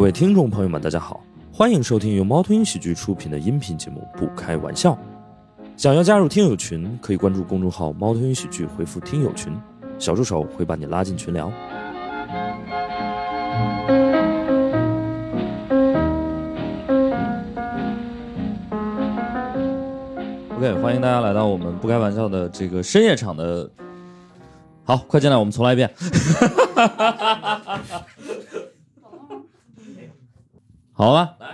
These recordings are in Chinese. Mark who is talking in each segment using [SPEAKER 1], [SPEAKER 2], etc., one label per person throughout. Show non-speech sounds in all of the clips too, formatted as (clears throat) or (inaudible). [SPEAKER 1] 位听众朋友们，大家好，欢迎收听由猫头鹰喜剧出品的音频节目《不开玩笑》。想要加入听友群，可以关注公众号“猫头鹰喜剧”，回复“听友群”，小助手会把你拉进群聊。OK，欢迎大家来到我们不开玩笑的这个深夜场的。好，快进来，我们重来一遍。好吧，来，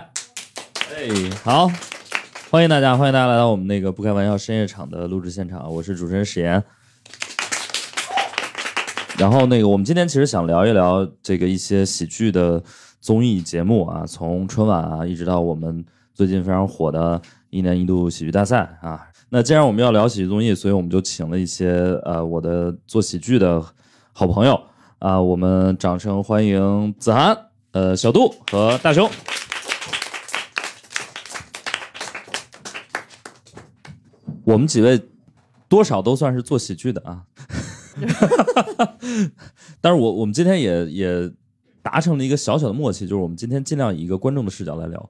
[SPEAKER 1] 哎，好，欢迎大家，欢迎大家来到我们那个不开玩笑深夜场的录制现场，我是主持人史岩。然后那个，我们今天其实想聊一聊这个一些喜剧的综艺节目啊，从春晚啊，一直到我们最近非常火的一年一度喜剧大赛啊。那既然我们要聊喜剧综艺，所以我们就请了一些呃我的做喜剧的好朋友啊、我们掌声欢迎子涵、呃小杜和大熊。我们几位多少都算是做喜剧的啊，但是我我们今天也也达成了一个小小的默契，就是我们今天尽量以一个观众的视角来聊，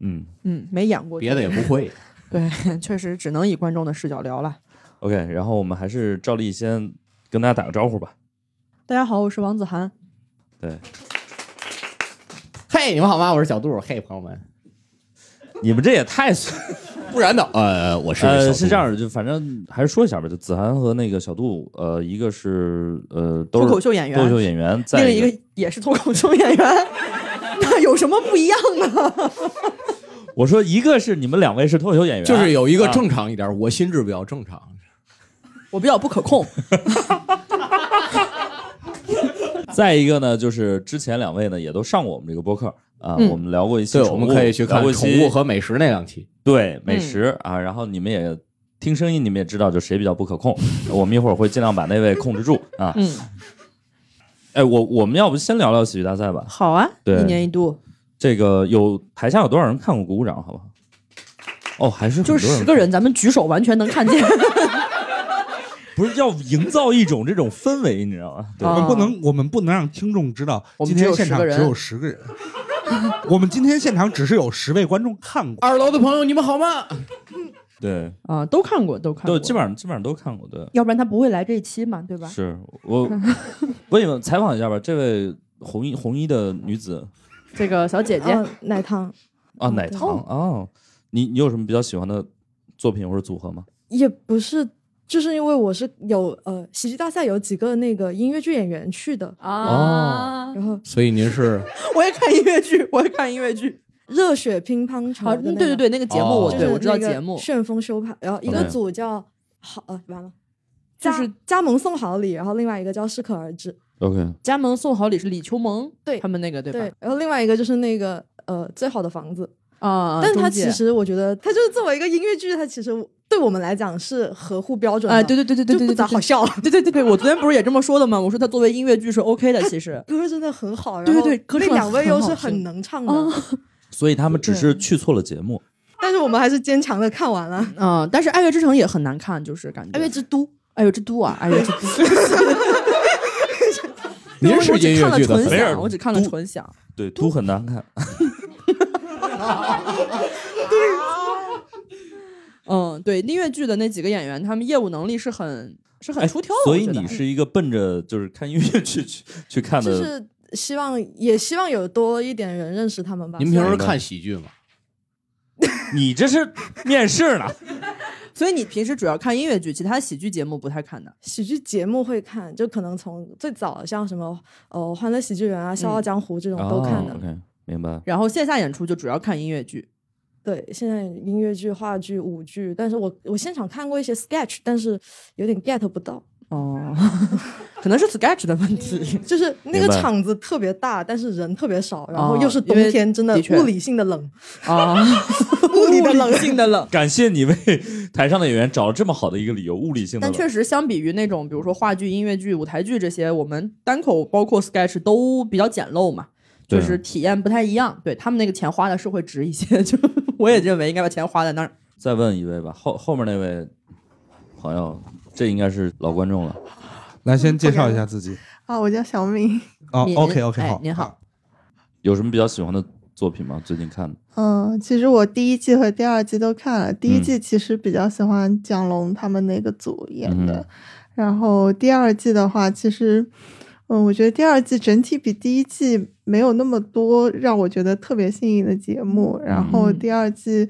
[SPEAKER 1] 嗯
[SPEAKER 2] 嗯，没演过
[SPEAKER 3] 别的也不
[SPEAKER 2] (laughs)
[SPEAKER 3] 会。
[SPEAKER 2] 对，确实只能以观众的视角聊了。
[SPEAKER 1] ，OK，然后我们还是照例先跟大家打个招呼吧，
[SPEAKER 2] 大家好，我是王子涵。
[SPEAKER 1] 对，
[SPEAKER 3] 嘿，你们好吗？我是小杜。嘿，朋友们，
[SPEAKER 1] 你们这也太随
[SPEAKER 3] 不然呢？呃，我是小
[SPEAKER 1] 呃
[SPEAKER 3] 杜
[SPEAKER 1] 是这，样的，就反正还是说一下吧，就子涵和那个小杜，呃，一个是呃都
[SPEAKER 2] 脱
[SPEAKER 1] 是
[SPEAKER 2] 口秀演员
[SPEAKER 1] 脱口秀演员，
[SPEAKER 2] 另
[SPEAKER 1] 再
[SPEAKER 2] 一个也是脱口秀演
[SPEAKER 1] (laughs)
[SPEAKER 2] 员，那有什么不一样啊呢？
[SPEAKER 1] 我说一个是你们两位是脱口秀演员，
[SPEAKER 3] 就是有一个
[SPEAKER 1] 啊
[SPEAKER 3] 正常一点，我心智比较正常。
[SPEAKER 2] 我比较不可控，
[SPEAKER 1] (laughs) 再一个呢，就是之前两位呢也都上过我们这个播客啊，
[SPEAKER 2] 嗯
[SPEAKER 1] 我们聊过一期
[SPEAKER 3] 对，
[SPEAKER 1] 宠物，
[SPEAKER 3] 我们可以去
[SPEAKER 1] 聊
[SPEAKER 3] 看
[SPEAKER 1] 过一期
[SPEAKER 3] 宠物和美食那两期。
[SPEAKER 2] 嗯
[SPEAKER 1] 对美食、啊，然后你们也听声音，你们也知道就谁比较不可控， (laughs) 我们一会儿会尽量把那位控制住啊。
[SPEAKER 2] (laughs) 嗯，
[SPEAKER 1] 哎，我我们要不先聊聊喜剧大赛吧？
[SPEAKER 2] 好啊，
[SPEAKER 1] 对
[SPEAKER 2] 一年一度
[SPEAKER 1] 这个有台下有多少人看过鼓鼓掌？好不好？哦，还是很
[SPEAKER 2] 就是
[SPEAKER 1] 多
[SPEAKER 2] 十个人，咱们举手完全能看见。
[SPEAKER 1] 不是要营造一种这种氛围，你知道 (laughs) 吗？对，
[SPEAKER 4] 我
[SPEAKER 2] 啊
[SPEAKER 4] 们不能，我们不能让听众知道，
[SPEAKER 2] 我们
[SPEAKER 4] 今
[SPEAKER 2] 只有
[SPEAKER 4] 天现场
[SPEAKER 2] 10个人
[SPEAKER 4] 只有十个人。我们今天现场只是有十位观众看过，
[SPEAKER 3] 二楼的朋友，你们好吗？
[SPEAKER 1] 对，
[SPEAKER 2] 啊，都看过，都看过，
[SPEAKER 1] 都基本上基本上都看过，对。
[SPEAKER 2] 要不然他不会来这一期嘛，对吧？
[SPEAKER 1] 是我， (laughs) 我你们采访一下吧，这位红衣红衣的女子
[SPEAKER 2] 这个小姐姐，
[SPEAKER 5] 嗯，奶糖
[SPEAKER 1] 啊，
[SPEAKER 5] 哦
[SPEAKER 1] 奶
[SPEAKER 5] 对
[SPEAKER 1] 糖哦，你你有什么比较喜欢的作品或者组合吗？
[SPEAKER 5] (laughs) 也不是，就是因为我是有呃喜剧大赛有几个那个音乐剧演员去的，
[SPEAKER 1] 啊
[SPEAKER 5] 然后
[SPEAKER 3] 所以
[SPEAKER 2] (laughs)
[SPEAKER 3] 您是
[SPEAKER 2] 我也看音乐剧， (laughs) 我也看音乐剧。
[SPEAKER 5] 热血乒乓球
[SPEAKER 2] 啊，
[SPEAKER 5] 的那
[SPEAKER 2] 嗯
[SPEAKER 5] 个
[SPEAKER 2] 对对，对，那个节目
[SPEAKER 1] 哦
[SPEAKER 2] 我
[SPEAKER 5] 就
[SPEAKER 2] 对
[SPEAKER 5] 是
[SPEAKER 2] 我知道
[SPEAKER 5] 那个
[SPEAKER 2] 节目，
[SPEAKER 5] 旋风修派，然后一个
[SPEAKER 1] OK
[SPEAKER 5] 组叫好呃完了，
[SPEAKER 2] 就
[SPEAKER 5] 加
[SPEAKER 2] 是
[SPEAKER 5] 加盟送好礼，然后另外一个叫适可而止，
[SPEAKER 1] ？OK，
[SPEAKER 2] 加盟送好礼是李秋萌
[SPEAKER 5] 对
[SPEAKER 2] 他们那个对吧
[SPEAKER 5] 对？，然后另外一个就是那个呃最好的房子，
[SPEAKER 2] 啊，
[SPEAKER 5] 但
[SPEAKER 2] 他
[SPEAKER 5] 它其实我觉得它就是作为一个音乐剧，它其实对我们来讲是合乎标准的，
[SPEAKER 2] 哎，对对对对对对，
[SPEAKER 5] 就不咋
[SPEAKER 2] 对
[SPEAKER 5] 好笑，
[SPEAKER 2] 对对对对，我昨天不是也这么说的吗？我说他作为音乐剧是 OK 的，其
[SPEAKER 5] (laughs)
[SPEAKER 2] 实
[SPEAKER 5] 歌真的很好，然
[SPEAKER 2] 对对
[SPEAKER 5] 后
[SPEAKER 2] 对歌
[SPEAKER 5] 那
[SPEAKER 2] 唱
[SPEAKER 5] 两位
[SPEAKER 2] 很
[SPEAKER 5] 又
[SPEAKER 2] 好
[SPEAKER 5] 是
[SPEAKER 2] 听
[SPEAKER 5] 很能唱的，
[SPEAKER 2] 啊
[SPEAKER 1] 所以他们只是去错了节目。
[SPEAKER 5] 但是我们还是坚强的看完了。
[SPEAKER 2] 嗯，但是《爱乐之城》也很难看，就是感觉。
[SPEAKER 5] 爱乐之都，
[SPEAKER 2] 哎呦之都啊，爱乐之都，
[SPEAKER 5] (laughs)
[SPEAKER 3] 您是
[SPEAKER 2] 我只
[SPEAKER 3] 音
[SPEAKER 2] 看
[SPEAKER 3] 乐
[SPEAKER 2] 了
[SPEAKER 3] 剧的
[SPEAKER 2] 纯
[SPEAKER 3] 粉丝，
[SPEAKER 2] 享，我只看了纯享。
[SPEAKER 1] 对，都很难看。
[SPEAKER 2] 嗯，对，音乐剧的那几个演员，他们业务能力是很是
[SPEAKER 3] 哎
[SPEAKER 2] 很出挑的。
[SPEAKER 1] 哎所
[SPEAKER 2] 我
[SPEAKER 1] 以
[SPEAKER 2] 觉得哎
[SPEAKER 1] 你是一个奔着就是看音乐剧去去看
[SPEAKER 5] 就
[SPEAKER 1] 的。
[SPEAKER 5] 是希望也希望有多一点人认识他们吧。
[SPEAKER 3] 您
[SPEAKER 5] 虽
[SPEAKER 3] 平
[SPEAKER 5] 然
[SPEAKER 3] 时看喜剧吗？
[SPEAKER 1] 你这是面试呢？
[SPEAKER 2] 所以你平时主要看音乐剧，其他喜剧节目不太看的。
[SPEAKER 5] 喜剧节目会看，就可能从最早像什么呃《欢乐喜剧人》啊、《笑傲
[SPEAKER 2] 嗯
[SPEAKER 5] 江湖》这种都看
[SPEAKER 1] 哦
[SPEAKER 5] 的。
[SPEAKER 1] OK，明白。
[SPEAKER 2] 然后线下演出就主要看音乐剧。
[SPEAKER 5] 对，现在音乐剧、话剧、舞剧，但是我我现场看过一些 sketch，但是有点 get 不到，
[SPEAKER 2] 哦， (laughs) 可能是 sketch 的问
[SPEAKER 5] (laughs)
[SPEAKER 2] 题。
[SPEAKER 5] 就是那
[SPEAKER 1] 明
[SPEAKER 5] 个
[SPEAKER 1] 白
[SPEAKER 5] 场子特别大，但是人特别少，然后又是
[SPEAKER 2] 因
[SPEAKER 5] 冬
[SPEAKER 2] 为
[SPEAKER 5] 天，真的
[SPEAKER 2] 的确
[SPEAKER 5] 物理性的冷，
[SPEAKER 2] 啊，
[SPEAKER 5] 物理的冷
[SPEAKER 2] 理性的冷。
[SPEAKER 1] 感谢你为台上的演员找了这么好的一个理由，物理性的
[SPEAKER 2] 但
[SPEAKER 1] 冷。
[SPEAKER 2] 确实，相比于那种比如说话剧、音乐剧、舞台剧这些，我们单口包括 sketch 都比较简陋嘛，就
[SPEAKER 1] 对
[SPEAKER 2] 是体验不太一样。对他们那个钱花的是会值一些， (laughs) 就我也认为应该把钱花在那儿。
[SPEAKER 1] 再问一位吧，后后面那位朋友，这应该是老观众了。
[SPEAKER 4] 来先介绍一下自己。
[SPEAKER 6] 啊，我叫小敏，
[SPEAKER 4] 哦
[SPEAKER 2] 敏
[SPEAKER 4] ，OK OK，
[SPEAKER 2] 哎
[SPEAKER 4] 好，
[SPEAKER 2] 您好。
[SPEAKER 1] 有什么比较喜欢的作品吗？最近看的？
[SPEAKER 6] 嗯，其实我第一季和第二季都看了。第一
[SPEAKER 2] 嗯
[SPEAKER 6] 季其实比较喜欢蒋龙他们那个组演的，
[SPEAKER 1] 嗯
[SPEAKER 6] 然后第二季的话，其实，嗯，我觉得第二季整体比第一季没有那么多让我觉得特别新颖的节目。然后
[SPEAKER 2] 嗯
[SPEAKER 6] 第二季，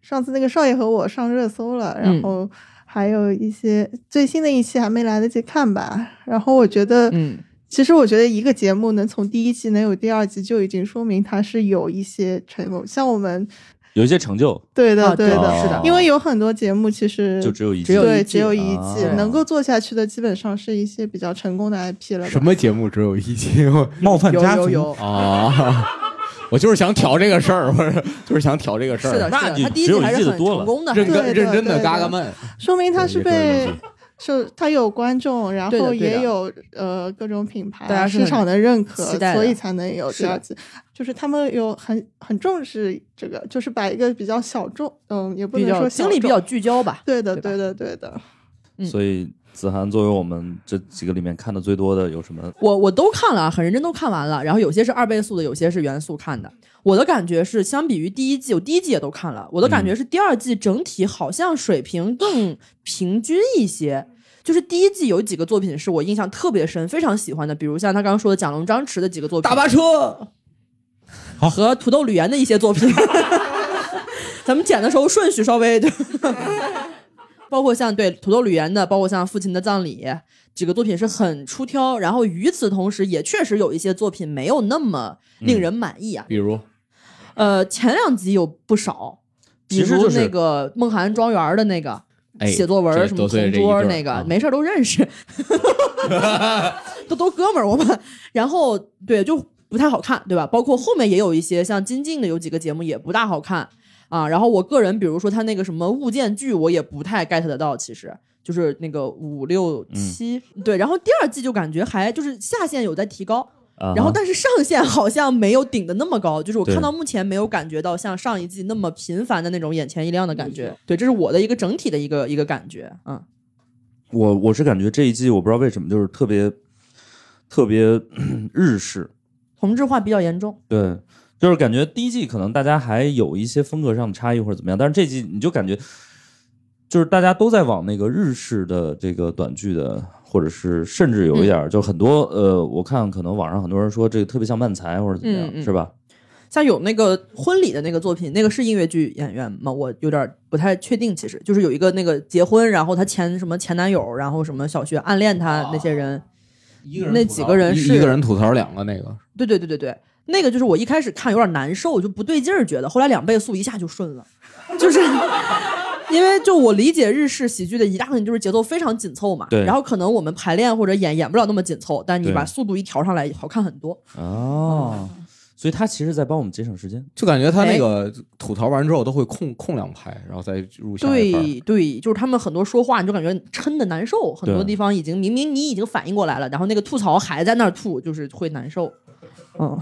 [SPEAKER 6] 上次那个少爷和我上热搜了，然
[SPEAKER 2] 嗯
[SPEAKER 6] 后还有一些最新的一期还没来得及看吧。然后我觉得， (laughs)
[SPEAKER 2] 嗯，
[SPEAKER 6] 其实我觉得一个节目能从第一季能有第二季，就已经说明它是有一些成功。像我们，
[SPEAKER 1] 有一些成就，
[SPEAKER 6] 对的，
[SPEAKER 2] 啊
[SPEAKER 6] 对的，
[SPEAKER 2] 是的
[SPEAKER 6] 因为有很多节目其实
[SPEAKER 1] 就只有一
[SPEAKER 2] 只
[SPEAKER 1] 季
[SPEAKER 2] 有一
[SPEAKER 6] 对
[SPEAKER 2] 季
[SPEAKER 6] 只有一
[SPEAKER 1] 啊
[SPEAKER 6] 季、能够做下去的，基本上是一些比较成功的 IP 了吧。
[SPEAKER 3] 什么节目只有一期？ (laughs) 我
[SPEAKER 4] 冒犯
[SPEAKER 2] 有
[SPEAKER 4] 家
[SPEAKER 2] 有
[SPEAKER 4] 族，
[SPEAKER 2] 有，
[SPEAKER 3] 啊，我就是想挑这个事儿，我是就是想挑这个事
[SPEAKER 2] 是
[SPEAKER 3] 儿。
[SPEAKER 2] 的，是的，
[SPEAKER 1] 那你
[SPEAKER 2] 他第一
[SPEAKER 1] 只
[SPEAKER 2] 季
[SPEAKER 1] 有
[SPEAKER 2] 还
[SPEAKER 1] 一季
[SPEAKER 2] 是
[SPEAKER 1] 的
[SPEAKER 2] 很
[SPEAKER 1] 多了
[SPEAKER 2] 成功的，
[SPEAKER 3] 认
[SPEAKER 6] 对
[SPEAKER 3] 真
[SPEAKER 6] 对
[SPEAKER 3] 认真的
[SPEAKER 6] 对
[SPEAKER 3] 嘎嘎
[SPEAKER 6] 对
[SPEAKER 3] 闷，
[SPEAKER 6] 说明它是
[SPEAKER 3] 对也
[SPEAKER 6] 被
[SPEAKER 3] 是有一。
[SPEAKER 6] 受它有观众，然
[SPEAKER 2] 对的
[SPEAKER 6] 后
[SPEAKER 2] 对的
[SPEAKER 6] 也有呃各种品牌
[SPEAKER 2] 大家
[SPEAKER 6] 啊、
[SPEAKER 2] 是
[SPEAKER 6] 市场的认可
[SPEAKER 2] 期待，的
[SPEAKER 6] 所以才能有
[SPEAKER 2] 是
[SPEAKER 6] 第
[SPEAKER 2] 的
[SPEAKER 6] 二季。就是他们有很很重视这个，就是把一个比较小众，嗯，也不
[SPEAKER 2] 比
[SPEAKER 6] 能
[SPEAKER 2] 较
[SPEAKER 6] 说
[SPEAKER 2] 精
[SPEAKER 6] 小
[SPEAKER 2] 力比
[SPEAKER 6] 众
[SPEAKER 2] 较聚焦吧。
[SPEAKER 6] 对的，
[SPEAKER 2] 对吧
[SPEAKER 6] 对的，对的。
[SPEAKER 2] 嗯
[SPEAKER 1] 所以子涵作为我们这几个里面看的最多的有什么？
[SPEAKER 2] 我我都看了啊，很认真都看完了，然后有些是二倍速的，有些是原速看的。我的感觉是，相比于第一季，我第一季也都看了，我的感觉
[SPEAKER 3] 嗯
[SPEAKER 2] 是第二季整体好像水平更平均一些。就是第一季有几个作品是我印象特别深、非常喜欢的，比如像他刚刚说的蒋龙、张弛的几个作品，
[SPEAKER 3] 大巴车
[SPEAKER 2] 和土豆吕岩的一些作品。 (laughs) 咱们剪的时候顺序稍
[SPEAKER 3] (laughs)
[SPEAKER 2] 微就，包括像对土豆吕岩的，包括像父亲的葬礼几个作品是很出挑，然后与此同时也确实有一些作品没有那么
[SPEAKER 3] 嗯
[SPEAKER 2] 令人满意啊。
[SPEAKER 3] 比如
[SPEAKER 2] 呃，前两集有不少，比
[SPEAKER 1] 其实
[SPEAKER 2] 如
[SPEAKER 1] 就是
[SPEAKER 2] 那个梦涵庄园的那个。
[SPEAKER 3] 哎
[SPEAKER 2] 写作文
[SPEAKER 3] 这
[SPEAKER 2] 儿什么同
[SPEAKER 3] 得罪了这一
[SPEAKER 2] 桌
[SPEAKER 3] 对儿
[SPEAKER 2] 那个
[SPEAKER 3] 啊，
[SPEAKER 2] 没事儿都认
[SPEAKER 3] (laughs)
[SPEAKER 2] 识， (laughs) 都都哥们儿我们。然后对，就不太好看，对吧？包括后面也有一些像金靖的有几个节目也不大好看啊。然后我个人，比如说他那个什么物件剧，我也不太 get 得到，其实。就是那个五六
[SPEAKER 3] 嗯
[SPEAKER 2] 七，对，然后第二季就感觉还就是下限有在提高，
[SPEAKER 1] 啊哈
[SPEAKER 2] 然后但是上限好像没有顶的那么高，就是我
[SPEAKER 1] 对
[SPEAKER 2] 看到目前没有感觉到像上一季那么频繁的那种眼前一亮的感
[SPEAKER 1] 嗯
[SPEAKER 2] 觉。对，这是我的一个整体的一个一个感觉，嗯，
[SPEAKER 1] 我我是感觉这一季我不知道为什么就是特别特别 (clears throat) 日式，
[SPEAKER 2] 同质化比较严重。
[SPEAKER 1] 对，就是感觉第一季可能大家还有一些风格上的差异或者怎么样，但是这季你就感觉就是大家都在往那个日式的这个短剧的，或者是甚至有一
[SPEAKER 2] 嗯
[SPEAKER 1] 点儿、就很多呃，我看可能网上很多人说这个特别像漫才或者怎么样，
[SPEAKER 2] 嗯嗯
[SPEAKER 1] 是吧？
[SPEAKER 2] 像有那个婚礼的那个作品，那个是音乐剧演员吗？我有点不太确定，其实就是有一个那个结婚，然后她前什么前男友，然后什么小学暗恋她那些人，那几个人是
[SPEAKER 3] 一一个人吐槽两个那个，
[SPEAKER 2] 对对对对对，那个就是我一开始看有点难受，就不对劲儿，觉得后来两倍速一下就顺了，就是 (laughs) 因为就我理解日式喜剧的一大部分就是节奏非常紧凑嘛，
[SPEAKER 1] 对
[SPEAKER 2] 然后可能我们排练或者演演不了那么紧凑，但你
[SPEAKER 1] 对
[SPEAKER 2] 把速度一调上来，好看很多。
[SPEAKER 1] 哦，
[SPEAKER 2] 嗯
[SPEAKER 1] 所以他其实在帮我们节省时间。
[SPEAKER 3] 就感觉他那个
[SPEAKER 2] 哎
[SPEAKER 3] 吐槽完之后都会空空两拍，然后再入下一拍。
[SPEAKER 2] 对对，就是他们很多说话，你就感觉抻的难受，很多
[SPEAKER 1] 对
[SPEAKER 2] 地方已经明明你已经反应过来了，然后那个吐槽还在那儿吐，就是会难受。嗯，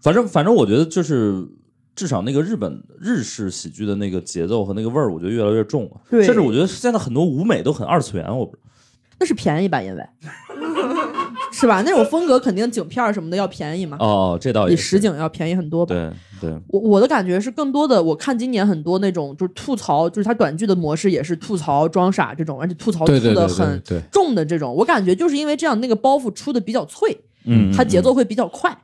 [SPEAKER 1] 反正反正我觉得就是至少那个日本日式喜剧的那个节奏和那个味儿，我觉得越来越重了。
[SPEAKER 2] 对
[SPEAKER 1] 甚至我觉得现在很多舞美都很二次元，我不
[SPEAKER 2] 那是便宜吧，因为 (laughs) 是吧？那种风格肯定景片儿什么的要便宜嘛。
[SPEAKER 1] 哦，这倒
[SPEAKER 2] 比
[SPEAKER 1] 也
[SPEAKER 2] 实
[SPEAKER 1] 是。
[SPEAKER 2] 景要便宜很多吧。
[SPEAKER 1] 对对，
[SPEAKER 2] 我我的感觉是更多的，我看今年很多那种就是吐槽，就是它短剧的模式也是吐槽装傻这种，而且吐槽
[SPEAKER 3] 对
[SPEAKER 2] 吐
[SPEAKER 3] 对
[SPEAKER 2] 的
[SPEAKER 3] 对对
[SPEAKER 2] 很
[SPEAKER 3] 对，
[SPEAKER 2] 重的这种，我感觉就是因为这样那个包袱出的比较脆，
[SPEAKER 1] 嗯，
[SPEAKER 2] 它节奏会比较快。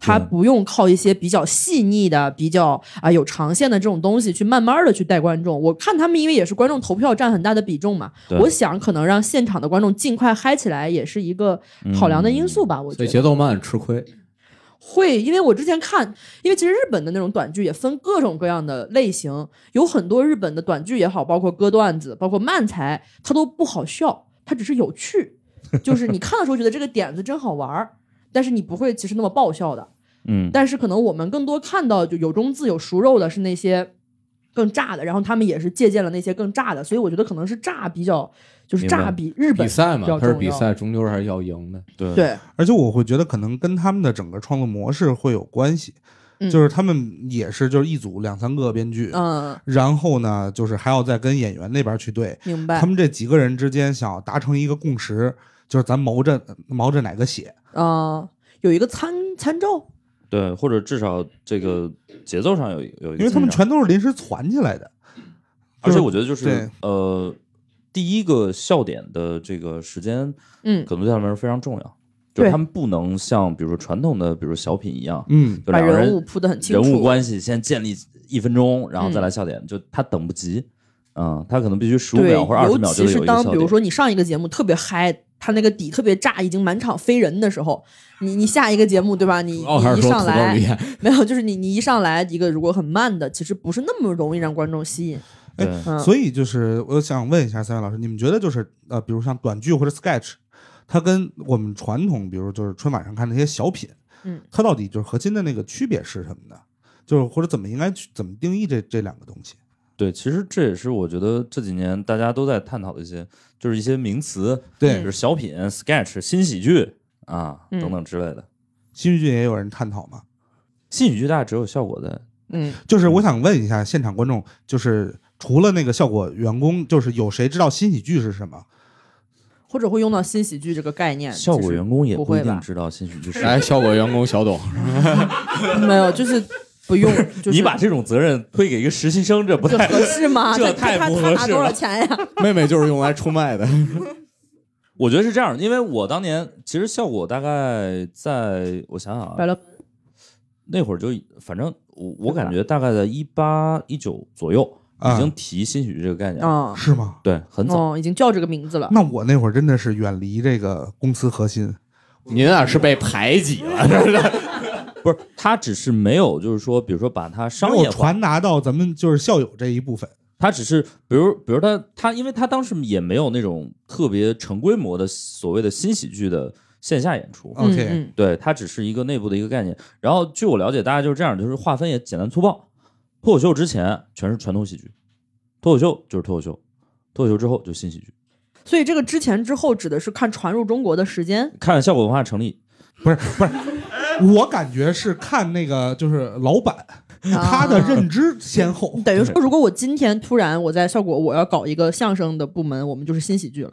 [SPEAKER 2] 它不用靠一些比较细腻的、比较啊有长线的这种东西去慢慢的去带观众。我看他们因为也是观众投票占很大的比重嘛，
[SPEAKER 1] 对
[SPEAKER 2] 我想可能让现场的观众尽快嗨起来也是一个考量的因素吧。我觉
[SPEAKER 3] 嗯所
[SPEAKER 2] 得
[SPEAKER 3] 以节奏慢吃亏。
[SPEAKER 2] 会，因为我之前看，因为其实日本的那种短剧也分各种各样的类型，有很多日本的短剧也好，包括歌段子，包括漫才，它都不好笑，它只是有趣，就是你看的时候觉得这个点子真好玩儿，但是你不会其实那么爆笑的。
[SPEAKER 1] 嗯，
[SPEAKER 2] 但是可能我们更多看到就有中字有熟肉的是那些更炸的，然后他们也是借鉴了那些更炸的，所以我觉得可能是炸比较就是
[SPEAKER 1] 明白
[SPEAKER 2] 炸比日本
[SPEAKER 3] 比赛嘛
[SPEAKER 2] 比较，
[SPEAKER 3] 他是
[SPEAKER 2] 重
[SPEAKER 3] 比
[SPEAKER 2] 要
[SPEAKER 3] 赛，终究还是要赢的。
[SPEAKER 1] 对
[SPEAKER 2] 对
[SPEAKER 4] 而且我会觉得可能跟他们的整个创作模式会有关系，
[SPEAKER 2] 嗯
[SPEAKER 4] 就是他们也是就是一组两三个编剧，
[SPEAKER 2] 嗯
[SPEAKER 4] 然后呢就是还要再跟演员那边去对，
[SPEAKER 2] 明白
[SPEAKER 4] 他们这几个人之间想要达成一个共识，就是咱谋着谋着哪个写，
[SPEAKER 2] 呃啊、有一个参参照
[SPEAKER 1] 对，或者至少这个节奏上有有一个进展，
[SPEAKER 4] 因为他们全都是临时攒起来的。
[SPEAKER 1] 而且我觉得就是
[SPEAKER 4] 对
[SPEAKER 1] 呃，第一个笑点的这个时间，
[SPEAKER 2] 嗯
[SPEAKER 1] 可能对他们来说非常重要，就是
[SPEAKER 2] 对
[SPEAKER 1] 他们不能像比如说传统的比如小品一样，
[SPEAKER 4] 嗯，
[SPEAKER 1] 就
[SPEAKER 2] 把
[SPEAKER 1] 两个
[SPEAKER 2] 人
[SPEAKER 1] 人
[SPEAKER 2] 物铺得很清
[SPEAKER 1] 人
[SPEAKER 2] 楚，嗯
[SPEAKER 1] 物关系先建立一分钟，然后再来笑点，就他等不及，嗯，他可能必须十五
[SPEAKER 2] 对，
[SPEAKER 1] 秒或者二十秒就得有
[SPEAKER 2] 尤其是
[SPEAKER 1] 一个
[SPEAKER 2] 当
[SPEAKER 1] 笑
[SPEAKER 2] 比如
[SPEAKER 1] 点。
[SPEAKER 2] 说你上一个节目特别嗨，他那个底特别炸，已经满场飞人的时候，你你下一个节目对吧？你
[SPEAKER 3] 哦，还
[SPEAKER 2] 你
[SPEAKER 3] 是
[SPEAKER 2] 一
[SPEAKER 3] 说
[SPEAKER 2] 上
[SPEAKER 3] 土豆
[SPEAKER 2] 来
[SPEAKER 3] 厉害？
[SPEAKER 2] (laughs) 没有，就是你你一上来一个如果很慢的，其实不是那么容易让观众吸引。
[SPEAKER 1] 对，
[SPEAKER 2] 嗯，
[SPEAKER 4] 哎所以就是我想问一下三位老师，你们觉得就是呃，比如像短剧或者 sketch，它跟我们传统，比如就是春晚上看那些小品，
[SPEAKER 2] 嗯，
[SPEAKER 4] 它到底就是核心的那个区别是什么呢？就是或者怎么应该去怎么定义这这两个东西？
[SPEAKER 1] 对，其实这也是我觉得这几年大家都在探讨的一些，就是一些名词，比
[SPEAKER 4] 对，
[SPEAKER 1] 如小品、sketch、新喜剧啊
[SPEAKER 2] 嗯
[SPEAKER 1] 等等之类的。
[SPEAKER 4] 新剧也有人探讨嘛？
[SPEAKER 1] 新喜剧大家只有效果在，
[SPEAKER 2] 嗯，
[SPEAKER 4] 就是我想问一下现场观众，就是除了那个效果员工，就是有谁知道新喜剧是什么？
[SPEAKER 2] 或者会用到新喜剧这个概念。
[SPEAKER 1] 效果员工也
[SPEAKER 2] 嗯不
[SPEAKER 1] 不一
[SPEAKER 2] 会吧哎
[SPEAKER 1] 定知道新喜
[SPEAKER 2] (laughs)
[SPEAKER 1] 剧是。
[SPEAKER 3] 来，哎效果员工小董，
[SPEAKER 2] 工没有，就是
[SPEAKER 1] (laughs)
[SPEAKER 2] 不用，就是
[SPEAKER 1] 你把这种责任推给一个实习生，这不
[SPEAKER 2] 这 (laughs)
[SPEAKER 1] 太
[SPEAKER 2] 合适吗？
[SPEAKER 1] 这
[SPEAKER 2] 他
[SPEAKER 1] 太
[SPEAKER 2] 他
[SPEAKER 1] 不
[SPEAKER 2] 他
[SPEAKER 1] 合
[SPEAKER 2] 拿
[SPEAKER 1] 适
[SPEAKER 2] 多少
[SPEAKER 1] 了
[SPEAKER 2] 钱哎呀？
[SPEAKER 3] 妹妹就是用来出卖的。
[SPEAKER 1] 我觉得是这样，因为我当年其实效果大概在我想想
[SPEAKER 2] 百
[SPEAKER 1] 啊，
[SPEAKER 2] 乐
[SPEAKER 1] 那会儿就反正我我
[SPEAKER 2] 对吧
[SPEAKER 1] 感觉大概在一八一九左右
[SPEAKER 4] 啊
[SPEAKER 1] 已经提新喜剧这个概念了，
[SPEAKER 2] 啊，
[SPEAKER 4] 是吗？
[SPEAKER 1] 对，很早。
[SPEAKER 2] 哦，已经叫这个名字了。
[SPEAKER 4] 那我那会儿真的是远离这个公司核心，
[SPEAKER 3] (laughs) 您啊是被排挤了，是吧？
[SPEAKER 1] 不是，他只是没有，就是说，比如说把它商
[SPEAKER 4] 没
[SPEAKER 1] 业
[SPEAKER 4] 有
[SPEAKER 1] 化，
[SPEAKER 4] 传达到咱们就是校友这一部分。
[SPEAKER 1] 他只是，比如，比如他他，因为他当时也没有那种特别成规模的所谓的新喜剧的线下演出，
[SPEAKER 2] 嗯
[SPEAKER 4] OK
[SPEAKER 2] 嗯
[SPEAKER 1] 对，它只是一个内部的一个概念。然后据我了解，大家就是这样，就是划分也简单粗暴。脱口秀之前全是传统喜剧，脱口秀就是脱口秀，脱口秀之后就新喜剧。
[SPEAKER 2] 所以这个之前之后指的是看传入中国的时间。
[SPEAKER 1] 看效果文化成立，
[SPEAKER 4] 不是不是，我感觉是看那个就是老板、
[SPEAKER 2] 啊
[SPEAKER 4] 他的认知先后。
[SPEAKER 2] 等于说，如果我今天突然我在效果我要搞一个相声的部门，我们就是新喜剧了，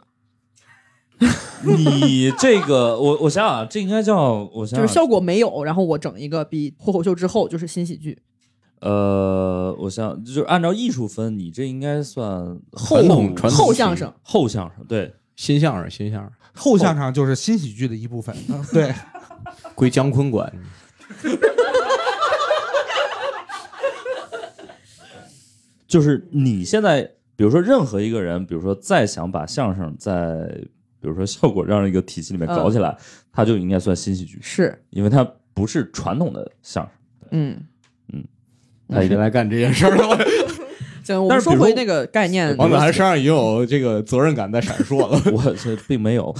[SPEAKER 1] 你这个我我想想啊，这应该叫我想想
[SPEAKER 2] 就是
[SPEAKER 1] 啊，
[SPEAKER 2] 效果没有，然后我整一个比脱口秀之后就是新喜剧，
[SPEAKER 1] 呃，我想想就是按照艺术分，你这应该算后
[SPEAKER 3] 传统传统
[SPEAKER 2] 后相声，
[SPEAKER 1] 后相声，对，
[SPEAKER 3] 新相声，新相声
[SPEAKER 4] 后相声就是新喜剧的一部分，
[SPEAKER 2] 嗯
[SPEAKER 4] 对，
[SPEAKER 3] 归姜昆管。
[SPEAKER 1] 就是你现在，比如说任何一个人，比如说再想把相声在，比如说效果这样一个体系里面搞起来，他就应该算新喜剧，
[SPEAKER 2] 嗯是，
[SPEAKER 1] 因为他不是传统的相声。
[SPEAKER 2] 嗯，
[SPEAKER 1] 他一
[SPEAKER 3] 是
[SPEAKER 1] 定
[SPEAKER 3] 哎来干这件事
[SPEAKER 2] (laughs)
[SPEAKER 3] 儿的，
[SPEAKER 2] 行，我
[SPEAKER 1] 但
[SPEAKER 2] 们
[SPEAKER 1] 是比
[SPEAKER 2] 说
[SPEAKER 1] 如
[SPEAKER 2] 回那个概念，
[SPEAKER 3] 王子涵身上已经有这个责任感在闪烁 (laughs) 了。
[SPEAKER 1] 我 (laughs) 这并没有，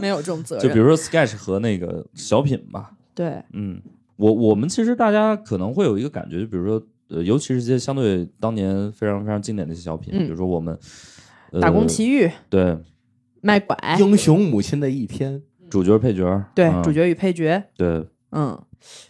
[SPEAKER 2] 没有这种责
[SPEAKER 1] 就比
[SPEAKER 2] 任，
[SPEAKER 1] 如说 sketch 和那个小品吧，
[SPEAKER 2] 对，
[SPEAKER 1] 嗯，我我们其实大家可能会有一个感觉，就比如说，呃，尤其是一些相对当年非常非常经典的一些小品，
[SPEAKER 2] 嗯
[SPEAKER 1] 比如说我们、呃
[SPEAKER 2] 打工奇遇、
[SPEAKER 1] 对
[SPEAKER 2] 卖拐，
[SPEAKER 3] 英雄母亲的一天，
[SPEAKER 1] 主角配角，
[SPEAKER 2] 对，
[SPEAKER 1] 嗯
[SPEAKER 2] 主角与配角，
[SPEAKER 1] 对
[SPEAKER 2] 嗯，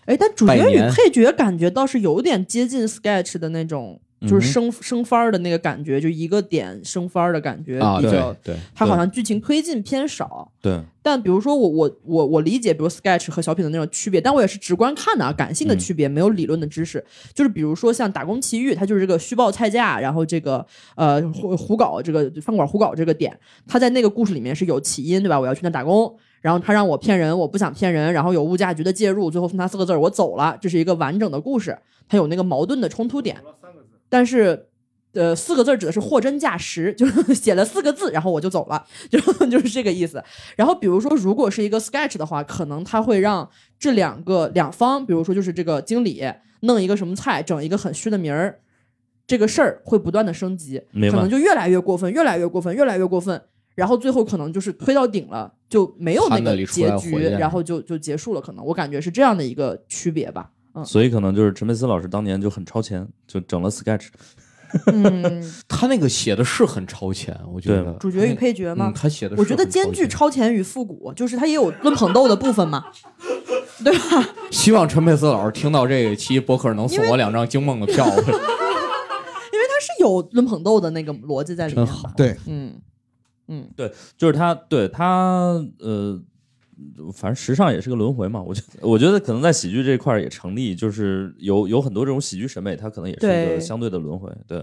[SPEAKER 2] 哎，但主角
[SPEAKER 3] 百
[SPEAKER 2] 与
[SPEAKER 3] 年
[SPEAKER 2] 配角感觉倒是有点接近 sketch 的那种，就
[SPEAKER 1] 嗯哼
[SPEAKER 2] 是升升番儿的那个感觉，就一个点升番儿的感觉
[SPEAKER 3] 啊
[SPEAKER 2] 比较，
[SPEAKER 3] 对对
[SPEAKER 2] 它好像剧情推进偏少。
[SPEAKER 1] 对，
[SPEAKER 2] 但比如说我我我我理解，比如 sketch 和小品的那种区别，但我也是直观看的啊，感性的区别，没有理论的知识。就是比如说像《打工奇遇》，它就是这个虚报菜价，然后这个呃胡胡搞这个饭馆胡搞这个点，它在那个故事里面是有起因对吧？我要去那打工，然后他让我骗人，我不想骗人，然后有物价局的介入，最后送他四个字儿，我走了，这是一个完整的故事，它有那个矛盾的冲突点，但是。呃，四个字儿指的是货真价实，就是写了四个字，然后我就走了，就 (laughs) 就是这个意思。然后比如说，如果是一个 sketch 的话，可能他会让这两个两方，比如说就是这个经理弄一个什么菜，整一个很虚的名儿，这个事儿会不断的升级，
[SPEAKER 1] 明白
[SPEAKER 2] 可能就越来越过分，越来越过分，越来越过分，然后最后可能就是推到顶了，就没有那
[SPEAKER 3] 憨的
[SPEAKER 2] 个
[SPEAKER 3] 里出
[SPEAKER 2] 结
[SPEAKER 3] 来
[SPEAKER 2] 局，
[SPEAKER 3] 火焰
[SPEAKER 2] 然后就就结束了。可能我感觉是这样的一个区别吧。嗯
[SPEAKER 1] 所以可能就是陈佩斯老师当年就很超前，就整了 sketch。
[SPEAKER 2] 嗯，
[SPEAKER 3] 他那个写的是很超前，我觉得
[SPEAKER 1] 对
[SPEAKER 2] 主角与配角吗
[SPEAKER 3] 嗯？他写的是
[SPEAKER 2] 我觉得
[SPEAKER 3] 很超前
[SPEAKER 2] 兼具超前与复古，就是它也有论捧逗的部分嘛， (laughs) 对吧？
[SPEAKER 3] 希望陈佩斯老师听到这一期博客能送我两张惊梦的票，
[SPEAKER 2] 它是有论捧逗的那个逻辑在里面嗯
[SPEAKER 1] 真
[SPEAKER 2] 的。嗯，
[SPEAKER 4] 对，
[SPEAKER 1] 就是他对他呃，反正时尚也是个轮回嘛。我觉得我觉得可能在喜剧这一块儿也成立，就是有有很多这种喜剧审美，它可能也是一个
[SPEAKER 2] 对
[SPEAKER 1] 相对的轮回。对，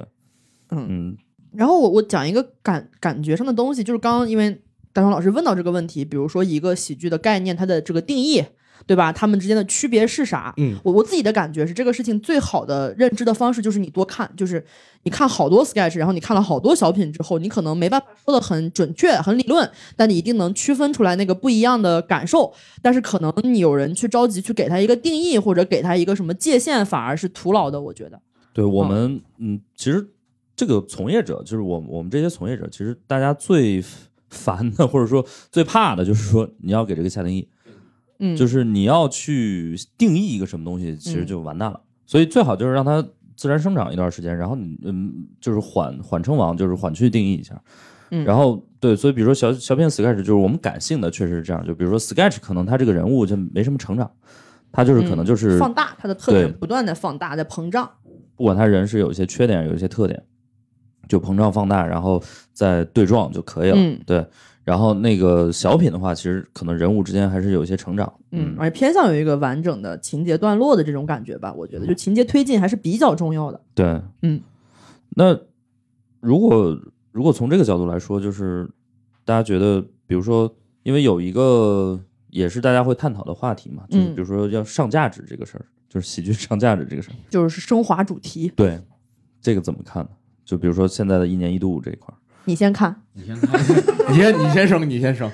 [SPEAKER 2] 嗯
[SPEAKER 1] 嗯
[SPEAKER 2] 然后我我讲一个感感觉上的东西，就是刚刚因为大双老师问到这个问题，比如说一个喜剧的概念，它的这个定义，对吧？它们之间的区别是啥？
[SPEAKER 4] 嗯，
[SPEAKER 2] 我我自己的感觉是，这个事情最好的认知的方式就是你多看，就是你看好多 sketch，然后你看了好多小品之后，你可能没办法说的很准确、很理论，但你一定能区分出来那个不一样的感受。但是可能你有人去着急去给他一个定义，或者给他一个什么界限，反而是徒劳的。我觉得，
[SPEAKER 1] 对我们，嗯，其实这个从业者，就是我们我们这些从业者，其实大家最烦的，或者说最怕的，就是说你要给这个下定义，
[SPEAKER 2] 嗯，
[SPEAKER 1] 就是你要去定义一个什么东西，其实就完蛋了。所以最好就是让它自然生长一段时间，然后你嗯，就是缓缓称王，就是缓去定义一下。
[SPEAKER 2] 嗯
[SPEAKER 1] 然后对，所以比如说小小品 sketch，就是我们感性的确实是这样，就比如说 sketch，可能他这个人物就没什么成长，他就是可能就是、
[SPEAKER 2] 嗯放大它的特点，
[SPEAKER 1] 对
[SPEAKER 2] 不断的放大，在膨胀。
[SPEAKER 1] 不管他人是有一些缺点，有一些特点，就膨胀放大，然后再对撞就可以了。
[SPEAKER 2] 嗯
[SPEAKER 1] 对。然后那个小品的话，其实可能人物之间还是有一些成长。
[SPEAKER 2] 嗯，而且偏向于一个完整的情节段落的这种感觉吧，我觉得就情节推进还是比较重要的。
[SPEAKER 1] 对，
[SPEAKER 2] 嗯。
[SPEAKER 1] 那如果如果从这个角度来说，就是大家觉得，比如说，因为有一个也是大家会探讨的话题嘛，就是
[SPEAKER 2] 嗯
[SPEAKER 1] 比如说要上价值这个事儿，就是喜剧上价值这个事儿，
[SPEAKER 2] 就是升华主题，
[SPEAKER 1] 对，这个怎么看呢？就比如说现在的一年一度这一块儿。
[SPEAKER 2] 你先看，
[SPEAKER 3] 你先看，你先你先生，你先生，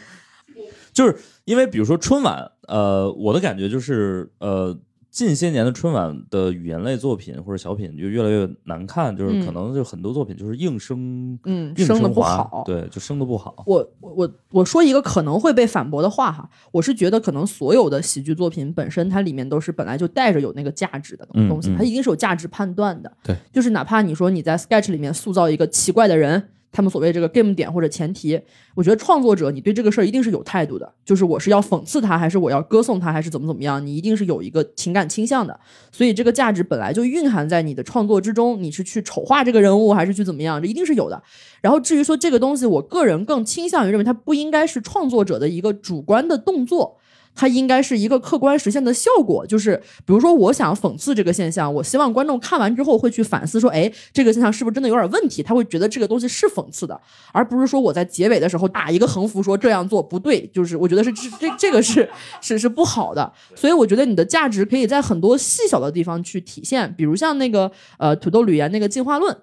[SPEAKER 1] 就是因为比如说春晚，呃，我的感觉就是，呃，近些年的春晚的语言类作品或者小品就越来越难看，就是
[SPEAKER 2] 嗯
[SPEAKER 1] 可能就很多作品就是应声，
[SPEAKER 2] 嗯，
[SPEAKER 1] 硬
[SPEAKER 2] 升的不
[SPEAKER 1] 华
[SPEAKER 2] 好。
[SPEAKER 1] 对，就生的不好。
[SPEAKER 2] 我我我我说一个可能会被反驳的话哈，我是觉得可能所有的喜剧作品本身它里面都是本来就带着有那个价值的
[SPEAKER 1] 嗯
[SPEAKER 2] 东西，
[SPEAKER 1] 嗯
[SPEAKER 2] 它一定是有价值判断的。
[SPEAKER 3] 对，
[SPEAKER 2] 就是哪怕你说你在 sketch 里面塑造一个奇怪的人，他们所谓这个 game 点或者前提，我觉得创作者你对这个事儿一定是有态度的，就是我是要讽刺他，还是我要歌颂他，还是怎么怎么样，你一定是有一个情感倾向的。所以这个价值本来就蕴含在你的创作之中，你是去丑化这个人物，还是去怎么样，这一定是有的。然后至于说这个东西，我个人更倾向于认为它不应该是创作者的一个主观的动作。它应该是一个客观实现的效果，就是比如说，我想讽刺这个现象，我希望观众看完之后会去反思，说，哎，这个现象是不是真的有点问题？他会觉得这个东西是讽刺的，而不是说我在结尾的时候打一个横幅说这样做不对，就是我觉得是这这这个是是是不好的。所以我觉得你的价值可以在很多细小的地方去体现，比如像那个呃土豆吕岩那个进化论。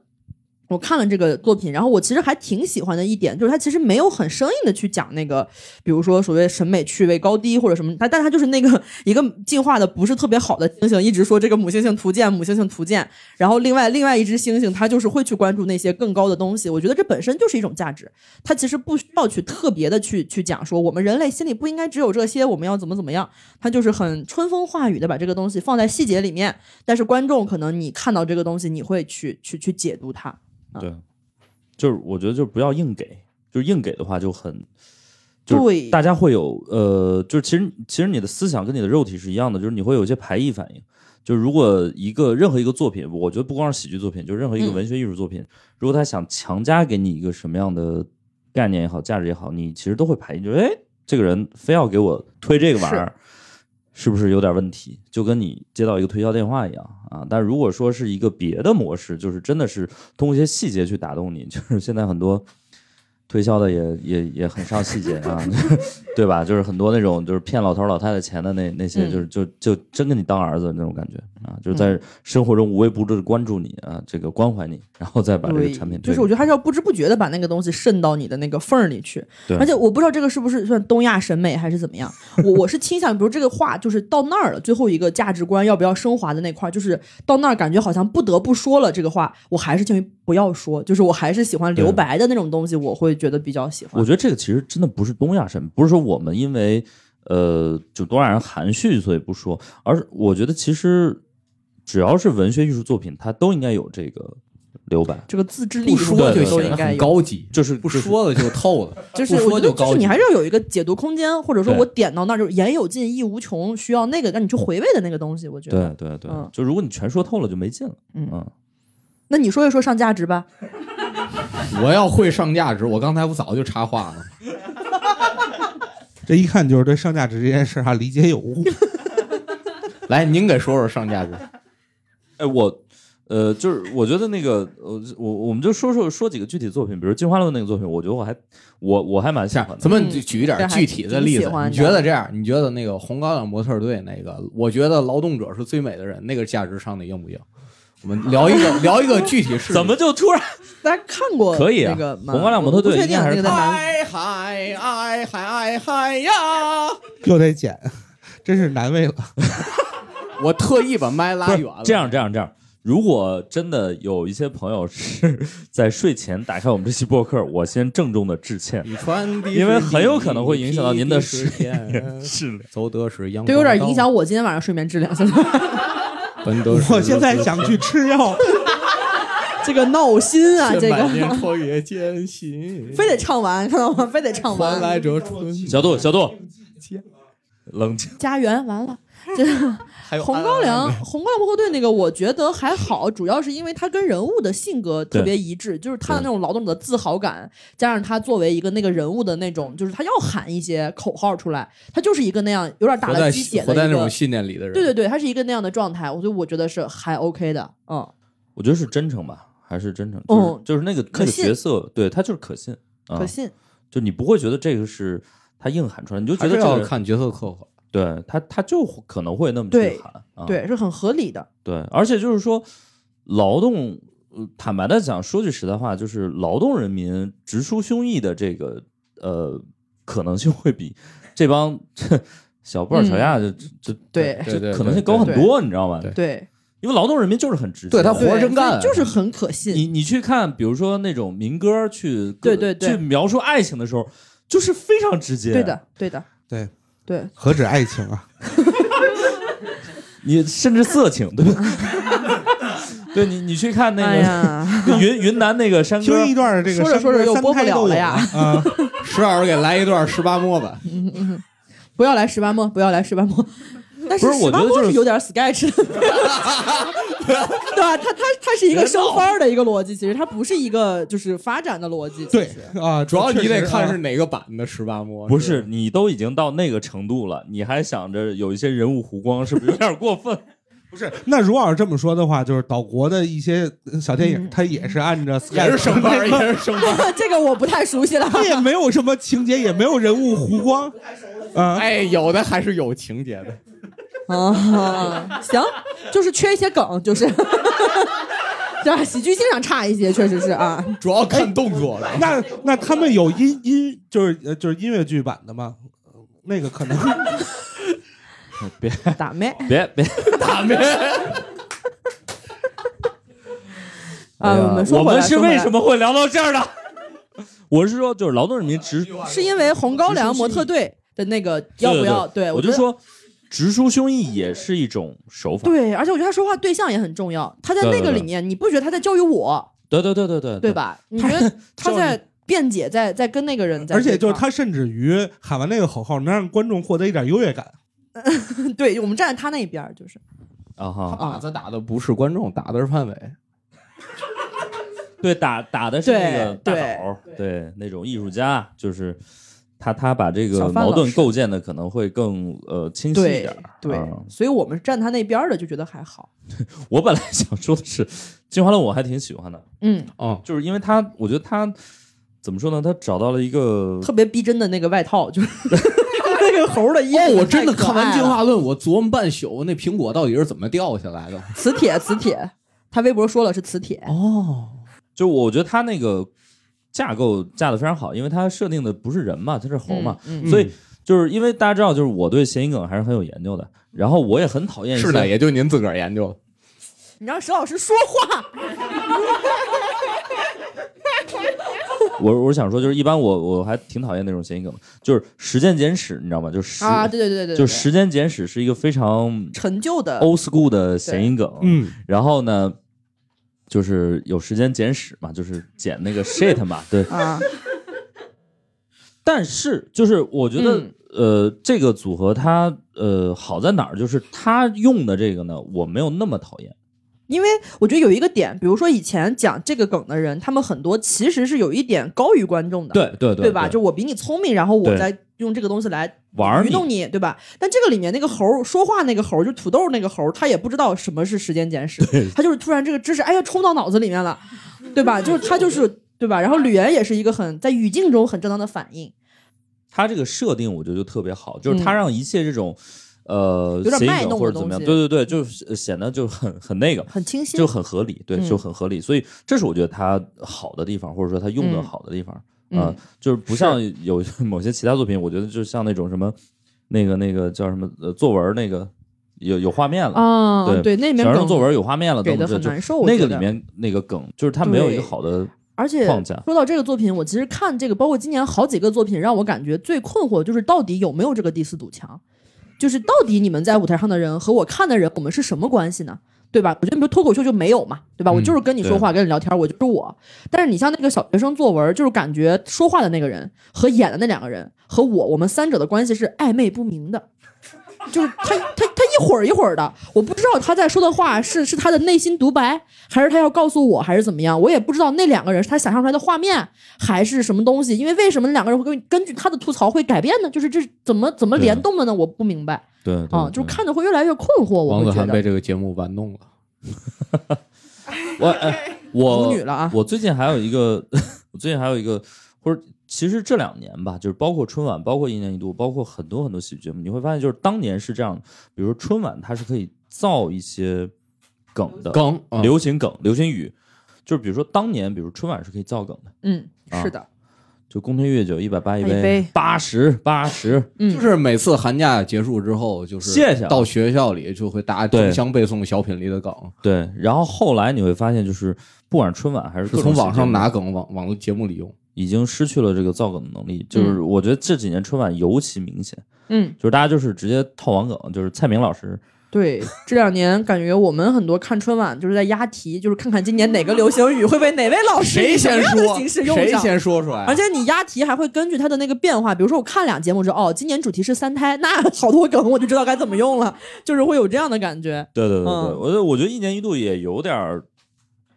[SPEAKER 2] 我看了这个作品，然后我其实还挺喜欢的一点，就是他其实没有很生硬的去讲那个，比如说所谓审美趣味高低或者什么，他但他就是那个一个进化的不是特别好的猩猩，一直说这个母猩猩图鉴，母猩猩图鉴，然后另外另外一只猩猩它就是会去关注那些更高的东西，我觉得这本身就是一种价值，它其实不需要去特别的去去讲说我们人类心里不应该只有这些，我们要怎么怎么样，它就是很春风化雨的把这个东西放在细节里面，但是观众可能你看到这个东西，你会去去去解读它。
[SPEAKER 1] 对，就是我觉得就是不要硬给，就是硬给的话就很，就是
[SPEAKER 2] 对，
[SPEAKER 1] 大家会有呃，就是其实其实你的思想跟你的肉体是一样的，就是你会有一些排异反应。就是如果一个任何一个作品，我觉得不光是喜剧作品，就任何一个
[SPEAKER 2] 嗯
[SPEAKER 1] 文学艺术作品，如果他想强加给你一个什么样的概念也好、价值也好，你其实都会排异，就是哎，这个人非要给我推这个玩意儿，是不是有点问题？就跟你接到一个推销电话一样啊。但如果说是一个别的模式，就是真的是通过一些细节去打动你，就是现在很多推销的也 (laughs) 也也很上细节啊， (laughs) 对吧？就是很多那种就是骗老头老太太钱的那那些，
[SPEAKER 2] 嗯
[SPEAKER 1] 就是就就真跟你当儿子的那种感觉啊，就是在生活中无微不至的关注你啊，这个关怀你，然后再把这个
[SPEAKER 2] 对，
[SPEAKER 1] 产品推
[SPEAKER 2] 就是
[SPEAKER 1] 给
[SPEAKER 2] 我
[SPEAKER 1] 你。
[SPEAKER 2] 觉得还是要不知不觉的把那个东西渗到你的那个缝儿里去。
[SPEAKER 1] 对
[SPEAKER 2] 而且我不知道这个是不是算东亚审美还是怎么样，我我是倾向于，比如这个话就是到那儿了，最后一个价值观要不要升华的那块儿，就是到那儿感觉好像不得不说了这个话，我还是倾向于不要说，就是我还是喜欢留
[SPEAKER 1] 对
[SPEAKER 2] 白的那种东西，我会觉得比较喜欢。
[SPEAKER 1] 我觉得这个其实真的不是东亚审美，不是说我们因为呃就东亚人含蓄所以不说，而是我觉得其实只要是文学艺术作品，它都应该有这个留白。
[SPEAKER 2] 这个自制力
[SPEAKER 3] 不说就
[SPEAKER 2] 都
[SPEAKER 3] 显
[SPEAKER 2] 应
[SPEAKER 3] 得
[SPEAKER 2] 该
[SPEAKER 3] 很
[SPEAKER 2] 有。
[SPEAKER 3] 高级，
[SPEAKER 1] 就是
[SPEAKER 3] 不，说了就透了，
[SPEAKER 2] 就是
[SPEAKER 3] 不
[SPEAKER 2] 我
[SPEAKER 3] 说
[SPEAKER 2] 觉得
[SPEAKER 3] (laughs) 就高
[SPEAKER 2] 是
[SPEAKER 3] 级，
[SPEAKER 2] 你还是要有一个解读空间，或者说
[SPEAKER 1] 对
[SPEAKER 2] 我点到那儿就是言有尽意无穷，需要那个让你去回味的那个东西。我觉
[SPEAKER 1] 对
[SPEAKER 2] 得，
[SPEAKER 1] 对对
[SPEAKER 2] 嗯，
[SPEAKER 1] 就如果你全说透了就没劲了。嗯，
[SPEAKER 2] 那你说一说上价值吧。
[SPEAKER 3] 我要会上价值，我刚才不早就插话了吗？
[SPEAKER 4] 这一看就是对上价值这件事儿啊理解有
[SPEAKER 2] (laughs)
[SPEAKER 4] 误。
[SPEAKER 3] 来，您给说说上价值。
[SPEAKER 1] 哎，我呃，就是我觉得那个呃，我我们就说说说几个具体作品，比如金花路那个作品，我觉得我还我我还蛮喜
[SPEAKER 3] 这
[SPEAKER 1] 欢
[SPEAKER 3] 样
[SPEAKER 1] 的，。
[SPEAKER 3] 咱们
[SPEAKER 2] 嗯
[SPEAKER 3] 举一点
[SPEAKER 2] 这还
[SPEAKER 3] 具体的例
[SPEAKER 2] 挺
[SPEAKER 3] 子
[SPEAKER 2] 喜欢。的
[SPEAKER 3] 你觉得这样？你觉得那个红高粱模特队那个，我觉得劳动者是最美的人，那个价值上的硬不硬？我们聊一个聊一个具体事情。
[SPEAKER 1] 怎么就突然
[SPEAKER 2] 大家看过
[SPEAKER 1] 可以啊
[SPEAKER 2] 那个吗？
[SPEAKER 1] 红高粱模
[SPEAKER 2] 我
[SPEAKER 1] 特
[SPEAKER 2] 不
[SPEAKER 1] 队应
[SPEAKER 2] 确
[SPEAKER 1] 该还
[SPEAKER 2] 定啊那
[SPEAKER 1] 是
[SPEAKER 2] 个在哪里。
[SPEAKER 3] 嗨嗨嗨嗨嗨嗨呀！
[SPEAKER 4] 又得剪，真是难为了。
[SPEAKER 3] 我特意把麦
[SPEAKER 1] 不
[SPEAKER 3] 拉
[SPEAKER 1] 是
[SPEAKER 3] 远了。
[SPEAKER 1] 这样这样这样。如果真的有一些朋友是 (laughs) 在睡前打开我们这期播客，我先郑重的致歉，
[SPEAKER 3] 你穿的是
[SPEAKER 1] 因为很有可能会影响到您的
[SPEAKER 3] 你披
[SPEAKER 1] 睡
[SPEAKER 3] 的是天
[SPEAKER 1] 眠质量。
[SPEAKER 3] 走的是阳光，
[SPEAKER 2] 对，有点影。响我今天晚上睡眠质 (laughs) 量。现在
[SPEAKER 3] 本德
[SPEAKER 4] 我现在想去吃药，
[SPEAKER 2] 这个闹心啊，这个
[SPEAKER 3] 年穿越艰辛，
[SPEAKER 2] 非得唱完，看到吗？非得唱
[SPEAKER 3] 还
[SPEAKER 2] 完。
[SPEAKER 3] 来者春。
[SPEAKER 1] 小度，小度，冷静。
[SPEAKER 2] 家园完了，这个
[SPEAKER 3] 还有
[SPEAKER 2] 红
[SPEAKER 3] 安
[SPEAKER 2] 高
[SPEAKER 3] 安
[SPEAKER 2] 粱，红高粱模特队那个，我觉得还好，主要是因为他跟人物的性格特别一致，就是他的那种劳动者的自豪感，加上他作为一个那个人物的那种，就是他要喊一些口号出来，他就是一个那样有点打
[SPEAKER 3] 活
[SPEAKER 2] 了
[SPEAKER 3] 在
[SPEAKER 2] 鸡血的
[SPEAKER 3] 活
[SPEAKER 2] 一
[SPEAKER 3] 在那种
[SPEAKER 2] 个，
[SPEAKER 3] 信念里的人，
[SPEAKER 2] 对对对，他是一个那样的状态，我所以我觉得是还 OK 的，嗯。
[SPEAKER 1] 我觉得是真诚吧，还是真诚，就是、
[SPEAKER 2] 嗯
[SPEAKER 1] 就是那个
[SPEAKER 2] 可
[SPEAKER 1] 那个
[SPEAKER 2] 信
[SPEAKER 1] 角色，对他就是可信，啊、
[SPEAKER 2] 可，信，
[SPEAKER 1] 就你不会觉得这个是他硬喊出来，你就觉
[SPEAKER 3] 还
[SPEAKER 1] 得
[SPEAKER 3] 是
[SPEAKER 1] 这个
[SPEAKER 3] 要
[SPEAKER 1] 人
[SPEAKER 3] 看角色刻画。
[SPEAKER 1] 对他他就可能会那么
[SPEAKER 2] 对
[SPEAKER 1] 去喊，啊、
[SPEAKER 2] 对，是很合理的。
[SPEAKER 1] 对，而且就是说劳动，呃坦白的讲，说句实在话，就是劳动人民直抒胸臆的这个呃可能性会比这帮小布尔乔亚
[SPEAKER 2] 嗯
[SPEAKER 1] 这这
[SPEAKER 2] 对
[SPEAKER 1] 这
[SPEAKER 3] 对对
[SPEAKER 1] 可能性高很多，你知道吗？
[SPEAKER 3] 对
[SPEAKER 2] 对，
[SPEAKER 1] 因为劳动人民就是很直接，
[SPEAKER 3] 对他活着
[SPEAKER 2] 对
[SPEAKER 3] 真
[SPEAKER 2] 所
[SPEAKER 3] 干
[SPEAKER 2] 以就是很可信。
[SPEAKER 1] 你你去看，比如说那种民歌去
[SPEAKER 2] 对对对
[SPEAKER 1] 去描述爱情的时候，就是非常直接。
[SPEAKER 2] 对，的，对的，
[SPEAKER 4] 对
[SPEAKER 2] 对，
[SPEAKER 4] 何止爱情啊！
[SPEAKER 1] 你甚至色情，对
[SPEAKER 2] (laughs)
[SPEAKER 1] 吧？对你你去看
[SPEAKER 2] 哎
[SPEAKER 1] 那个、
[SPEAKER 2] 呀，
[SPEAKER 1] (laughs) 云云南那个山歌
[SPEAKER 4] 听一，段这个
[SPEAKER 2] 说着
[SPEAKER 4] 山
[SPEAKER 2] 说着
[SPEAKER 4] 歌
[SPEAKER 2] 又
[SPEAKER 4] 三
[SPEAKER 2] 播不
[SPEAKER 4] 胎
[SPEAKER 2] 了
[SPEAKER 4] 都有
[SPEAKER 2] 了呀
[SPEAKER 4] 啊！
[SPEAKER 3] 石老师给来一段十八摸吧，
[SPEAKER 2] 不要来十八摸，不要来十八摸。但
[SPEAKER 1] 不是
[SPEAKER 2] 十
[SPEAKER 1] 我
[SPEAKER 2] 八
[SPEAKER 1] 觉得
[SPEAKER 2] 摸
[SPEAKER 1] 就是
[SPEAKER 2] 是有点 sketch
[SPEAKER 1] (laughs)
[SPEAKER 2] 的，对吧？它它它是一个升番儿的一个逻辑，其实它不是一个就是发展的逻辑。
[SPEAKER 4] 对
[SPEAKER 2] 其实
[SPEAKER 4] 啊，
[SPEAKER 3] 主要你得看
[SPEAKER 4] 确
[SPEAKER 3] 是
[SPEAKER 4] 实啊
[SPEAKER 3] 哪个版的十八摸。
[SPEAKER 1] 不哦是你都已经到那个程度了，你还想着有一些人物弧光，是不是有点过 (laughs) 分？
[SPEAKER 4] 不是。那如果要是这么说的话，就是岛国的一些呃小电
[SPEAKER 2] 嗯
[SPEAKER 4] 影，它也是按照
[SPEAKER 3] 也是
[SPEAKER 4] Skype
[SPEAKER 3] 升班，也是升
[SPEAKER 2] (laughs)
[SPEAKER 3] 班。
[SPEAKER 2] 这个我不太
[SPEAKER 1] (laughs)
[SPEAKER 2] 熟悉了。
[SPEAKER 4] (laughs) 它也没有什么情节，也没有人物弧
[SPEAKER 2] (laughs)
[SPEAKER 4] 光啊。
[SPEAKER 3] 哎，有的还是有情节的。
[SPEAKER 2] 啊，行，就是缺一些梗，就是，对吧？喜剧欣赏差一些，确实是啊。
[SPEAKER 3] 主要看动作
[SPEAKER 2] 哎
[SPEAKER 3] 了。
[SPEAKER 4] 那那他们有音音就是呃就是音乐剧版的吗？那个可能
[SPEAKER 1] 别
[SPEAKER 2] 打妹
[SPEAKER 1] 别别，(laughs)
[SPEAKER 3] 打咩？
[SPEAKER 1] 哎
[SPEAKER 2] 啊，我们说
[SPEAKER 1] 我
[SPEAKER 2] 回来
[SPEAKER 1] 们是为什
[SPEAKER 2] 么？
[SPEAKER 1] 么会聊到这儿的？ (laughs) 哎我是说，就是劳动人民直
[SPEAKER 2] 是因为红高粱模特队的那个要不要？
[SPEAKER 1] 对，
[SPEAKER 2] 对，
[SPEAKER 1] 我
[SPEAKER 2] 觉
[SPEAKER 1] 就
[SPEAKER 2] 得
[SPEAKER 1] 说，直抒胸臆也是一种手法。
[SPEAKER 2] 对，而且我觉得他说话对象也很重要。他在
[SPEAKER 1] 对
[SPEAKER 2] 那
[SPEAKER 1] 对
[SPEAKER 2] 个
[SPEAKER 1] 对
[SPEAKER 2] 里面，你不觉得他在教育我，
[SPEAKER 1] 对对对对对
[SPEAKER 2] 对？吧？你觉得他在辩解，在在跟那个人在，
[SPEAKER 4] 而且就是，他甚至于喊完那个口号，能让观众获得一点优越感。
[SPEAKER 2] 对我们站在他那一边儿，就是
[SPEAKER 1] 啊哈，
[SPEAKER 3] 打子打的不是观众，打的是潘玮。
[SPEAKER 1] 对打打的是那个大
[SPEAKER 2] 对
[SPEAKER 1] 佬，对那种艺术家，就是他他把这
[SPEAKER 2] 小
[SPEAKER 1] 个
[SPEAKER 2] 范
[SPEAKER 1] 矛盾
[SPEAKER 2] 老师
[SPEAKER 1] 构建的可能会更呃清晰一点
[SPEAKER 2] 对
[SPEAKER 1] 儿。
[SPEAKER 2] 对
[SPEAKER 1] 啊，
[SPEAKER 2] 所以我们是站他那边儿的，就觉得还好。
[SPEAKER 1] 我本来 (laughs) 想说的是，金花论我还挺喜欢的，
[SPEAKER 2] 嗯，
[SPEAKER 3] 嗯，
[SPEAKER 1] 就是因为他，我觉得他怎么说呢？他找到了一个
[SPEAKER 2] 特别逼真的那个外套，就是那个猴儿的哎衣服太可爱
[SPEAKER 3] 哦，
[SPEAKER 2] 了。
[SPEAKER 3] 我真的看完进化论，我琢磨半宿，那苹果到底是怎么掉下来的？
[SPEAKER 2] 磁铁，磁铁，他微博说了是磁铁。
[SPEAKER 3] 哦，
[SPEAKER 1] 就我觉得他那个架构架的非常好，因为他设定的不是人嘛，他是猴嘛，
[SPEAKER 2] 嗯，嗯
[SPEAKER 1] 所以就是因为大家知道，就是我对谐音梗还是很有研究的，然后我也很讨厌一些
[SPEAKER 3] 是的，也就您自个儿研究了。
[SPEAKER 2] 你让石老师说话，
[SPEAKER 1] 我我是想说，就是一般我我还挺讨厌那种谐音梗的，就是《时间简史》，你知道吗？就是时、
[SPEAKER 2] 啊，对对对对对，
[SPEAKER 1] 就
[SPEAKER 2] 对
[SPEAKER 1] 《时间简史》是一个哦非常
[SPEAKER 2] 陈旧的
[SPEAKER 1] old school 的谐音梗，
[SPEAKER 4] 嗯，
[SPEAKER 1] 然后呢，就是有时间简史嘛，就是捡那
[SPEAKER 2] (laughs)
[SPEAKER 1] 个 shit 嘛，对，
[SPEAKER 2] 啊，
[SPEAKER 1] 但是就是我觉得、
[SPEAKER 2] 嗯
[SPEAKER 1] 呃，这个组合它呃好在哪儿？就是它用的这个呢，我没有那么讨厌。
[SPEAKER 2] 因为我觉得有一个点，比如说以前讲这个梗的人，他们很多其实是有一点高于观众的，
[SPEAKER 1] 对对
[SPEAKER 2] 吧？就我比你聪明，然后我
[SPEAKER 1] 对
[SPEAKER 2] 再用这个东西来
[SPEAKER 1] 玩儿
[SPEAKER 2] 愚弄
[SPEAKER 1] 你，
[SPEAKER 2] 你，对吧？但这个里面那个猴儿说话那个猴儿，就土豆那个猴儿，他也不知道什么是时间简史，他就是突然这个知识，哎呀，冲到脑子里面了，对吧？就是他就是对吧？然后吕岩也是一个很在语境中很正当的反应，
[SPEAKER 1] 他这个设定我觉得就特别好，就是他
[SPEAKER 2] 嗯
[SPEAKER 1] 让一切这种呃
[SPEAKER 2] 有点
[SPEAKER 1] 谐音
[SPEAKER 2] 卖
[SPEAKER 1] 梗
[SPEAKER 2] 弄
[SPEAKER 1] 或
[SPEAKER 2] 的
[SPEAKER 1] 者怎么样，
[SPEAKER 2] 东
[SPEAKER 1] 对
[SPEAKER 2] 西
[SPEAKER 1] 对对，就是显得就很很那个。
[SPEAKER 2] 很清新，
[SPEAKER 1] 就很合理，对，
[SPEAKER 2] 嗯
[SPEAKER 1] 就很合理，所以这是我觉得它好的地方，或者说它用的
[SPEAKER 2] 嗯
[SPEAKER 1] 好的地方，
[SPEAKER 2] 嗯
[SPEAKER 1] 呃就是不像有 (laughs) 某些其他作品，我觉得就像那种什么，那个那个叫什么呃作文那个有有画面了，
[SPEAKER 2] 啊，
[SPEAKER 1] 对
[SPEAKER 2] 对，那里面
[SPEAKER 1] 小学生
[SPEAKER 2] 梗
[SPEAKER 1] 作文有画面了，
[SPEAKER 2] 给
[SPEAKER 1] 等
[SPEAKER 2] 的
[SPEAKER 1] 等这
[SPEAKER 2] 很
[SPEAKER 1] 就
[SPEAKER 2] 难受，我
[SPEAKER 1] 那个
[SPEAKER 2] 觉
[SPEAKER 1] 里
[SPEAKER 2] 得
[SPEAKER 1] 面那个梗，就是它没有一个
[SPEAKER 2] 对
[SPEAKER 1] 好的，
[SPEAKER 2] 而且
[SPEAKER 1] 框架
[SPEAKER 2] 说到这个作品，我其实看这个，包括今年好几个作品，让我感觉最困惑就是到底有没有这个第四堵墙，就是到底你们在舞台上的人和我看的人，我们是什么关系呢？对吧？我觉得比如脱口秀就没有嘛，对吧？我
[SPEAKER 1] 嗯
[SPEAKER 2] 就是跟你说话，跟你聊天，我就是我。但是你像那个小学生作文，就是感觉说话的那个人和演的那两个人和我，我们三者的关系是暧昧不明的。就是他他他一会儿一会儿的，我不知道他在说的话是是他的内心独白，还是他要告诉我，还是怎么样？我也不知道那两个人是他想象出来的画面，还是什么东西。因为为什么两个人会根根据他的吐槽会改变呢？就是这怎么怎么
[SPEAKER 1] 对
[SPEAKER 2] 联
[SPEAKER 3] 啊
[SPEAKER 2] 动的呢？我不明白
[SPEAKER 1] 对
[SPEAKER 2] 啊，就是看着会越来越困惑。我
[SPEAKER 3] 王
[SPEAKER 2] 会
[SPEAKER 3] 子
[SPEAKER 2] 觉
[SPEAKER 3] 涵被
[SPEAKER 2] 得
[SPEAKER 3] 这个节目玩弄了。
[SPEAKER 1] (laughs) 我
[SPEAKER 2] (laughs)
[SPEAKER 1] 哎我
[SPEAKER 2] 腐女了啊
[SPEAKER 1] 我最近还有一个，我最近还有一个，或者其实这两年吧，就是包括春晚，包括一年一度，包括很多很多喜剧节目，你会发现，就是当年是这样的，比如说春晚，它是可以造一些梗的，
[SPEAKER 3] 梗啊
[SPEAKER 1] 流行梗、流行语，就是比如说当年，比如春晚是可以造梗的，
[SPEAKER 2] 嗯，
[SPEAKER 1] 啊
[SPEAKER 2] 是的，
[SPEAKER 1] 就宫廷乐酒一百八一
[SPEAKER 2] 一哎杯
[SPEAKER 1] 八十八十，
[SPEAKER 2] 嗯
[SPEAKER 3] 就是每次寒假结束之后，就是
[SPEAKER 1] 谢谢啊
[SPEAKER 3] 到学校里就会大家
[SPEAKER 1] 对
[SPEAKER 3] 争相背诵小品里的梗，
[SPEAKER 1] 对。然后后来你会发现，就是不管春晚还是各
[SPEAKER 3] 就
[SPEAKER 1] 种
[SPEAKER 3] 从网
[SPEAKER 1] 喜剧节
[SPEAKER 3] 上
[SPEAKER 1] 目
[SPEAKER 3] 拿梗往往节目里用。
[SPEAKER 1] 已经失去了这个造梗的能力，就是我觉得这几年春晚尤其明显，
[SPEAKER 2] 嗯，
[SPEAKER 1] 就是大家就是直接套网梗，就是蔡明老师，
[SPEAKER 2] 对，这两年感觉我们很多看春晚就是在押题，就是看看今年哪个流行语会被哪位老师以
[SPEAKER 3] 谁
[SPEAKER 2] 什
[SPEAKER 3] 先
[SPEAKER 2] 么样的
[SPEAKER 3] 说？
[SPEAKER 2] 形式用上。
[SPEAKER 3] 谁先说出
[SPEAKER 1] 啊
[SPEAKER 3] 来？
[SPEAKER 2] 而且你押题还会根据它的那个变化，比如说我看俩节目之后，哦，今年主题是三胎， (laughs) 那好多梗我就知道该怎么用了， (laughs) 就是会有这样的感觉。
[SPEAKER 1] 对对对对，
[SPEAKER 2] 嗯
[SPEAKER 1] 我觉得我觉得一年一度也有点儿，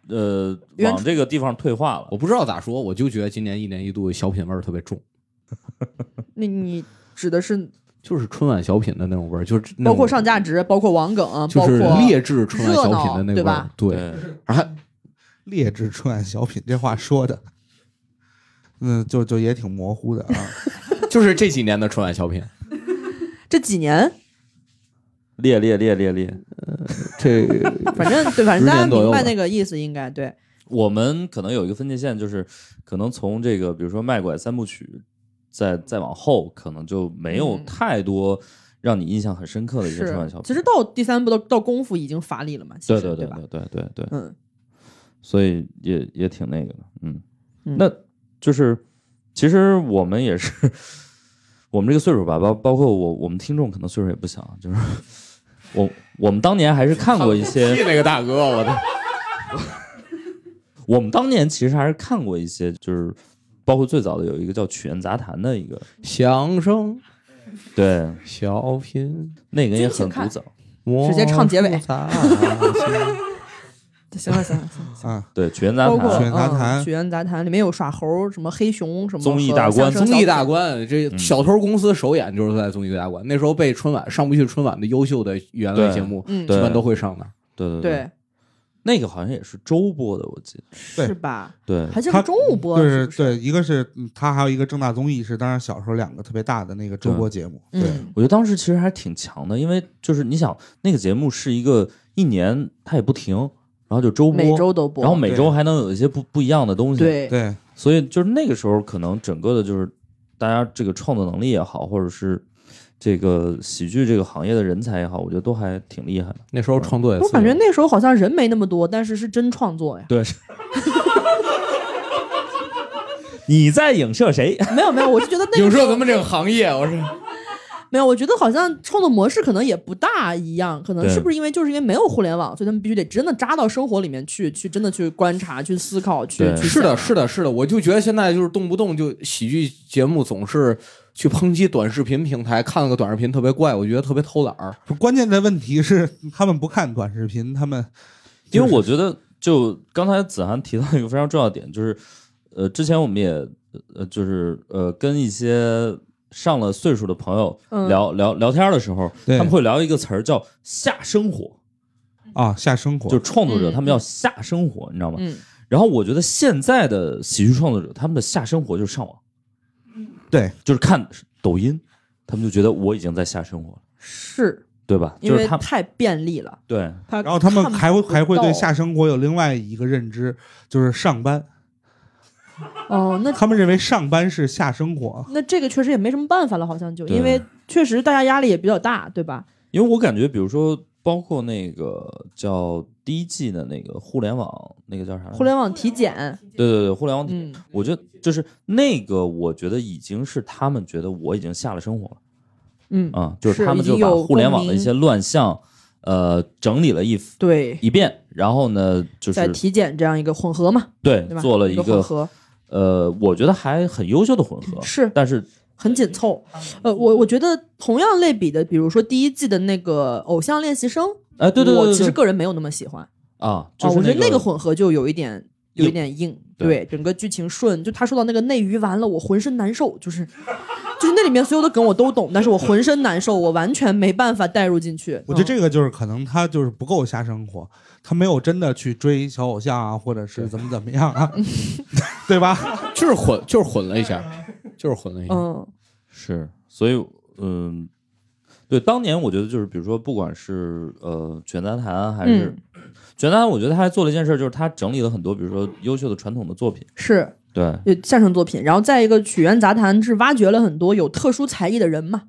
[SPEAKER 1] 呃，
[SPEAKER 2] 原
[SPEAKER 1] 往这个地方退化了
[SPEAKER 3] 我。不知道咋说，我就觉得今年一年一度小品味儿特别重，
[SPEAKER 2] 那你指的是
[SPEAKER 3] 就是春晚小品的那种味儿，就是那种
[SPEAKER 2] 包括上价
[SPEAKER 1] 嗯
[SPEAKER 2] 值，包括网梗，包
[SPEAKER 3] 就是
[SPEAKER 2] 括
[SPEAKER 3] 劣质春晚小品的那
[SPEAKER 2] 热闹对
[SPEAKER 3] 个味儿
[SPEAKER 2] 吧。
[SPEAKER 3] 对，
[SPEAKER 1] 对，
[SPEAKER 4] 劣质春晚小品这话说的，嗯，就就也挺模糊的
[SPEAKER 2] (laughs)
[SPEAKER 4] 啊。
[SPEAKER 3] 就是这几年的春晚小品，
[SPEAKER 2] 这几年，
[SPEAKER 1] 列列列列列，
[SPEAKER 3] (laughs) 这
[SPEAKER 2] 反
[SPEAKER 1] (laughs)
[SPEAKER 2] 正对，反正
[SPEAKER 3] 十年
[SPEAKER 2] 大家
[SPEAKER 3] 左右
[SPEAKER 2] 明白
[SPEAKER 3] 吧
[SPEAKER 2] 那个意思，应该对。
[SPEAKER 1] 我们可能有一个分界线，就是可能从这个比如说卖拐三部曲，再再往后，可能就没有
[SPEAKER 2] 嗯
[SPEAKER 1] 太多让你印象很深刻的一些
[SPEAKER 2] 是
[SPEAKER 1] 春晚小，
[SPEAKER 2] 其
[SPEAKER 1] 品。
[SPEAKER 2] 实到第三部到到功夫已经乏力了嘛，其
[SPEAKER 1] 对
[SPEAKER 2] 实
[SPEAKER 1] 对
[SPEAKER 2] 对
[SPEAKER 1] 对
[SPEAKER 2] 吧？
[SPEAKER 1] 对对对对，
[SPEAKER 2] 嗯，
[SPEAKER 1] 所以也也挺那个的，嗯，
[SPEAKER 2] 嗯
[SPEAKER 1] 那就是其实我们也是 (laughs) 我们这个岁数吧，包包括我我们听众可能岁数也不小，就是 (laughs) 我我们当年还是看过一些，
[SPEAKER 3] 那个大哥，我的
[SPEAKER 1] 我们当年其实还是看过一些，就是包括最早的有一个叫《曲苑杂谈》的一个，
[SPEAKER 3] (laughs) 相声
[SPEAKER 1] 对，
[SPEAKER 3] 小品，
[SPEAKER 1] 那个也很
[SPEAKER 2] 敬请
[SPEAKER 1] 古
[SPEAKER 2] 看
[SPEAKER 1] 早，
[SPEAKER 3] 直
[SPEAKER 2] 接唱结尾 (laughs)
[SPEAKER 5] 行了行了行了，
[SPEAKER 1] (laughs)
[SPEAKER 4] 啊，
[SPEAKER 1] 对《曲苑杂
[SPEAKER 2] 包
[SPEAKER 1] 谈
[SPEAKER 2] 括嗯
[SPEAKER 4] 曲》苑杂谈
[SPEAKER 2] 曲苑杂谈》里面有耍猴，什么黑熊，什么
[SPEAKER 1] 综艺
[SPEAKER 2] 和
[SPEAKER 1] 大观
[SPEAKER 2] 相声
[SPEAKER 3] 综艺大
[SPEAKER 2] 小品
[SPEAKER 3] 观，这
[SPEAKER 2] 嗯
[SPEAKER 3] 小偷公司首演就是在综艺大观。那时候被春晚上不去春晚的优秀的原
[SPEAKER 1] 对
[SPEAKER 3] 味节目，
[SPEAKER 2] 嗯
[SPEAKER 3] 基本都会上那儿。
[SPEAKER 1] 对对，
[SPEAKER 2] 对
[SPEAKER 1] 那个好像也是周播的，我记得，
[SPEAKER 4] 对
[SPEAKER 2] 是吧？
[SPEAKER 1] 对
[SPEAKER 2] 还是
[SPEAKER 4] 他
[SPEAKER 2] 个中午播，
[SPEAKER 4] 对
[SPEAKER 2] 是不是
[SPEAKER 4] 对，一个是嗯他还有一个正大综艺是，当然小时候两个特别大的那个周播节目，对，
[SPEAKER 2] 嗯
[SPEAKER 1] 我觉得当时其实还挺强的，因为就是你想那个节目是一个一年它也不停，然后就周播，
[SPEAKER 2] 每周都播，
[SPEAKER 1] 然后每周还能有一些不不一样的东西，，
[SPEAKER 2] 对
[SPEAKER 4] 对，
[SPEAKER 1] 所以就是那个时候可能整个的就是大家这个创作能力也好，或者是这个喜剧这个行业的人才也好，我觉得都还挺厉害的。
[SPEAKER 3] 那时候创作也自由，
[SPEAKER 2] 我感觉那时候好像人没那么多，但是是真创作呀。 (laughs)
[SPEAKER 1] 对，你在影射谁？
[SPEAKER 2] 没有没有，我是觉得那
[SPEAKER 3] 影
[SPEAKER 2] 个时
[SPEAKER 3] 射
[SPEAKER 2] 候
[SPEAKER 3] 咱们这个行业，我是
[SPEAKER 2] 没有，我觉得好像创作模式可能也不大一样，可能
[SPEAKER 1] 对
[SPEAKER 2] 是不是因为就是因为没有互联网，所以他们必须得真的扎到生活里面去，去真的去观察、去思考、去
[SPEAKER 1] 对
[SPEAKER 2] 去
[SPEAKER 3] 是的，
[SPEAKER 2] 想
[SPEAKER 3] 是的，是的，我就觉得现在就是动不动就喜剧节目总是去抨击短视频平台，看了个短视频特别怪，我觉得特别偷懒儿。
[SPEAKER 4] 不关键的问题是他们不看短视频，他们
[SPEAKER 1] 因为我觉得，就刚才子涵提到一个非常重要的点，就是，呃，之前我们也，呃，就是呃，跟一些上了岁数的朋友
[SPEAKER 2] 嗯
[SPEAKER 1] 聊、聊聊天的时候，
[SPEAKER 4] 对
[SPEAKER 1] 他们会聊一个词儿叫“下生活
[SPEAKER 4] 啊，下生”，活
[SPEAKER 1] 就是创作者
[SPEAKER 2] 嗯
[SPEAKER 1] 他们要下生活，你知道吗？
[SPEAKER 2] 嗯，
[SPEAKER 1] 然后我觉得现在的喜剧创作者，他们的下生活就是上网，
[SPEAKER 4] 对，
[SPEAKER 1] 就是看抖音，他们就觉得我已经在下生活了，
[SPEAKER 2] 是
[SPEAKER 1] 对吧？
[SPEAKER 2] 因
[SPEAKER 1] 就
[SPEAKER 2] 为
[SPEAKER 1] 是他
[SPEAKER 2] 太便利了，
[SPEAKER 1] 对
[SPEAKER 2] 他
[SPEAKER 4] 然后他们
[SPEAKER 2] 看
[SPEAKER 4] 还会
[SPEAKER 2] 不
[SPEAKER 4] 还会对
[SPEAKER 2] 到
[SPEAKER 4] 下生活有另外一个认知，就是上班，
[SPEAKER 2] 哦，那
[SPEAKER 4] 他们认为上班是下生活。
[SPEAKER 2] 那这个确实也没什么办法了，好像就
[SPEAKER 1] 对
[SPEAKER 2] 因为确实大家压力也比较大，对吧？
[SPEAKER 1] 因为我感觉，比如说，包括那个叫第一季的那个互联网，那个叫啥来着？
[SPEAKER 2] 互联网体检，
[SPEAKER 1] 对对对，互联网体。
[SPEAKER 2] 嗯，
[SPEAKER 1] 我觉得就是那个，我觉得已经是他们觉得我已经下了生活了
[SPEAKER 2] 嗯，
[SPEAKER 1] 啊、就是
[SPEAKER 2] 是
[SPEAKER 1] 他们
[SPEAKER 2] 已经
[SPEAKER 1] 就把
[SPEAKER 2] 有
[SPEAKER 1] 互联
[SPEAKER 2] 共
[SPEAKER 1] 网的一
[SPEAKER 2] 鸣
[SPEAKER 1] 些乱象，呃，整理了一
[SPEAKER 2] 对，
[SPEAKER 1] 一遍，然后呢，就
[SPEAKER 2] 在
[SPEAKER 1] 是
[SPEAKER 2] 体检这样一个混合嘛，
[SPEAKER 1] 对
[SPEAKER 2] 对吧？
[SPEAKER 1] 做了一
[SPEAKER 2] 个混合，
[SPEAKER 1] 呃，我觉得还很优秀的混合，
[SPEAKER 2] 是
[SPEAKER 1] 但是
[SPEAKER 2] 很紧凑。
[SPEAKER 1] 嗯
[SPEAKER 2] 呃，我我觉得同样类比的，比如说第一季的那个《偶像练习生》，
[SPEAKER 1] 哎，对对对
[SPEAKER 2] 我其
[SPEAKER 1] 对对
[SPEAKER 2] 实个人没有那么喜欢。
[SPEAKER 1] 啊，就
[SPEAKER 2] 哦，
[SPEAKER 1] 是
[SPEAKER 2] 我觉得那
[SPEAKER 1] 个
[SPEAKER 2] 个混合就有一点有一点硬，
[SPEAKER 1] 对
[SPEAKER 2] 对整个剧情顺。就他说到那个内娱完了，我浑身难受，就是就是那里面所有的梗我都懂，但是我浑身难受，我完全没办法带入进去。
[SPEAKER 4] 我觉得
[SPEAKER 2] 嗯
[SPEAKER 4] 这个就是可能他就是不够下生活，他没有真的去追小偶像啊，或者是怎么怎么
[SPEAKER 2] (laughs)
[SPEAKER 4] 样啊，对吧？
[SPEAKER 3] 就是混，就是混了一下，就是混了一下。
[SPEAKER 2] 嗯
[SPEAKER 1] 是，所以嗯，对，当年我觉得就是，比如说，不管是呃卷杂谈还是、
[SPEAKER 2] 嗯
[SPEAKER 1] 卷杂谈，我觉得他还做了一件事，就是他整理了很多，比如说优秀的传统的作品，
[SPEAKER 2] 是
[SPEAKER 1] 对，
[SPEAKER 2] 有相声作品，然后再一个曲苑杂谈是挖掘了很多有特殊才艺的人嘛，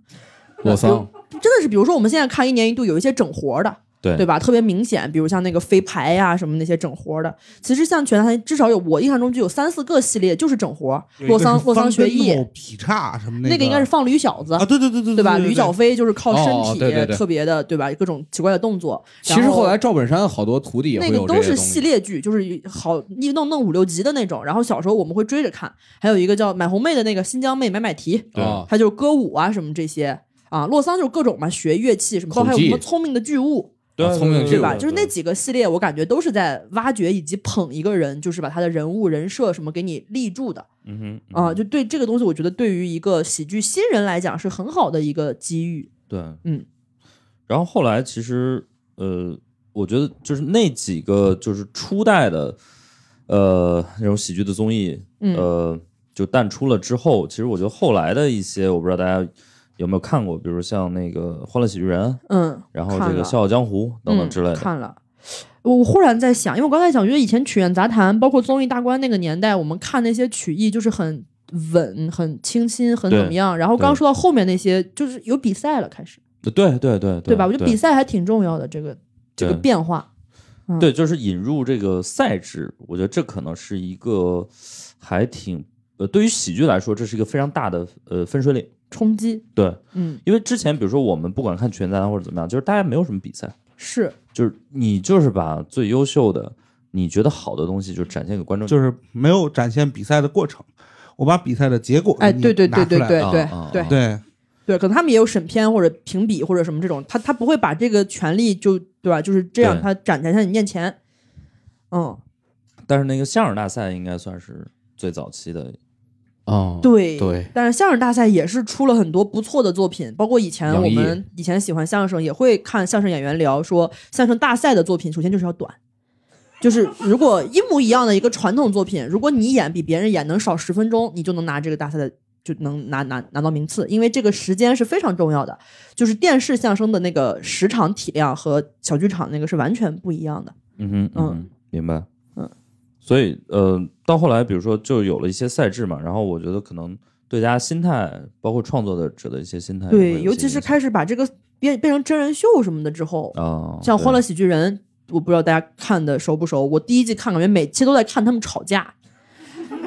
[SPEAKER 3] 我桑，
[SPEAKER 2] 真的是，比如说我们现在看一年一度有一些整活的，
[SPEAKER 1] 对
[SPEAKER 2] 对吧？特别明显，比如像那个飞牌呀、什么那些整活的，其实像全台至少有我印象中就有三四个系列就是整活，洛桑洛桑学艺，
[SPEAKER 4] 劈叉什么
[SPEAKER 2] 那
[SPEAKER 4] 个
[SPEAKER 2] 个应该是放驴小子
[SPEAKER 4] 啊，对对对对
[SPEAKER 2] 对吧？
[SPEAKER 4] 对
[SPEAKER 2] 吕小飞就是靠
[SPEAKER 3] 哦
[SPEAKER 2] 身
[SPEAKER 3] 对对
[SPEAKER 2] 体
[SPEAKER 3] 对
[SPEAKER 2] 特别的，对吧？各种奇怪的动作。
[SPEAKER 3] 其实
[SPEAKER 2] 然
[SPEAKER 3] 后来赵本山的好多徒弟也会
[SPEAKER 2] 那
[SPEAKER 3] 有
[SPEAKER 2] 个
[SPEAKER 3] 这
[SPEAKER 2] 都
[SPEAKER 3] 些
[SPEAKER 2] 是
[SPEAKER 3] 东
[SPEAKER 2] 系
[SPEAKER 3] 西。
[SPEAKER 2] 列剧，就是好一弄弄五六集的那种。然后小时候我们会追着看，还有一个叫《买红妹》的那个新疆妹买买提，
[SPEAKER 1] 对
[SPEAKER 3] 啊，
[SPEAKER 2] 他就是歌舞啊什么这些啊，洛桑就是各种嘛，学乐器什么，包括还有
[SPEAKER 3] 口技
[SPEAKER 2] 什么聪明的巨物，
[SPEAKER 3] 啊聪明巨
[SPEAKER 2] 对吧？
[SPEAKER 3] 物
[SPEAKER 2] 就是那几个系列，我感觉都是在挖掘以及捧一个人，就是把他的人物人设什么给你立住的
[SPEAKER 1] 嗯哼，嗯
[SPEAKER 2] 啊。就对这个东西，我觉得对于一个喜剧新人来讲是很好的一个机遇。
[SPEAKER 1] 对，
[SPEAKER 2] 嗯。
[SPEAKER 1] 然后后来其实呃，我觉得就是那几个就是初代的呃那种喜剧的综艺，
[SPEAKER 2] 嗯
[SPEAKER 1] 呃，就淡出了之后，其实我觉得后来的一些，我不知道大家有没有看过，比如像那个《欢乐喜剧人》，
[SPEAKER 2] 嗯，
[SPEAKER 1] 然后
[SPEAKER 2] 看
[SPEAKER 1] 这个《
[SPEAKER 2] 了
[SPEAKER 1] 笑傲江湖》等等之类
[SPEAKER 2] 嗯、
[SPEAKER 1] 的。
[SPEAKER 2] 看了。我忽然在想，因为我刚才想，觉得以前曲苑杂谈，包括综艺大观那个年代，我们看那些曲艺就是很稳、很清新、很
[SPEAKER 1] 对
[SPEAKER 2] 怎么样。然后刚
[SPEAKER 1] 对
[SPEAKER 2] 说到后面那些，就是有比赛了，开始
[SPEAKER 1] 对对对
[SPEAKER 2] 对吧？我觉得比赛还挺重要的，这个这个
[SPEAKER 1] 对
[SPEAKER 2] 变化。
[SPEAKER 1] 对，就是引入这个赛制，我觉得这可能是一个还挺呃，对于喜剧来说，这是一个非常大的呃分水岭。
[SPEAKER 2] 冲击，
[SPEAKER 1] 对，
[SPEAKER 2] 嗯，
[SPEAKER 1] 因为之前比如说我们不管看拳赛啊或者怎么样，就是大家没有什么比赛，
[SPEAKER 2] 是
[SPEAKER 1] 就是你就是把最优秀的、你觉得好的东西就展现给观众。
[SPEAKER 4] 就是没有展现比赛的过程，我把比赛的结果
[SPEAKER 2] 哎，
[SPEAKER 4] 给你
[SPEAKER 2] 对对
[SPEAKER 4] 拿
[SPEAKER 2] 对
[SPEAKER 4] 出
[SPEAKER 2] 对
[SPEAKER 4] 来
[SPEAKER 2] 对
[SPEAKER 1] 啊
[SPEAKER 2] 对
[SPEAKER 1] 啊
[SPEAKER 2] 对
[SPEAKER 1] 啊
[SPEAKER 4] 对
[SPEAKER 2] 对，可能他们也有审片或者评比或者什么这种，他他不会把这个权利就对吧？就是这样，
[SPEAKER 1] 对
[SPEAKER 2] 他展现在你面前。嗯，
[SPEAKER 1] 但是那个相声大赛应该算是最早期的，
[SPEAKER 3] 哦，
[SPEAKER 2] 对
[SPEAKER 3] 对，
[SPEAKER 2] 但是相声大赛也是出了很多不错的作品，包括以前
[SPEAKER 3] 杨
[SPEAKER 2] 我
[SPEAKER 3] 毅
[SPEAKER 2] 们以前喜欢相声，也会看相声演员聊说，相声大赛的作品首先就是要短，就是如果一模一样的一个传统作品，如果你演比别人演能少十分钟，你就能拿这个大赛的就能拿拿拿到名次，因为这个时间是非常重要的。就是电视相声的那个时长体量和小剧场那个是完全不一样的。
[SPEAKER 1] 嗯哼，嗯
[SPEAKER 2] 嗯
[SPEAKER 1] 哼，明白。
[SPEAKER 2] 嗯，
[SPEAKER 1] 所以呃，到后来比如说就有了一些赛制嘛，然后我觉得可能对大家心态，包括创作的者的一些
[SPEAKER 3] 哎
[SPEAKER 1] 心态也会有一些
[SPEAKER 2] 对，
[SPEAKER 1] 影响，
[SPEAKER 2] 尤其是开始把这个变变成真人秀什么的之后，
[SPEAKER 1] 啊，
[SPEAKER 2] 像《欢
[SPEAKER 1] 对
[SPEAKER 2] 乐喜剧人》，我不知道大家看的熟不熟。我第一季看，感觉每期都在看他们吵架，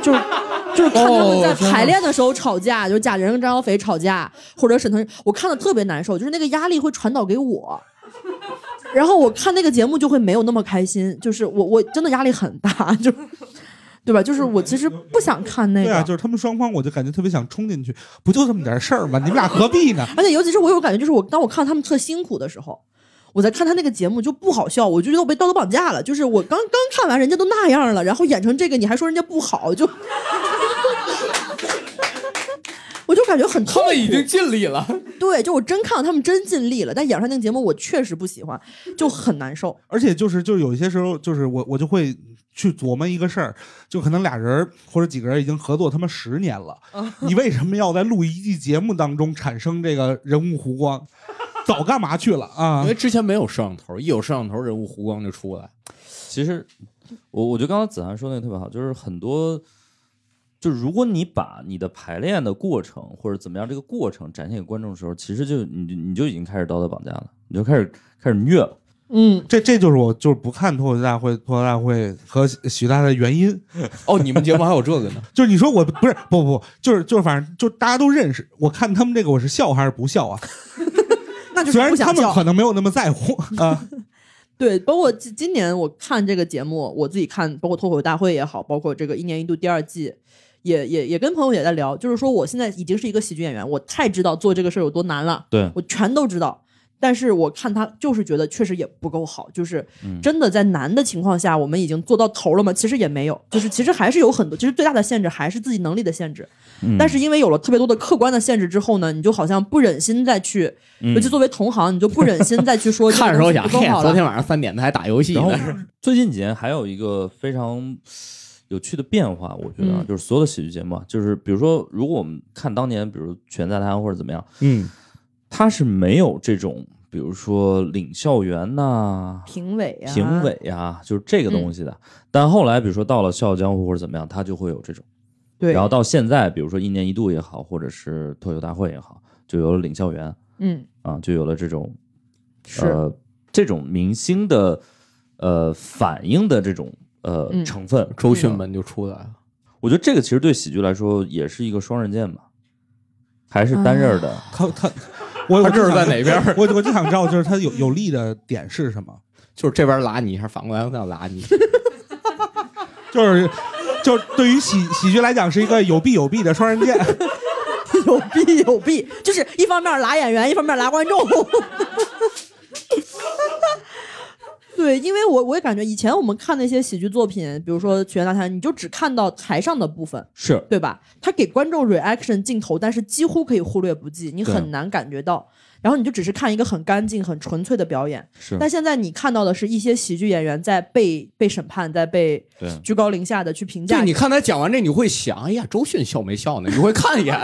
[SPEAKER 2] 就是就是看他们在排练的时候吵架，就是贾玲跟张小斐吵架，或者沈腾，我看的特别难受，就是那个压力会传导给我。然后我看那个节目就会没有那么开心，就是我我真的压力很大， (laughs) 就对吧？就是我其实不想看那
[SPEAKER 4] 对
[SPEAKER 2] 个，
[SPEAKER 4] 啊，就是他们双方，我就感觉特别想冲进去，不就这么点事儿吗？你们俩何必呢？
[SPEAKER 2] 而且尤其是我有感觉，就是我当我看到他们特辛苦的时候，我在看他那个节目就不好笑，我就觉得我被道德绑架了。就是我刚刚看完人家都那样了，然后演成这个，你还说人家不好，就 (laughs) 我就感觉很
[SPEAKER 3] 他
[SPEAKER 2] 痛苦。
[SPEAKER 3] 们已经尽力了，
[SPEAKER 2] 对，就我真看了他们真尽力了，但演上那个节目我确实不喜欢，就很难受。
[SPEAKER 4] 而且就是就有一些时候，就是我我就会去琢磨一个事儿，就可能俩人儿或者几个人已经合作他妈十年了，
[SPEAKER 2] 哦
[SPEAKER 4] 你为什么要在录一季节目当中产生这个人物弧光？早干嘛去了啊
[SPEAKER 2] (laughs)
[SPEAKER 3] 因为？之前没有摄像头，一有摄像头，人物弧光就出来。
[SPEAKER 1] 其实我我觉得刚才子涵说那个特别好，就是很多，就如果你把你的排练的过程或者怎么样这个过程展现给观众的时候，其实就你你就已经开始道德绑架了，你就开始开始虐了。
[SPEAKER 2] 嗯，
[SPEAKER 4] 这这就是我就是不看脱口秀大会、脱口秀大会和喜喜剧大赛的原因，
[SPEAKER 3] 哦，你们节目还有这个呢？
[SPEAKER 4] 就是你说我不是不不，就是就是反正就大家都认识，我看他们这个我是笑还是不笑啊？
[SPEAKER 2] 那 (laughs) 就是
[SPEAKER 4] 虽然
[SPEAKER 2] 不
[SPEAKER 4] 他
[SPEAKER 2] 想
[SPEAKER 4] 们
[SPEAKER 2] 笑
[SPEAKER 4] 可。能没有那么在乎啊，
[SPEAKER 2] 对，包括今今年我看这个节目，我自己看，包括脱口秀大会也好，包括这个一年一度第二季，也也也跟朋友也在聊，就是说我现在已经是一个喜剧演员，我太知道做这个事儿有多难了，
[SPEAKER 1] 对
[SPEAKER 2] 我全都知道。但是我看他就是觉得确实也不够好，就是真的在难的情况下，我们已经做到头了吗？其实也没有，就是其实还是有很多，其实最大的限制还是自己能力的限制。
[SPEAKER 1] 嗯
[SPEAKER 2] 但是因为有了特别多的客观的限制之后呢，你就好像不忍心再去，尤其作为同行，你就不忍心再去说这个
[SPEAKER 3] (laughs) (laughs) 看的时候想，
[SPEAKER 2] 东西不
[SPEAKER 3] 嘿
[SPEAKER 2] 够好，了
[SPEAKER 3] 哎昨天晚上三点他还打游戏
[SPEAKER 1] 然后
[SPEAKER 3] (laughs) 呢。
[SPEAKER 1] 最近几年还有一个非常有趣的变化，我觉得、啊
[SPEAKER 2] 嗯
[SPEAKER 1] 就是所有的喜剧节目，啊，就是比如说，如果我们看当年，比如《全在谈》或者怎么样，
[SPEAKER 4] 嗯，
[SPEAKER 1] 它是没有这种，比如说领校园呐、
[SPEAKER 2] 评委啊呀、
[SPEAKER 1] 评委呀、就是这个东西的。但后来，比如说到了《笑傲江湖》或者怎么样，它就会有这种。
[SPEAKER 2] 对，
[SPEAKER 1] 然后到现在，比如说一年一度也好，或者是脱口大会也好，就有了领校园
[SPEAKER 2] 嗯
[SPEAKER 1] 啊，就有了这种
[SPEAKER 2] 是、
[SPEAKER 1] 呃这种明星的呃反应的这种呃、
[SPEAKER 2] 嗯
[SPEAKER 1] 成分。
[SPEAKER 3] 周迅们就出来了，
[SPEAKER 1] 我觉得这个其实对喜剧来说也是一个双刃剑吧，还
[SPEAKER 2] 啊
[SPEAKER 1] 是单刃儿的。
[SPEAKER 4] 他他我
[SPEAKER 3] 他
[SPEAKER 4] 我就
[SPEAKER 3] 这是在
[SPEAKER 4] 想
[SPEAKER 3] 哪边儿
[SPEAKER 4] 我我就想知道，就是他有有利的点是什么？
[SPEAKER 3] 就是这边拉你一下，反过来那样拉 (laughs) 你。
[SPEAKER 4] 就是就是对于喜喜剧来讲是一个有弊有弊的双刃
[SPEAKER 1] (laughs)
[SPEAKER 4] 剑。
[SPEAKER 2] (laughs) 有弊有弊，就是一方面拉演员，一方面拉观众。 (laughs) 对，因为我我也感觉以前我们看那些喜剧作品，比如说《曲苑大谈》，你就只看到台上的部分，
[SPEAKER 1] 是
[SPEAKER 2] 对吧？他给观众 reaction 镜头，但是几乎可以忽略不计，你
[SPEAKER 1] 对
[SPEAKER 2] 很难感觉到。然后你就只是看一个很干净、很纯粹的表演。
[SPEAKER 1] 是
[SPEAKER 2] 但现在你看到的是一些喜剧演员在被被审判，在被
[SPEAKER 1] 对
[SPEAKER 2] 居高临下的去评价
[SPEAKER 3] 对，你看他讲完这，你会想，哎呀，周迅笑没笑呢？你 (laughs) 会看一眼，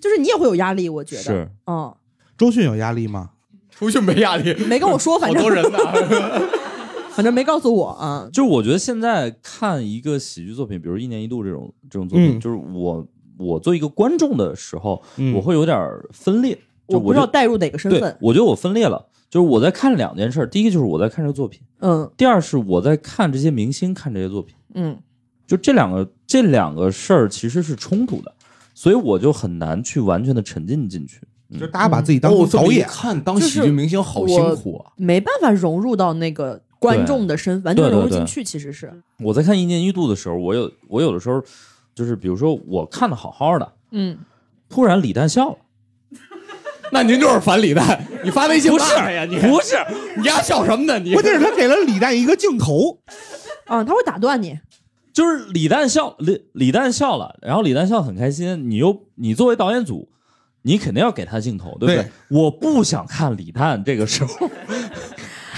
[SPEAKER 2] 就是你也会有压力，我觉得
[SPEAKER 1] 是，
[SPEAKER 2] 嗯，
[SPEAKER 4] 周迅有压力吗？
[SPEAKER 3] 周迅没压力，
[SPEAKER 2] 没跟我说，反
[SPEAKER 3] 好
[SPEAKER 2] 正
[SPEAKER 3] 多人 (laughs) 呢。
[SPEAKER 2] (laughs) 反正没告诉我啊。
[SPEAKER 1] 就是我觉得现在看一个喜剧作品，比如一年一度这种这种作品，
[SPEAKER 4] 嗯
[SPEAKER 1] 就是我我作为一个观众的时候，我会有点儿分裂。就
[SPEAKER 2] 嗯我不知
[SPEAKER 1] 就
[SPEAKER 2] 道带入哪个身
[SPEAKER 1] 对
[SPEAKER 2] 份，，
[SPEAKER 1] 我觉得我分裂了。就是我在看两件事儿，第一个就是我在看这个作品，
[SPEAKER 2] 嗯
[SPEAKER 1] 第二是我在看这些明星看这些作品。
[SPEAKER 2] 嗯，
[SPEAKER 1] 就这两个这两个事儿其实是冲突的，所以我就很难去完全的沉浸进去。
[SPEAKER 4] 就是大家把自己当
[SPEAKER 1] 嗯
[SPEAKER 3] 哦
[SPEAKER 4] 成
[SPEAKER 3] 这么
[SPEAKER 4] 导
[SPEAKER 3] 一
[SPEAKER 4] 演，
[SPEAKER 3] 看当喜剧明星好辛苦啊。
[SPEAKER 2] 没办法融入到那个观众的身，完全
[SPEAKER 1] 对对
[SPEAKER 2] 融入
[SPEAKER 1] 对
[SPEAKER 2] 进去，其实是，
[SPEAKER 1] 我在看一年一度的时候，我有我有的时候就是比如说我看的好好的，
[SPEAKER 2] 嗯，
[SPEAKER 1] 突然李诞笑了，
[SPEAKER 3] (laughs) 那您就是反李诞，你发微信
[SPEAKER 1] 不是
[SPEAKER 3] 骂他呀？你
[SPEAKER 1] 不是，
[SPEAKER 3] 你丫笑什么呢？你
[SPEAKER 4] 关键是他给了李诞一个镜头，
[SPEAKER 2] 啊，他会打断你，
[SPEAKER 1] 就是李诞笑李李诞笑了，然后李诞笑得很开心，你又你作为导演组。你肯定要给他镜头，对不对？
[SPEAKER 4] 对
[SPEAKER 1] 我不想看李诞这个时候， (laughs)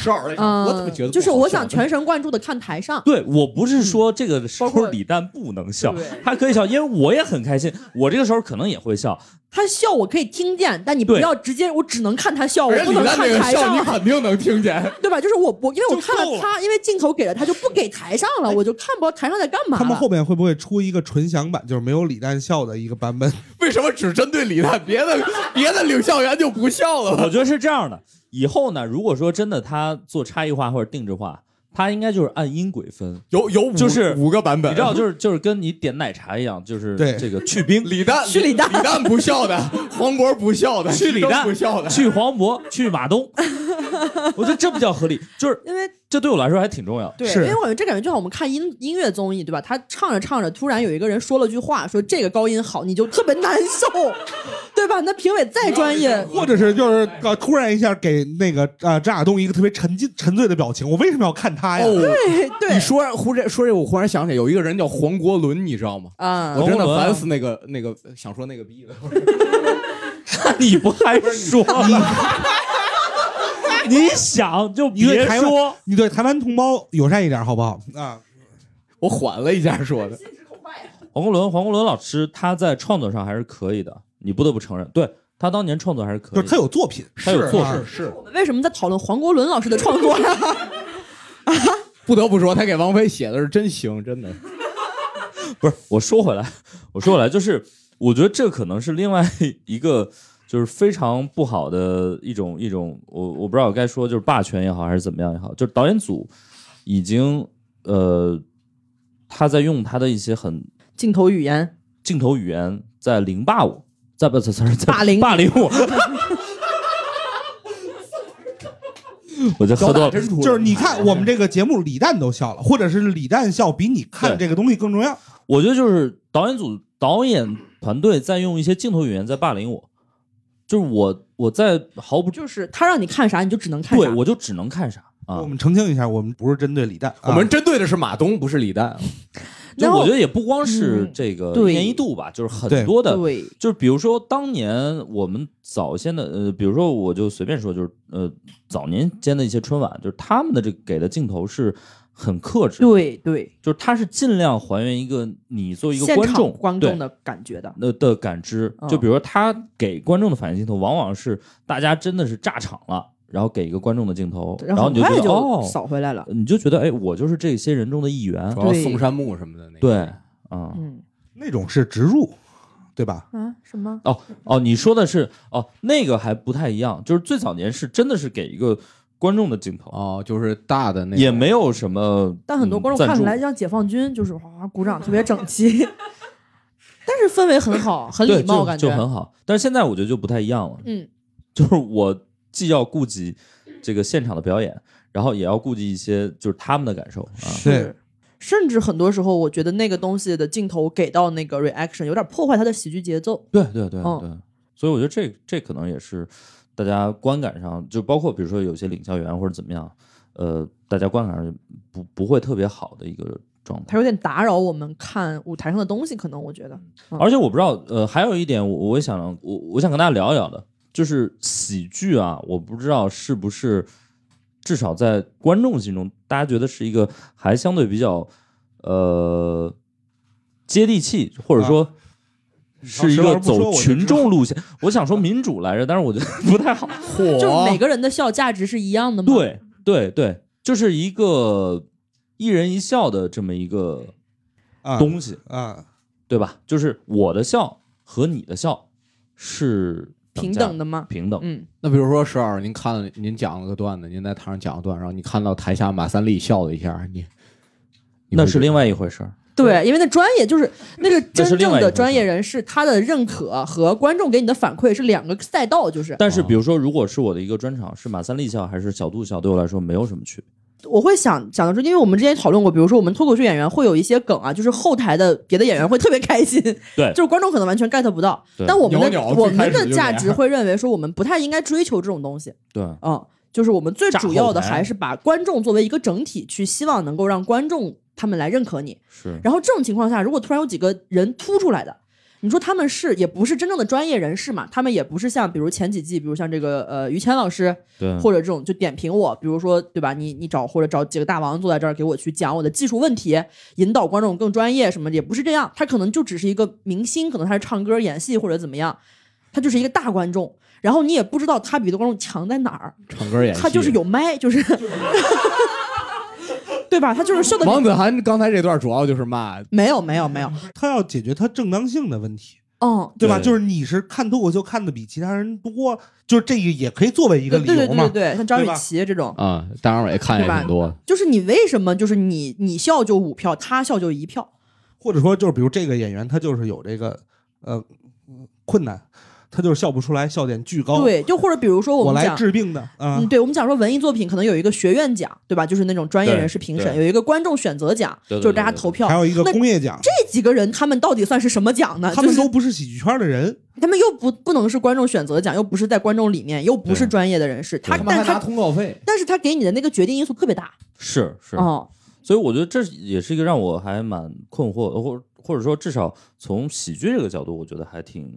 [SPEAKER 3] 少儿了
[SPEAKER 2] 嗯，
[SPEAKER 3] 哎我怎么觉得
[SPEAKER 2] 就是
[SPEAKER 3] 不好
[SPEAKER 2] 我
[SPEAKER 3] 笑
[SPEAKER 2] 想全神贯注的看台上，
[SPEAKER 1] 对我不是说这个时
[SPEAKER 2] 包括
[SPEAKER 1] 候李诞不能笑
[SPEAKER 2] 对，
[SPEAKER 1] 他可以笑，因为我也很开心，我这个时候可能也会笑，
[SPEAKER 2] 他笑我可以听见，但你不
[SPEAKER 1] 对
[SPEAKER 2] 要直接，我只能看他笑，我
[SPEAKER 3] 人
[SPEAKER 2] 不
[SPEAKER 3] 李
[SPEAKER 2] 能
[SPEAKER 3] 诞
[SPEAKER 2] 看
[SPEAKER 3] 这个
[SPEAKER 2] 台
[SPEAKER 3] 笑
[SPEAKER 2] 上啊
[SPEAKER 3] 哎你
[SPEAKER 2] 了，
[SPEAKER 3] 肯定能听见。
[SPEAKER 2] 对吧？就是我我因为我
[SPEAKER 4] 就
[SPEAKER 2] 看
[SPEAKER 4] 够
[SPEAKER 2] 了
[SPEAKER 4] 了
[SPEAKER 2] 他，因为镜头给了他，就不给台上
[SPEAKER 3] 哎
[SPEAKER 2] 了，我就看不到台上在干嘛
[SPEAKER 4] 他们后
[SPEAKER 2] 了。
[SPEAKER 4] 面会不会出一个纯享版，就是没有李诞笑的一个版本？
[SPEAKER 3] 为什么只针对李诞，别的别的领笑员就不笑了
[SPEAKER 1] 我
[SPEAKER 3] 吧？
[SPEAKER 1] 觉得是这样的。以后呢，如果说真的他做差异化或者定制化，他应该就是按音轨分，
[SPEAKER 3] 有有五
[SPEAKER 1] 就是
[SPEAKER 3] 五个版本，
[SPEAKER 1] 你知道，就是就是跟你点奶茶一样，就是
[SPEAKER 4] 对
[SPEAKER 1] 这个去
[SPEAKER 4] (laughs)
[SPEAKER 1] 冰
[SPEAKER 3] 李诞
[SPEAKER 2] 是李诞
[SPEAKER 3] 李诞不笑的，黄渤不笑的，
[SPEAKER 1] 去李
[SPEAKER 3] 徐峥
[SPEAKER 1] 诞
[SPEAKER 3] 不笑的，
[SPEAKER 4] (laughs)
[SPEAKER 1] 去黄渤去马东，我觉得这比较合理，就是
[SPEAKER 2] 因为
[SPEAKER 1] 这对我来说还挺重要。
[SPEAKER 2] 对，
[SPEAKER 4] 是
[SPEAKER 2] 因为我感觉这感觉就好，我们看音音乐综艺，对吧？他唱着唱着，突然有一个人说了句话，说这个高音好，你就特别难受， (laughs) 对吧？那评委再专业，
[SPEAKER 4] 或者是就是呃，突然一下给那个啊张亚东一个特别沉浸沉醉的表情，我为什么要看他呀？
[SPEAKER 3] 哦，
[SPEAKER 2] 对
[SPEAKER 3] 你
[SPEAKER 2] 对，
[SPEAKER 3] 说忽然说这，我忽然想起来有一个人叫黄国伦，你知道吗？
[SPEAKER 2] 啊
[SPEAKER 3] 我真的
[SPEAKER 1] 黄国伦
[SPEAKER 3] 烦死那个那个想说那个逼了。
[SPEAKER 1] 你不还说你想就
[SPEAKER 4] 你对
[SPEAKER 1] 别
[SPEAKER 4] 台湾
[SPEAKER 1] 说，，
[SPEAKER 4] 你对台湾同胞友善一点好不好？啊，
[SPEAKER 3] 我缓了一下说的，
[SPEAKER 1] 黄国伦，黄国伦老师他在创作上还是可以的，你不得不承认，对他当年创作还是可
[SPEAKER 4] 就
[SPEAKER 1] 以
[SPEAKER 4] 是他
[SPEAKER 1] 的。
[SPEAKER 4] 有作品，
[SPEAKER 1] 他有作品
[SPEAKER 4] 啊
[SPEAKER 3] 是
[SPEAKER 2] 我们为什么在讨论黄国伦老师的创作啊呀？
[SPEAKER 3] 不得不说，他给王菲写的是真行，真的。
[SPEAKER 1] 不是，我说回来，我说回来，就是我觉得这可能是另外 (laughs) 一个就是非常不好的一种一种，我我不知道该说就是霸权也好还是怎么样也好，就是导演组已经呃他在用他的一些很
[SPEAKER 2] (laughs) 镜头语言，
[SPEAKER 1] 镜头语言在凌霸我，在不，sorry，在
[SPEAKER 2] 霸凌
[SPEAKER 1] 霸凌我。 (laughs) 我就喝多了，
[SPEAKER 3] 真出来
[SPEAKER 4] 就是你看我们这个节目，李诞都笑了，或者是李诞笑比你看
[SPEAKER 1] 对
[SPEAKER 4] 这个东西更重要。
[SPEAKER 1] 我觉得就是导演组导演团队在用一些镜头语言在霸凌我，就是我我在毫不
[SPEAKER 2] 就是他让你看啥，你就只能看啥。
[SPEAKER 1] 对我就只能看啥啊
[SPEAKER 4] 我。们澄清一下，我们不是针对李诞，啊
[SPEAKER 3] 我们针对的是马东，不是李诞。
[SPEAKER 1] 就
[SPEAKER 2] 然后
[SPEAKER 1] 我觉得也不光是
[SPEAKER 2] 嗯
[SPEAKER 1] 这个
[SPEAKER 2] 对
[SPEAKER 1] 一年一度吧，就是
[SPEAKER 4] 对
[SPEAKER 1] 很多的，
[SPEAKER 2] 对，
[SPEAKER 1] 就是比如说当年我们早先的呃，比如说我就随便说，就是呃早年间的一些春晚，就是他们的这给的镜头是很克制的，
[SPEAKER 2] 对对，
[SPEAKER 1] 就是它是尽量还原一个你作为一个
[SPEAKER 2] 现
[SPEAKER 1] 观
[SPEAKER 2] 场
[SPEAKER 1] 众
[SPEAKER 2] 观
[SPEAKER 1] 对
[SPEAKER 2] 众的感觉的，
[SPEAKER 1] 呃的感知
[SPEAKER 2] 嗯。
[SPEAKER 1] 就比如说他给观众的反应镜头，往往是大家真的是炸场了，然后给一个观众的镜头，然后
[SPEAKER 2] 很
[SPEAKER 1] 你就觉
[SPEAKER 2] 快
[SPEAKER 1] 得
[SPEAKER 2] 就
[SPEAKER 1] 哦，
[SPEAKER 2] 扫回来了。
[SPEAKER 1] 你就觉得哎，我就是这些人中的一员。
[SPEAKER 3] 主要
[SPEAKER 2] 对
[SPEAKER 3] 宋山木什么的那个。
[SPEAKER 1] 对，啊、
[SPEAKER 2] 嗯
[SPEAKER 4] 那种是植入，对吧？
[SPEAKER 5] 啊？什么？
[SPEAKER 1] 哦哦，你说的是哦，那个还不太一样，就是最早年是真的是给一个观众的镜头，
[SPEAKER 3] 哦，就是大的那个
[SPEAKER 1] 也没有什么，
[SPEAKER 2] 但很多
[SPEAKER 1] 嗯
[SPEAKER 2] 观众
[SPEAKER 1] 赞
[SPEAKER 2] 看起
[SPEAKER 1] 助
[SPEAKER 2] 来像解放军，就是哗哗鼓掌，特别整齐。 (laughs) 但是氛围很好，很
[SPEAKER 1] 对
[SPEAKER 2] 礼貌，
[SPEAKER 1] 就
[SPEAKER 2] 感觉
[SPEAKER 1] 就很好。但是现在我觉得就不太一样了，
[SPEAKER 2] 嗯，
[SPEAKER 1] 就是我既要顾及这个现场的表演，然后也要顾及一些就是他们的感受啊。
[SPEAKER 4] 对，
[SPEAKER 2] 甚至很多时候，我觉得那个东西的镜头给到那个 reaction 有点破坏它的喜剧节奏。
[SPEAKER 1] 对对对
[SPEAKER 2] 嗯
[SPEAKER 1] 对，所以我觉得这这可能也是大家观感上，就包括比如说有些领笑员或者怎么样，呃，大家观感上不不会特别好的一个状态。
[SPEAKER 2] 它有点打扰我们看舞台上的东西，可能我觉得
[SPEAKER 1] 而且我不知道，呃，还有一点我我想我我想跟大家聊一聊的，就是喜剧啊，我不知道是不是至少在观众心中，大家觉得是一个还相对比较呃接地气，或者说。是一
[SPEAKER 4] 石老
[SPEAKER 1] 个
[SPEAKER 4] 师不说
[SPEAKER 1] 走
[SPEAKER 4] 我就
[SPEAKER 1] 群
[SPEAKER 4] 知道
[SPEAKER 1] 众路线，我想说民主来着，但是我觉得不太好。
[SPEAKER 2] 就是每
[SPEAKER 3] 火。
[SPEAKER 2] 个人的笑价值是一样的嘛。，
[SPEAKER 1] 对对对，就是一个一人一笑的这么一个
[SPEAKER 4] 啊
[SPEAKER 1] 东西，
[SPEAKER 4] 啊，
[SPEAKER 1] 对吧？就是我的笑和你的笑是
[SPEAKER 2] 平
[SPEAKER 1] 价
[SPEAKER 2] 等的嘛。
[SPEAKER 1] 平等。
[SPEAKER 2] 嗯，
[SPEAKER 3] 那比如说石老师，您看了您讲了个段子，您在台上讲个段，然后你看到台下马三立笑了一下，你
[SPEAKER 1] 那是另
[SPEAKER 3] 外
[SPEAKER 1] 外一回事儿，
[SPEAKER 2] 对，因为那专业就是那个
[SPEAKER 1] 那是
[SPEAKER 2] 真
[SPEAKER 1] 另
[SPEAKER 2] 正
[SPEAKER 1] 外一
[SPEAKER 2] 的
[SPEAKER 1] 回
[SPEAKER 2] 专业
[SPEAKER 1] 事
[SPEAKER 2] 人士，他的认可和观众给你的反馈是两个赛道，就是
[SPEAKER 1] 但是比如说，如果是我的一个专场，是马三立笑还是小杜笑，对我来说没有什么区别。
[SPEAKER 2] 我会想想的是，因为我们之前讨论过，比如说我们脱口秀演员会有一些梗啊，就是后台的别的演员会特别开心，
[SPEAKER 1] 对
[SPEAKER 2] 就是观众可能完全 get 不到
[SPEAKER 1] 对，
[SPEAKER 2] 但我们的
[SPEAKER 3] 鸟鸟
[SPEAKER 2] 我
[SPEAKER 3] 最开
[SPEAKER 2] 们
[SPEAKER 3] 始就
[SPEAKER 2] 的
[SPEAKER 3] 这
[SPEAKER 2] 价
[SPEAKER 3] 样
[SPEAKER 2] 值会认为说我们不太应该追求这种东西，
[SPEAKER 1] 对，
[SPEAKER 2] 嗯，就是我们最主要的
[SPEAKER 1] 炸后台
[SPEAKER 2] 还是把观众作为一个整体去，希望能够让观众他们来认可你。
[SPEAKER 1] 是
[SPEAKER 2] 然后这种情况下，如果突然有几个人突出来的，你说他们是也不是真正的专业人士嘛？他们也不是像比如前几季，比如像这个呃于谦老师，
[SPEAKER 4] 嗯
[SPEAKER 1] 对，
[SPEAKER 2] 或者这种就点评我，比如说对吧？你你找或者找几个大王坐在这儿给我去讲我的技术问题，引导观众更专业什么的，也不是这样。他可能就只是一个明星，可能他是唱歌、演戏或者怎么样，他就是一个大观众。然后你也不知道他比的观众强在哪儿，
[SPEAKER 3] 唱歌演戏，
[SPEAKER 2] 他就是。有麦，
[SPEAKER 4] (laughs)
[SPEAKER 2] 就是，对吧？他就是秀的
[SPEAKER 3] 王子涵刚才这段主要就是骂
[SPEAKER 2] 没有没有没有，
[SPEAKER 4] 他要解决他正当性的问题，
[SPEAKER 2] 嗯，
[SPEAKER 4] 对吧？
[SPEAKER 1] 对
[SPEAKER 4] 就是你是看脱口秀看的比其他人多，就是这个也可以作为一个
[SPEAKER 2] 对
[SPEAKER 4] 理
[SPEAKER 2] 对对
[SPEAKER 4] 由
[SPEAKER 2] 对
[SPEAKER 4] 嘛。
[SPEAKER 2] 对，像张
[SPEAKER 4] 对
[SPEAKER 2] 雨
[SPEAKER 4] 吧
[SPEAKER 2] 绮这种，
[SPEAKER 3] 啊，大张伟看也
[SPEAKER 2] 对吧
[SPEAKER 3] 挺多的。
[SPEAKER 2] 就是你为什么就是你你笑就五票，他笑就一票？
[SPEAKER 4] 或者说，就是比如这个演员他就是有这个呃困难，他就是笑不出来，笑点巨高。，
[SPEAKER 2] 对，就或者比如说
[SPEAKER 4] 我
[SPEAKER 2] 们
[SPEAKER 4] 来
[SPEAKER 2] 讲，
[SPEAKER 4] 治病的啊
[SPEAKER 2] 嗯，，对，我们讲说文艺作品可能有一个学院奖，对吧？就是那种专业
[SPEAKER 1] 对
[SPEAKER 2] 人士评审，
[SPEAKER 1] 对
[SPEAKER 2] 有一个观众选择奖，
[SPEAKER 1] 对对对
[SPEAKER 2] 就是大家
[SPEAKER 1] 对对
[SPEAKER 2] 投票。
[SPEAKER 4] 还有一个
[SPEAKER 2] 那
[SPEAKER 4] 工业奖，
[SPEAKER 2] 这几个人他们到底算是什么奖呢？
[SPEAKER 4] 他
[SPEAKER 2] 就
[SPEAKER 4] 们
[SPEAKER 2] 是
[SPEAKER 4] 都不是喜剧圈的人，
[SPEAKER 2] 他们又不不能是观众选择奖，又不是在观众里面，又不是
[SPEAKER 1] 对
[SPEAKER 2] 专业的人士，他
[SPEAKER 3] 他们
[SPEAKER 2] 但
[SPEAKER 3] 还拿
[SPEAKER 2] 他
[SPEAKER 3] 通告费，
[SPEAKER 2] 但是他给你的那个决定因素特别大
[SPEAKER 1] 是是，
[SPEAKER 2] 哦，
[SPEAKER 1] 所以我觉得这也是一个让我还蛮困惑，呃或或者说至少从喜剧这个角度，我觉得还挺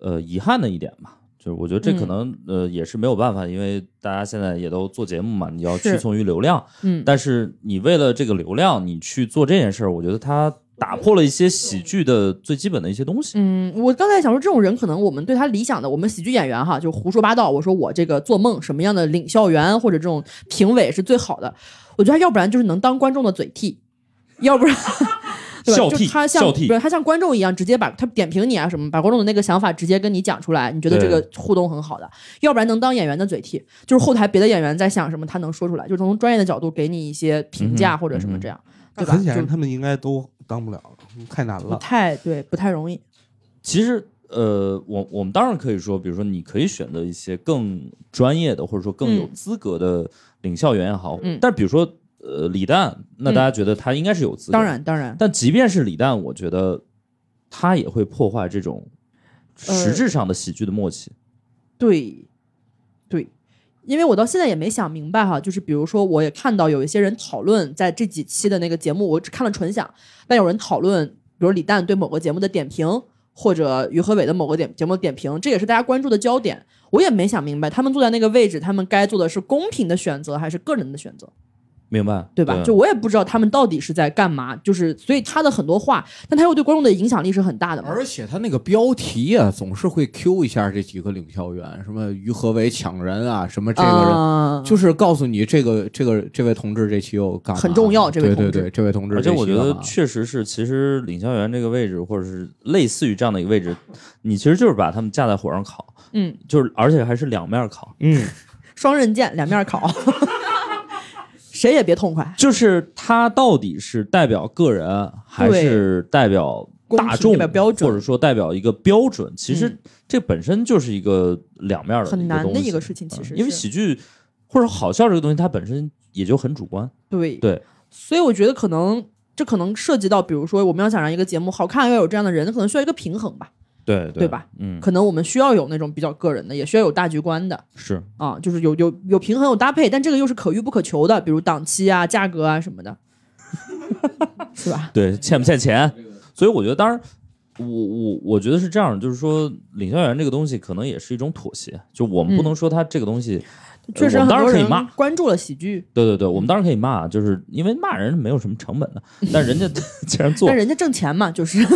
[SPEAKER 1] 呃遗憾的一点吧。就是我觉得这
[SPEAKER 2] 嗯
[SPEAKER 1] 可能、呃也是没有办法，因为大家现在也都做节目嘛，你要
[SPEAKER 2] 是
[SPEAKER 1] 屈从于流量，
[SPEAKER 2] 嗯，
[SPEAKER 1] 但是你为了这个流量，你去做这件事儿，我觉得它打破了一些喜剧的最基本的一些东西。
[SPEAKER 2] 嗯，我刚才想说，这种人可能我们对他理想的，我们喜剧演员哈，就胡说八道。我说我这个做梦什么样的领笑员或者这种评委是最好的，我觉得他要不然就是能当观众的嘴替，
[SPEAKER 1] (laughs)
[SPEAKER 2] 要不然对吧？
[SPEAKER 1] 笑
[SPEAKER 2] 就
[SPEAKER 1] 替
[SPEAKER 2] 他像
[SPEAKER 1] 笑替
[SPEAKER 2] 不是他像观众一样，直接把他点评你啊什么，把观众的那个想法直接跟你讲出来，你觉得这
[SPEAKER 1] 对
[SPEAKER 2] 个互动很好的，要不然能当演员的嘴替，就是后台别的演员在想什么，他能说出来，就从专业的角度给你一些评价
[SPEAKER 1] 嗯哼
[SPEAKER 2] 或者什
[SPEAKER 1] 嗯
[SPEAKER 2] 么
[SPEAKER 1] 哼
[SPEAKER 2] 这样，
[SPEAKER 4] 但
[SPEAKER 2] 对吧？
[SPEAKER 4] 很显然
[SPEAKER 2] 就
[SPEAKER 4] 他们应该都当不了，太难
[SPEAKER 2] 不
[SPEAKER 4] 了。
[SPEAKER 2] 太对，不太容易。
[SPEAKER 1] 其实呃，我我们当然可以说，比如说你可以选择一些更专业的，或者说更有
[SPEAKER 2] 嗯
[SPEAKER 1] 资格的领校员也好，
[SPEAKER 2] 嗯
[SPEAKER 1] 但比如说呃李诞，那
[SPEAKER 2] 嗯
[SPEAKER 1] 大家觉得他应该是有资格，
[SPEAKER 2] 当，然，当然。
[SPEAKER 1] 但即便是李诞，我觉得他也会破坏这种
[SPEAKER 2] 呃
[SPEAKER 1] 实质上的喜剧的默契。
[SPEAKER 2] 对，对，因为我到现在也没想明白哈，就是比如说，我也看到有一些人讨论在这几期的那个节目，我只看了纯享，但有人讨论，比如李诞对某个节目的点评，或者于和伟的某个点节目的点评，这也是大家关注的焦点。我也没想明白，他们坐在那个位置，他们该做的是公平的选择，还是个人的选择？
[SPEAKER 1] 明白，
[SPEAKER 2] 对吧？就我也不知道他们到底是在干嘛，就是所以他的很多话，但他又对观众的影响力是很大的嘛。
[SPEAKER 3] 而且他那个标题啊，总是会 Q 一下这几个领校员，什么于和伟抢人啊，什么这个人，
[SPEAKER 2] 啊
[SPEAKER 3] 就是告诉你这个这个这位同志这期又干嘛
[SPEAKER 2] 很重要这位同志
[SPEAKER 3] 对对对，这位同志
[SPEAKER 1] 而
[SPEAKER 3] 这期
[SPEAKER 1] 且
[SPEAKER 3] 干嘛，
[SPEAKER 1] 我觉得确实是，其实领校员这个位置，或者是类似于这样的一个位置，你其实就是把他们架在火上烤，
[SPEAKER 2] 嗯，
[SPEAKER 1] 就是而且还是两面烤，
[SPEAKER 4] 嗯，
[SPEAKER 2] 双刃剑，两面烤，谁也别痛快。
[SPEAKER 1] 就是他到底是代表个人，还是代表大
[SPEAKER 2] 公平
[SPEAKER 1] 众
[SPEAKER 2] 代表标准
[SPEAKER 1] 或者说代表一个标准？其实
[SPEAKER 2] 嗯
[SPEAKER 1] 这本身就是一个两面的
[SPEAKER 2] 很难的
[SPEAKER 1] 东西
[SPEAKER 2] 一个事情其实
[SPEAKER 1] 嗯因为
[SPEAKER 2] 是
[SPEAKER 1] 喜剧或者好笑这个东西，它本身也就很主观。
[SPEAKER 2] 对
[SPEAKER 1] 对，
[SPEAKER 2] 所以我觉得可能这可能涉及到，比如说我们要想让一个节目好看，要有这样的人，可能需要一个平衡吧。
[SPEAKER 1] 对对
[SPEAKER 2] 对吧？
[SPEAKER 1] 嗯，
[SPEAKER 2] 可能我们需要有那种比较个人的，也需要有大局观的
[SPEAKER 1] 是。
[SPEAKER 2] 啊，就是有有有平衡有搭配，但这个又是可遇不可求的，比如档期啊、价格啊什么的，
[SPEAKER 1] 呃
[SPEAKER 2] 是吧？
[SPEAKER 1] 对，欠不欠钱？所以我觉得，当然，我我我觉得是这样，就是说，领校园这个东西可能也是一种妥协，就我们不能说它这个东西，呃
[SPEAKER 2] 嗯确实
[SPEAKER 1] 我们
[SPEAKER 2] 很
[SPEAKER 1] 当
[SPEAKER 2] 多
[SPEAKER 1] 然可以
[SPEAKER 2] 人
[SPEAKER 1] 骂，
[SPEAKER 2] 关注了喜剧，
[SPEAKER 1] 对对对，我们
[SPEAKER 2] 嗯
[SPEAKER 1] 当然可以骂，就是因为骂人是没有什么成本的，但人家
[SPEAKER 2] (laughs)
[SPEAKER 1] (laughs) 既然做
[SPEAKER 2] 但，人家挣钱嘛，就是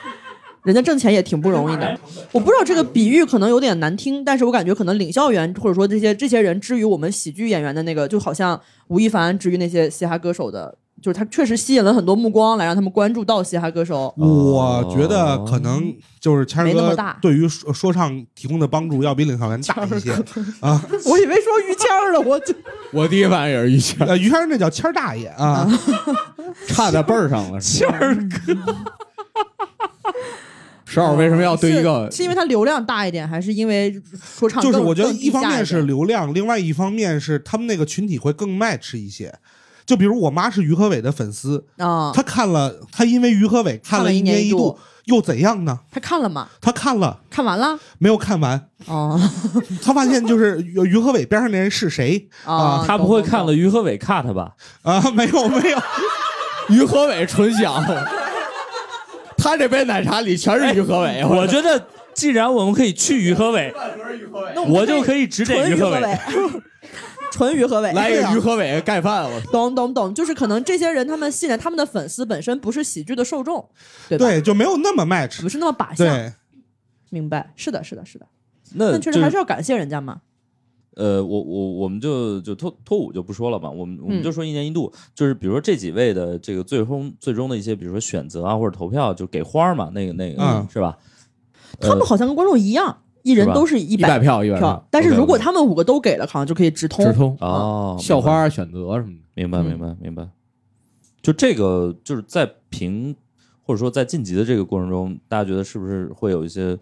[SPEAKER 2] (laughs) 人家挣钱也挺不容易的。我不知道这个比喻可能有点难听，但是我感觉可能领笑员或者说这些这些人之于我们喜剧演员的那个，就好像吴亦凡之于那些嘻哈歌手的，就是他确实吸引了很多目光来让他们关注到嘻哈歌手。
[SPEAKER 4] 我觉得可能就是谦儿
[SPEAKER 2] 哦没那么
[SPEAKER 4] 哥
[SPEAKER 2] 大
[SPEAKER 4] 对于说说唱提供的帮助要比领导员大一些啊。
[SPEAKER 2] 我以为说于谦儿了，我就
[SPEAKER 3] 我第一反应也是一
[SPEAKER 1] (laughs)
[SPEAKER 3] 下
[SPEAKER 4] 呃，于谦儿那叫谦儿大爷啊，
[SPEAKER 3] 差在辈儿上了。谦儿哥， (laughs) 十二为什么要对一个
[SPEAKER 2] 是是因为他流量大一点，还是因为说唱
[SPEAKER 4] (laughs) 就
[SPEAKER 2] 更？
[SPEAKER 4] 是我觉得
[SPEAKER 2] 啊更
[SPEAKER 4] 一方
[SPEAKER 2] 低下
[SPEAKER 4] 面是
[SPEAKER 2] 点
[SPEAKER 4] 流量，另外一方面是他们那个群体会更 match 一些。就比如我妈是于和伟的粉丝，
[SPEAKER 2] 啊，
[SPEAKER 4] 她看了，她因为于和伟看
[SPEAKER 2] 了
[SPEAKER 4] 了
[SPEAKER 2] 一年
[SPEAKER 4] 年
[SPEAKER 2] 一
[SPEAKER 4] 一
[SPEAKER 2] 度
[SPEAKER 4] 度，又怎样呢？
[SPEAKER 2] 他看了吗？
[SPEAKER 4] 她看了
[SPEAKER 2] 看完了
[SPEAKER 4] 没有看完？
[SPEAKER 2] 哦
[SPEAKER 4] 她发现就是 (laughs) 于于和伟边上那人是谁
[SPEAKER 2] 哦，
[SPEAKER 1] 他不会
[SPEAKER 2] 懂
[SPEAKER 1] 看了。于和伟 cut 吧？
[SPEAKER 4] 啊？ (laughs) 没有没有，
[SPEAKER 3] 于和伟
[SPEAKER 2] (laughs)
[SPEAKER 3] 纯享？他这杯奶茶里全是于和伟，
[SPEAKER 1] 我觉得，既然我们可以去于和伟，
[SPEAKER 2] 懂懂
[SPEAKER 1] 我就可以指点
[SPEAKER 2] 纯
[SPEAKER 1] 于
[SPEAKER 2] 于
[SPEAKER 1] 和
[SPEAKER 2] 和
[SPEAKER 1] 伟。
[SPEAKER 2] 伟，纯于和伟，
[SPEAKER 3] 来一个于和伟盖饭，我
[SPEAKER 2] 懂懂懂，就是可能这些人他们信任他们的粉丝本身不是喜剧的受众， (laughs) 对吧？
[SPEAKER 4] 对，就没有那么 match
[SPEAKER 2] 不。是那么靶向，
[SPEAKER 4] 对，
[SPEAKER 2] 明白？是的，是的，是的。
[SPEAKER 1] 那
[SPEAKER 2] 但
[SPEAKER 1] 呃就
[SPEAKER 2] 确实还是
[SPEAKER 1] 是
[SPEAKER 2] 要感谢人家嘛。
[SPEAKER 1] 呃，我我我们就就脱脱五就不说了吧，我们我
[SPEAKER 2] 嗯
[SPEAKER 1] 们就说一年一度，就是比如说这几位的这个最终最终的一些，比如说选择啊或者投票，就给花儿嘛，那个那个、
[SPEAKER 4] 嗯
[SPEAKER 1] 是吧？
[SPEAKER 2] 他们
[SPEAKER 1] 呃
[SPEAKER 2] 好像跟观众一样，一人
[SPEAKER 1] 是吧
[SPEAKER 2] 都是一
[SPEAKER 3] 一百
[SPEAKER 2] 百
[SPEAKER 3] 票，一百
[SPEAKER 2] 票
[SPEAKER 3] 票。，
[SPEAKER 2] 但是如果
[SPEAKER 3] 他
[SPEAKER 2] 他们五个都给了，好像就可以直通
[SPEAKER 3] 直。通
[SPEAKER 1] 哦，
[SPEAKER 3] 校花选择什么的，
[SPEAKER 1] 明白，
[SPEAKER 2] 嗯
[SPEAKER 1] 明白，明白。就这个，就是在评或者说在晋级的这个过程中，大家觉得是不是会有一些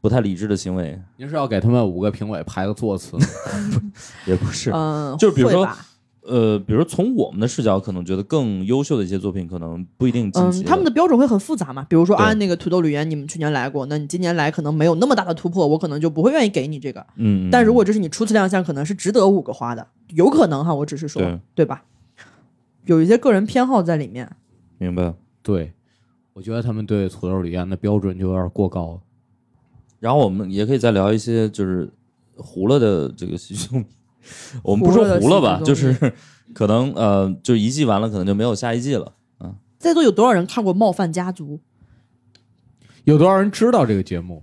[SPEAKER 1] 不太理智的行为，
[SPEAKER 3] 您是要给他们五个评委排个座次吗？ (laughs)
[SPEAKER 1] 也不是。
[SPEAKER 2] 嗯，
[SPEAKER 1] 就是比如
[SPEAKER 2] 会
[SPEAKER 1] 说
[SPEAKER 2] 吧
[SPEAKER 1] 呃，比如从我们的视角，可能觉得更优秀的一些作品，可能不一定晋级
[SPEAKER 2] 嗯，
[SPEAKER 1] 了。
[SPEAKER 2] 他们的标准会很复杂嘛。比如说
[SPEAKER 1] 对
[SPEAKER 2] 啊，那个土豆旅园，你们去年来过，那你今年来可能没有那么大的突破，我可能就不会愿意给你这个。
[SPEAKER 1] 嗯，嗯
[SPEAKER 2] 但如果这是你初次亮相，可能是值得五个花的，有可能哈，我只是说，
[SPEAKER 1] 嗯对
[SPEAKER 2] 对吧？有一些个人偏好在里面。
[SPEAKER 1] 明白。
[SPEAKER 3] 对，我觉得他们对土豆李安的标准就有点过高了。
[SPEAKER 1] 然后我们也可以再聊一些就是糊了的这个喜剧综艺，我们不说
[SPEAKER 2] 糊了的
[SPEAKER 1] 糊了吧，
[SPEAKER 2] 喜
[SPEAKER 1] 就
[SPEAKER 2] 剧综
[SPEAKER 1] 是 (laughs)
[SPEAKER 2] 艺
[SPEAKER 1] 可能呃，就一季完了，可能就没有下一季了。
[SPEAKER 2] 在座有多少人看过《冒犯家族》？
[SPEAKER 3] 有多少人知道这个节目？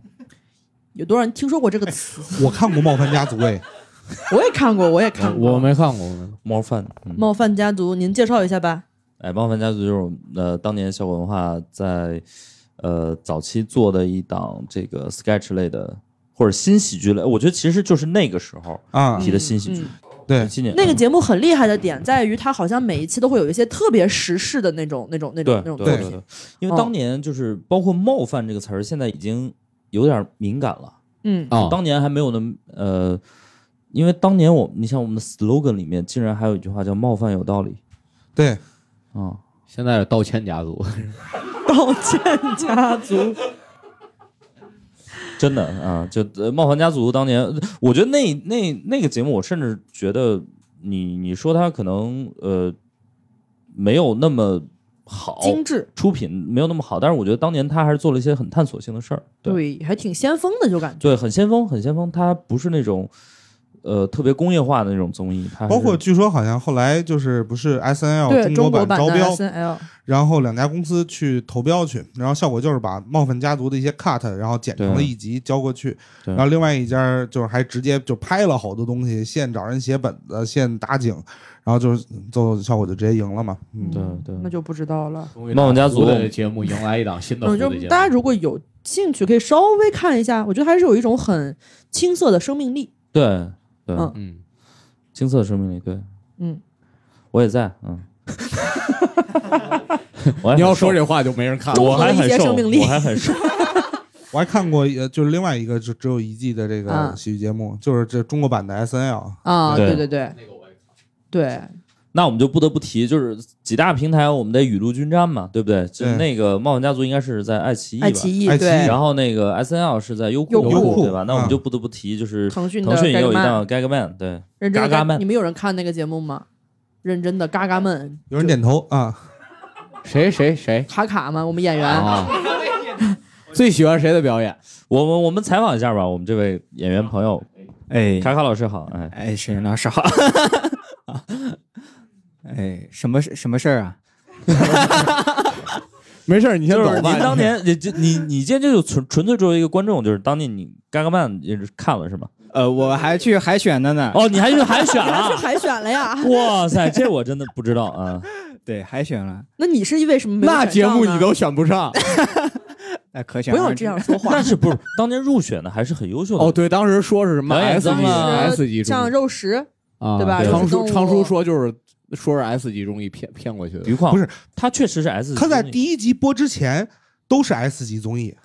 [SPEAKER 2] 有多少人听说过这个词？
[SPEAKER 4] 我看过《冒犯家族》哎，
[SPEAKER 2] (laughs) 我也看过，我也看过。
[SPEAKER 3] 我没看过，我没看过
[SPEAKER 1] 猫饭，嗯，
[SPEAKER 2] (laughs) 冒犯家族，您介绍一下吧。
[SPEAKER 1] 哎，猫饭家族就是我们呃当年效果文化在呃早期做的一档这个 sketch 类的或者新喜剧类，我觉得其实就是那个时候
[SPEAKER 4] 啊，
[SPEAKER 1] 提的新喜剧，
[SPEAKER 4] 对
[SPEAKER 1] 一，七年
[SPEAKER 2] 嗯
[SPEAKER 1] 嗯
[SPEAKER 2] 那个节目很厉害的点在于，它好像每一期都会有一些特别时事的那种、那种、那种
[SPEAKER 1] 对、
[SPEAKER 2] 那种
[SPEAKER 1] 对
[SPEAKER 2] 作
[SPEAKER 1] 对
[SPEAKER 2] 品。
[SPEAKER 1] 对，因为当年就是包括“冒犯”这个词儿，现在已经有点敏感了。
[SPEAKER 2] (laughs) 嗯，
[SPEAKER 3] 啊、
[SPEAKER 1] 当年还没有那么呃，因为当年我你像我们的 slogan 里面竟然还有一句话叫“冒犯有道理
[SPEAKER 4] 对，”
[SPEAKER 1] 啊，
[SPEAKER 3] 现在是道歉家
[SPEAKER 1] (laughs)
[SPEAKER 3] 族，
[SPEAKER 2] 道歉家族，
[SPEAKER 1] 真的啊，就、呃、冒犯家族当年，我觉得那那那个节目，我甚至觉得你你说它可能呃没有那么好
[SPEAKER 2] 精致，
[SPEAKER 1] 出品，没有那么好，但是我觉得当年他还是做了一些很探索性的事儿，对
[SPEAKER 2] 对，还挺先锋的，就感觉。
[SPEAKER 1] 对，很先锋，很先锋。它不是那种呃特别工业化的那种综艺，它还是
[SPEAKER 4] 包括据说好像后来就是不是 S N
[SPEAKER 2] 对中
[SPEAKER 4] L 哦中
[SPEAKER 2] 国
[SPEAKER 4] 国
[SPEAKER 2] 版
[SPEAKER 4] 版招标，
[SPEAKER 2] S L，
[SPEAKER 4] 然后两家公司去投标去，然后效果就是把冒犯家族的一些 cut，然后剪成了
[SPEAKER 1] 对
[SPEAKER 4] 一集交过去，
[SPEAKER 1] 对
[SPEAKER 4] 然后另外一家就是还直接就拍了好多东西，现找人写本子，现打景，然后就是就效果就直接赢了嘛，嗯，
[SPEAKER 1] 对对
[SPEAKER 2] 那就不知道了。
[SPEAKER 3] 终于
[SPEAKER 1] 冒犯家族
[SPEAKER 3] 的节目迎来一档新的
[SPEAKER 2] 嗯，
[SPEAKER 3] 福
[SPEAKER 2] 就
[SPEAKER 3] 利节目。
[SPEAKER 2] 大家如果有兴趣，可以稍微看一下，我觉得还是有一种很青涩的生命力。
[SPEAKER 1] 对对，
[SPEAKER 2] 嗯
[SPEAKER 3] 嗯，
[SPEAKER 1] 青涩生命力，对，
[SPEAKER 2] 嗯，
[SPEAKER 1] 我也在，嗯， (laughs) 我还
[SPEAKER 3] 你要
[SPEAKER 1] 很瘦
[SPEAKER 3] 说这话就没人看
[SPEAKER 2] 中
[SPEAKER 3] 了。
[SPEAKER 1] 我还
[SPEAKER 2] 综合
[SPEAKER 1] 很
[SPEAKER 2] 一些
[SPEAKER 1] 瘦，
[SPEAKER 2] 生命力
[SPEAKER 1] 我还很瘦，
[SPEAKER 4] 我还看过呃就是另外一个就只有一季的这个
[SPEAKER 2] 嗯
[SPEAKER 4] 喜剧节目，就是这中国版的 S N L，
[SPEAKER 2] 啊，
[SPEAKER 1] 对
[SPEAKER 2] 对对对，对，
[SPEAKER 1] 那我们就不得不提，就是几大平台我们得雨露均沾嘛，对不对？就是
[SPEAKER 4] 对
[SPEAKER 1] 那个冒险家族应该是在爱奇艺吧，
[SPEAKER 2] 爱奇艺
[SPEAKER 4] 爱奇艺
[SPEAKER 2] 对
[SPEAKER 1] 然后那个 S N L 是在优酷，
[SPEAKER 2] 优酷嗯
[SPEAKER 1] 对吧？那我们就不得不提，就是
[SPEAKER 2] 腾讯的
[SPEAKER 1] 腾讯也有一
[SPEAKER 2] Gagman
[SPEAKER 1] 档 Gagman，对，
[SPEAKER 2] 认真
[SPEAKER 1] 嘎
[SPEAKER 2] 的
[SPEAKER 1] 嘎们
[SPEAKER 2] 你们有人看那个节目吗？认真的嘎嘎们，
[SPEAKER 4] 有人点头啊，
[SPEAKER 3] 谁谁谁
[SPEAKER 2] 卡卡嘛，我们演员、 (laughs)
[SPEAKER 3] 啊？最喜欢谁的表演？
[SPEAKER 1] 我们我们采访一下吧，我们这位演员朋友
[SPEAKER 7] 哎
[SPEAKER 1] 卡卡老师好，哎，
[SPEAKER 7] 哎，谁老师好？ (laughs) 哎，什么事什么事儿啊？ (laughs)
[SPEAKER 3] 没事儿，你先
[SPEAKER 1] 就
[SPEAKER 3] 走
[SPEAKER 1] 是
[SPEAKER 3] 吧。
[SPEAKER 1] 您当年，你就你你今天就纯纯粹作为一个观众，就是当年你嘎嘎曼也是看了是吗？
[SPEAKER 7] 呃，我还去海选的呢。
[SPEAKER 1] 哦，你还去海选
[SPEAKER 2] (laughs)
[SPEAKER 1] 了？
[SPEAKER 2] 还是
[SPEAKER 1] 啊
[SPEAKER 2] 海选了呀？
[SPEAKER 1] 哇塞，这我真的不知道啊！
[SPEAKER 7] 对，海选了。
[SPEAKER 2] 那你是因为什么没有
[SPEAKER 3] 那
[SPEAKER 2] 选
[SPEAKER 3] 节
[SPEAKER 2] 上呢？
[SPEAKER 3] 目你都选不上
[SPEAKER 7] (laughs) 那可想
[SPEAKER 2] 不要
[SPEAKER 7] 而
[SPEAKER 2] 这
[SPEAKER 7] 知
[SPEAKER 2] 样说话。
[SPEAKER 1] 但是不是当年入选的还是很优秀的
[SPEAKER 3] 哦。对，当时说是什么
[SPEAKER 1] 表演
[SPEAKER 3] S 级
[SPEAKER 1] 当了
[SPEAKER 3] S 级
[SPEAKER 2] 像
[SPEAKER 3] 综艺
[SPEAKER 2] 肉食，
[SPEAKER 3] 啊？
[SPEAKER 2] 对吧
[SPEAKER 1] 肉
[SPEAKER 3] 常
[SPEAKER 2] 食动
[SPEAKER 3] 叔
[SPEAKER 2] 物
[SPEAKER 3] 常叔说就是说是 S 级综艺骗骗过去的
[SPEAKER 1] 余。况
[SPEAKER 4] 不是，
[SPEAKER 1] 他确实是 S，
[SPEAKER 4] 他在
[SPEAKER 1] 级
[SPEAKER 4] 第一集播之前都是 S 级综艺，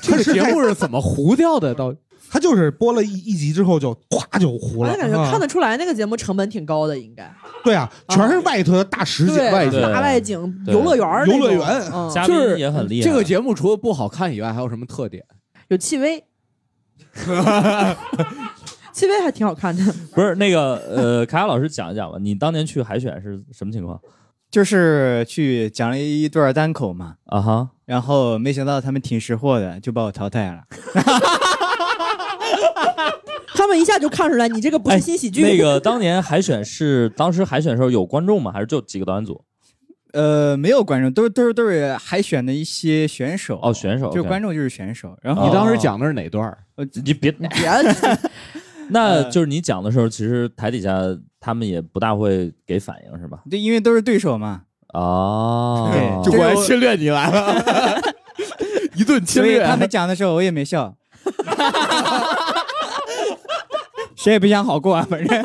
[SPEAKER 3] 这
[SPEAKER 4] 他
[SPEAKER 3] 个
[SPEAKER 4] 是
[SPEAKER 3] 节
[SPEAKER 4] 在
[SPEAKER 3] 目是怎么糊掉的？到
[SPEAKER 4] 他就是播了一一集之后就咵就糊
[SPEAKER 2] 我
[SPEAKER 4] 了，
[SPEAKER 2] 就感觉
[SPEAKER 4] 啊
[SPEAKER 2] 看得出哎来那个节目成本挺高的，应该
[SPEAKER 4] 对啊，全是外头的大实景
[SPEAKER 2] 对，
[SPEAKER 4] 外
[SPEAKER 1] 对
[SPEAKER 2] 大外景、游乐园儿那种、
[SPEAKER 4] 游乐园
[SPEAKER 2] 嗯
[SPEAKER 1] 嘉
[SPEAKER 3] 就
[SPEAKER 1] 宾
[SPEAKER 3] 是
[SPEAKER 1] 也很厉害。
[SPEAKER 3] 这个节目除了不好看以外，还有什么特点？
[SPEAKER 2] 有戚薇，戚薇还挺好看的。
[SPEAKER 1] 不是那个呃，卡卡老师讲一讲吧，你当年去海选是什么情况
[SPEAKER 7] 就是去讲了一段单口嘛，
[SPEAKER 1] 啊？哈，
[SPEAKER 7] 然后没想到他们挺识货的，就把我淘汰了。
[SPEAKER 2] 他们一下就看出来你这个不是新喜剧。
[SPEAKER 1] 那个当年海选是当时海选的时候有观众吗？还是就几个导演组？
[SPEAKER 7] 呃，没有观众，都是都是都是海选的一些选手
[SPEAKER 1] 哦选手
[SPEAKER 7] 就
[SPEAKER 1] OK
[SPEAKER 7] 观众就是选手。然
[SPEAKER 1] 哦
[SPEAKER 7] 后
[SPEAKER 3] 你当时讲的是哪段儿？
[SPEAKER 1] 你
[SPEAKER 7] (laughs)
[SPEAKER 1] 别
[SPEAKER 2] 你别，
[SPEAKER 1] (laughs) 那
[SPEAKER 7] 呃
[SPEAKER 1] 就是你讲的时候，其实台底下他们也不大会给反应，是吧？
[SPEAKER 7] 对，因为都是对手嘛，
[SPEAKER 1] 哦，
[SPEAKER 7] 对就
[SPEAKER 3] 来侵略你来了，一顿侵
[SPEAKER 7] 所以
[SPEAKER 3] 略。
[SPEAKER 7] 他们讲的时候我也没笑，谁也不想好过啊，反正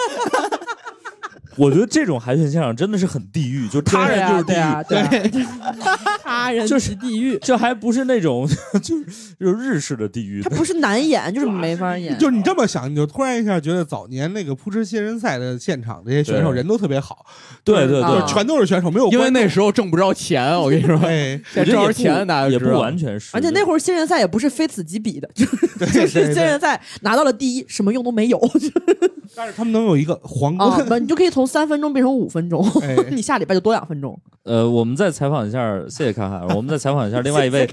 [SPEAKER 1] 我觉得这种海选现场真的是很地狱，就是他
[SPEAKER 2] 对
[SPEAKER 1] 人
[SPEAKER 2] 呀
[SPEAKER 1] 就是地
[SPEAKER 2] 对啊
[SPEAKER 1] 狱，
[SPEAKER 2] 呀对呀，他杀人即地狱，
[SPEAKER 1] 这还不是那种 (laughs) 就是就是日式的地狱
[SPEAKER 2] (laughs) 他，不是难演，就是没法演。
[SPEAKER 4] 就是你这么想，你就突然一下觉得早年那个扑哧新人赛的现场，这些选手
[SPEAKER 1] 对
[SPEAKER 4] 人都特别好，
[SPEAKER 1] 对对
[SPEAKER 4] 就
[SPEAKER 1] 对
[SPEAKER 4] 是，全都是选手，没有
[SPEAKER 3] 因为
[SPEAKER 4] 观众
[SPEAKER 3] 那时候挣不着钱，我跟
[SPEAKER 4] (laughs)
[SPEAKER 3] 你说，
[SPEAKER 4] 哎，
[SPEAKER 1] 我
[SPEAKER 3] 现
[SPEAKER 1] 觉得也不
[SPEAKER 3] 在挣着钱大家
[SPEAKER 1] 也
[SPEAKER 3] 就知道
[SPEAKER 1] 不完全是，
[SPEAKER 2] 而且那会儿新人赛也不是非此即彼的，就是新人赛拿到了第一，什么用都没有
[SPEAKER 8] 啊
[SPEAKER 4] 但是他们能有一个皇
[SPEAKER 2] 啊！
[SPEAKER 4] 冠，
[SPEAKER 2] 不，你就可以从三分钟变成五分钟，
[SPEAKER 4] 哎，
[SPEAKER 2] 你下礼拜就多两分钟。
[SPEAKER 1] 呃，我们再采访一下，谢谢卡卡。我们再采访一下另外一位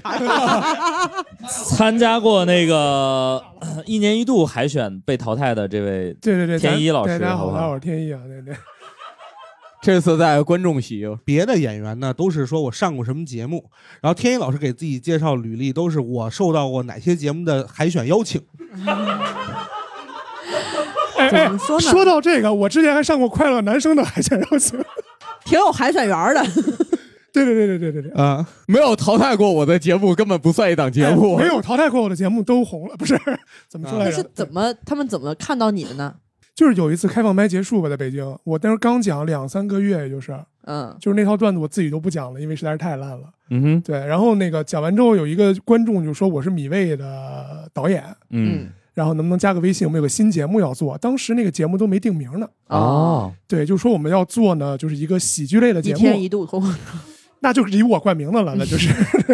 [SPEAKER 1] 参加过那个呃一年一度海选被淘汰的这位，
[SPEAKER 8] 对对对，
[SPEAKER 1] 天
[SPEAKER 8] 咱
[SPEAKER 1] 一老师
[SPEAKER 8] 对大家
[SPEAKER 1] 好
[SPEAKER 8] 好，
[SPEAKER 1] 不好
[SPEAKER 8] 大家好，我是天一啊，对对，
[SPEAKER 3] 这次在观众席，
[SPEAKER 4] 别的演员呢都是说我上过什么节目，然后天一老师给自己介绍履历都是我受到过哪些节目的海选邀请，
[SPEAKER 8] 哎
[SPEAKER 2] 怎
[SPEAKER 8] 哎
[SPEAKER 2] 么，说呢？
[SPEAKER 8] 说到这个，我之前还上过《快乐男生》的海选邀请，
[SPEAKER 2] 挺有海选员的，
[SPEAKER 8] (laughs) 对对对对对对对。
[SPEAKER 4] 啊，
[SPEAKER 3] 没有淘汰过我的节目，根本不算一档节目。
[SPEAKER 8] 哎没有淘汰过我的节目都红了，不是？怎么说来
[SPEAKER 2] 但
[SPEAKER 8] 着？
[SPEAKER 2] 是
[SPEAKER 1] 嗯
[SPEAKER 2] 怎么他们怎么看到你的呢？
[SPEAKER 8] (laughs) 就是有一次开放麦结束吧，在北京，我当时刚讲两三个月，也就是
[SPEAKER 2] 嗯，
[SPEAKER 8] 就是那套段子我自己都不讲了，因为实在是太烂了。
[SPEAKER 1] 嗯哼，
[SPEAKER 8] 对，然后那个讲完之后，有一个观众就说我是米未的导演，
[SPEAKER 1] 嗯，
[SPEAKER 8] 然后能不能加个微信？我们有个新节目要做，当时那个节目都没定名呢。
[SPEAKER 1] 哦，
[SPEAKER 8] 对，就说我们要做呢，就是一个喜剧类的
[SPEAKER 2] 一
[SPEAKER 8] 节目，
[SPEAKER 2] 天一度脱口秀
[SPEAKER 8] 那就是以我冠名的了，那就是。 (laughs)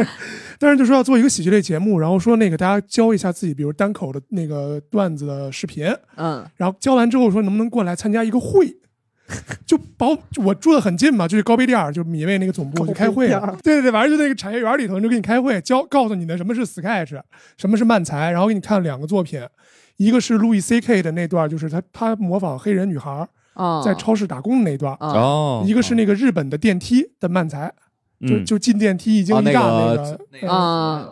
[SPEAKER 8] 但是就说要做一个喜剧类节目，然后说那个大家教一下自己，比如单口的那个段子的视频，
[SPEAKER 2] 嗯
[SPEAKER 8] 然后教完之后说能不能过来参加一个会，就把我我住的很近嘛，就是高碑店儿，就是米未那个总部就开会了，对对对，反正就那个产业园里头就给你开会，教告诉你的什么是 sketch，什么是漫才，然后给你看两个作品，一个是路易 C K 的那段，就是他他模仿黑人女孩儿
[SPEAKER 2] 啊，
[SPEAKER 8] 在超市打工的那段，
[SPEAKER 2] 啊，
[SPEAKER 1] 哦，
[SPEAKER 8] 一个是那个日本的电梯的漫才，就
[SPEAKER 1] 嗯
[SPEAKER 8] 就进电梯一惊
[SPEAKER 3] 啊
[SPEAKER 8] 一
[SPEAKER 3] 那
[SPEAKER 8] 乍
[SPEAKER 3] 个
[SPEAKER 8] 个
[SPEAKER 2] 啊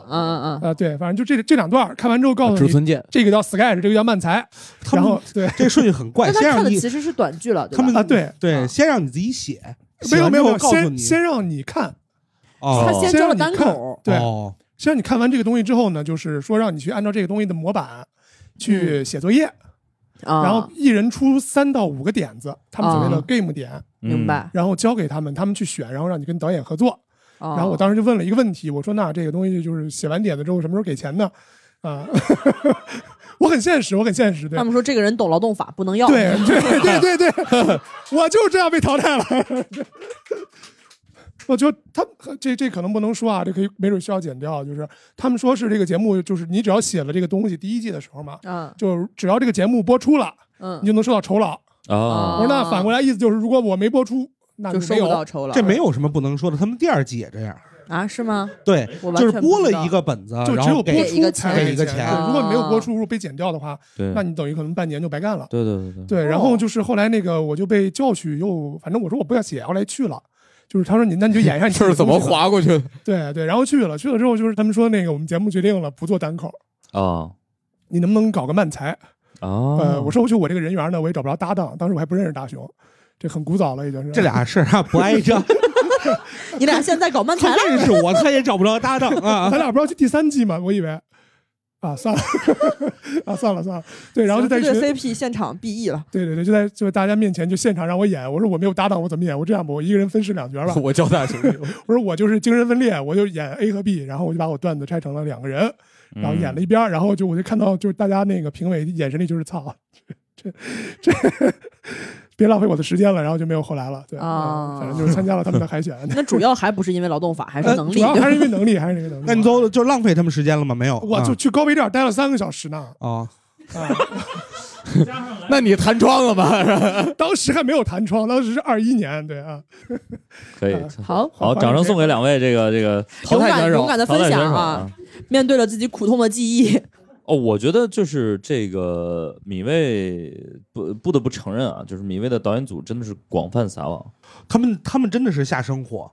[SPEAKER 2] 啊啊
[SPEAKER 8] 呃对，反正就这这两段儿看完之后告诉
[SPEAKER 3] 啊植
[SPEAKER 8] 你，
[SPEAKER 3] 村健，
[SPEAKER 8] 这个叫 sketch，这个叫漫才，
[SPEAKER 4] 他
[SPEAKER 8] 然
[SPEAKER 4] 们
[SPEAKER 8] 后对。
[SPEAKER 4] 这顺序很怪，
[SPEAKER 2] (laughs)
[SPEAKER 8] 哎
[SPEAKER 2] 那他
[SPEAKER 4] 先
[SPEAKER 2] 看
[SPEAKER 4] 让
[SPEAKER 2] 的
[SPEAKER 4] 你
[SPEAKER 2] 其实是短剧了，对
[SPEAKER 4] 他
[SPEAKER 2] 吧？
[SPEAKER 4] 们
[SPEAKER 8] 啊对
[SPEAKER 4] 对，
[SPEAKER 2] 啊
[SPEAKER 4] 先让你自己写，
[SPEAKER 8] 没有没有
[SPEAKER 4] 写
[SPEAKER 8] 没有，
[SPEAKER 4] 完之后告诉
[SPEAKER 8] 先
[SPEAKER 4] 你
[SPEAKER 8] 先让你看，
[SPEAKER 1] 哦
[SPEAKER 2] 他
[SPEAKER 1] 哦
[SPEAKER 2] 先
[SPEAKER 8] 先
[SPEAKER 2] 教了
[SPEAKER 8] 让你
[SPEAKER 2] 单
[SPEAKER 8] 看
[SPEAKER 2] 口，
[SPEAKER 8] 对，
[SPEAKER 4] 哦，
[SPEAKER 8] 先让你看完这个东西之后呢，就是说让你去按照这个东西的模板去写作业，
[SPEAKER 2] 啊，
[SPEAKER 8] 然后一人出三到五个点子，他们所谓的
[SPEAKER 2] 啊
[SPEAKER 8] game 点，
[SPEAKER 2] 明，白。
[SPEAKER 8] 然后交给他们，他们去选，然后让你跟导演合作。
[SPEAKER 2] 然
[SPEAKER 8] 嗯然后我当时就问了一个问题，我说那这个东西就是写完点子之后什么时候给钱呢？啊， (laughs) 我很现实，我很现实，对
[SPEAKER 2] 他。们说这个人懂劳动法，不能要。
[SPEAKER 8] 对对对对
[SPEAKER 2] (laughs)
[SPEAKER 8] 对，我就这样被淘汰了。 (laughs) 我觉得他这这可能不能说啊，这可以没准需要剪掉。就是他们说是这个节目，就是你只要写了这个东西，第一季的时候嘛，
[SPEAKER 2] 嗯
[SPEAKER 8] 就只要这个节目播出了，你
[SPEAKER 2] 嗯，
[SPEAKER 8] 就能收到酬劳。
[SPEAKER 1] 哦，
[SPEAKER 8] 我说那反过来意思就是，如果我没播出，那
[SPEAKER 2] 就
[SPEAKER 8] 就
[SPEAKER 2] 收
[SPEAKER 8] 没
[SPEAKER 2] 不到
[SPEAKER 8] 有。
[SPEAKER 2] 酬劳。
[SPEAKER 4] 这没有什么不能说的，他们第二季也这样，
[SPEAKER 2] 啊？是吗？
[SPEAKER 4] 对，
[SPEAKER 2] 我完
[SPEAKER 4] 就
[SPEAKER 2] 全
[SPEAKER 4] 是播
[SPEAKER 2] 不知道
[SPEAKER 4] 了一个本子，
[SPEAKER 8] 就
[SPEAKER 4] 然
[SPEAKER 8] 只有
[SPEAKER 4] 后
[SPEAKER 8] 播
[SPEAKER 4] 给
[SPEAKER 2] 一个
[SPEAKER 8] 出才
[SPEAKER 4] 钱
[SPEAKER 8] 给
[SPEAKER 4] 给一个钱
[SPEAKER 8] 对如果没有播
[SPEAKER 2] 啊
[SPEAKER 8] 出，如果被剪掉的话，
[SPEAKER 1] 对，嗯
[SPEAKER 8] 那你等于可能半年就白干了。
[SPEAKER 1] 对对对对，
[SPEAKER 8] 对，然后就是后来那个我就被叫去，又反正我说我不要写，后来去了。就是他说你那你就演一下你
[SPEAKER 3] 这是怎么
[SPEAKER 8] 划？
[SPEAKER 3] 划过去的？。
[SPEAKER 8] 对对，然后去了，去了之后就是他们说那个我们节目决定了不做单口，
[SPEAKER 1] 哦
[SPEAKER 8] 你能不能搞个漫才？
[SPEAKER 1] 哦，
[SPEAKER 8] 呃，我说我就我这个人缘呢，我也找不着搭档，当时我还不认识大雄，这很古早了已经是。
[SPEAKER 4] 这俩事儿啊不挨
[SPEAKER 2] (laughs)
[SPEAKER 4] 着，
[SPEAKER 2] 你俩现在搞漫才
[SPEAKER 4] 他
[SPEAKER 2] 了？
[SPEAKER 4] 认识我，他也找不着搭档啊
[SPEAKER 8] (laughs) (laughs) 咱。俩不是要去第三季吗？我以为啊，算了 (laughs) 啊，算了算了，对，然后就在一
[SPEAKER 2] 这
[SPEAKER 8] 群
[SPEAKER 2] 对 CP 现场 BE 了。
[SPEAKER 8] 对对对，就在就在大家面前就现场让我演，我说我没有搭档，我怎么演？我这样吧，我一个人分饰两角吧
[SPEAKER 3] 我交代兄弟，
[SPEAKER 8] 我说我就是精神分裂，我就演 A 和 B，然后我就把我段子拆成了两个人，
[SPEAKER 1] 嗯
[SPEAKER 4] 嗯
[SPEAKER 8] 然后演了一边儿，然后就我就看到就是大家那个评委眼神里就是操， (laughs) 这这 (laughs) 这别浪费我的时间了，然后就没有后来了。对，
[SPEAKER 2] 啊
[SPEAKER 4] 哦
[SPEAKER 8] 嗯反正就是参加了他们的海选，
[SPEAKER 2] (laughs)
[SPEAKER 8] 哎
[SPEAKER 2] 那主要还不是因为劳动法，还
[SPEAKER 8] (laughs)
[SPEAKER 2] 是能
[SPEAKER 8] 呃主
[SPEAKER 2] 力。
[SPEAKER 8] 要还是因为能力，还是因为能力。
[SPEAKER 4] 那你最后就浪费他们时间了吗？没有，
[SPEAKER 8] 我就
[SPEAKER 4] 啊
[SPEAKER 8] 去高碑店儿待了三个小时呢，
[SPEAKER 4] 哦，
[SPEAKER 3] (laughs) 那你弹窗了吧？
[SPEAKER 8] 当时还没有弹窗，当时是二一年，对啊，
[SPEAKER 1] 可以，
[SPEAKER 2] (laughs) 好，
[SPEAKER 1] 好，掌声送给两位这个这个淘
[SPEAKER 2] 勇
[SPEAKER 1] 汰
[SPEAKER 2] 敢
[SPEAKER 1] 选手，
[SPEAKER 2] 勇敢的
[SPEAKER 1] 淘汰
[SPEAKER 2] 分
[SPEAKER 1] 选
[SPEAKER 2] 享
[SPEAKER 1] 手
[SPEAKER 2] 啊！！面对了自己苦痛的记忆，
[SPEAKER 1] 哦，我觉得就是这个米未不不得不承认啊，就是米未的导演组真的是广泛撒网，
[SPEAKER 4] 他们他们真的是下生活，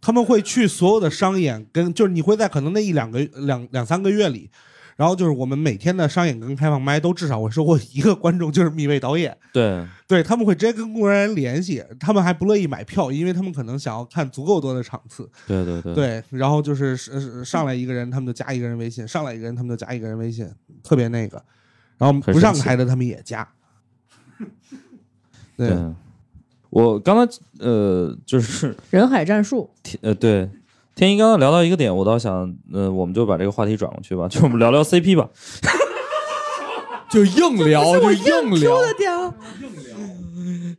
[SPEAKER 4] 他们会去所有的商演跟，就是你会在可能那一两个两两三个月里，然后就是我们每天的商演跟开放麦都至少会收获一个观众，就是米未导演，
[SPEAKER 1] 对，
[SPEAKER 4] 对他们会直接跟工作人员联系，他们还不乐意买票，因为他们可能想要看足够多的场次，
[SPEAKER 1] 对对对，
[SPEAKER 4] 对，然后就是是是上来一个人，他们就加一个人微信，上来一个人，他们就加一个人微信，特别那个，然后
[SPEAKER 1] 很
[SPEAKER 4] 不上
[SPEAKER 1] 神奇
[SPEAKER 4] 台的他们也
[SPEAKER 1] (laughs)
[SPEAKER 4] 加，对。
[SPEAKER 1] 我刚才呃，就是
[SPEAKER 2] (laughs) 人海战术
[SPEAKER 1] 呃，对，天一刚刚聊到一个点，我倒想，呃，我们就把这个话题转过去吧， (laughs) 就我们聊聊 CP 吧。
[SPEAKER 3] 就硬 (laughs) 聊，就硬聊。
[SPEAKER 2] 啊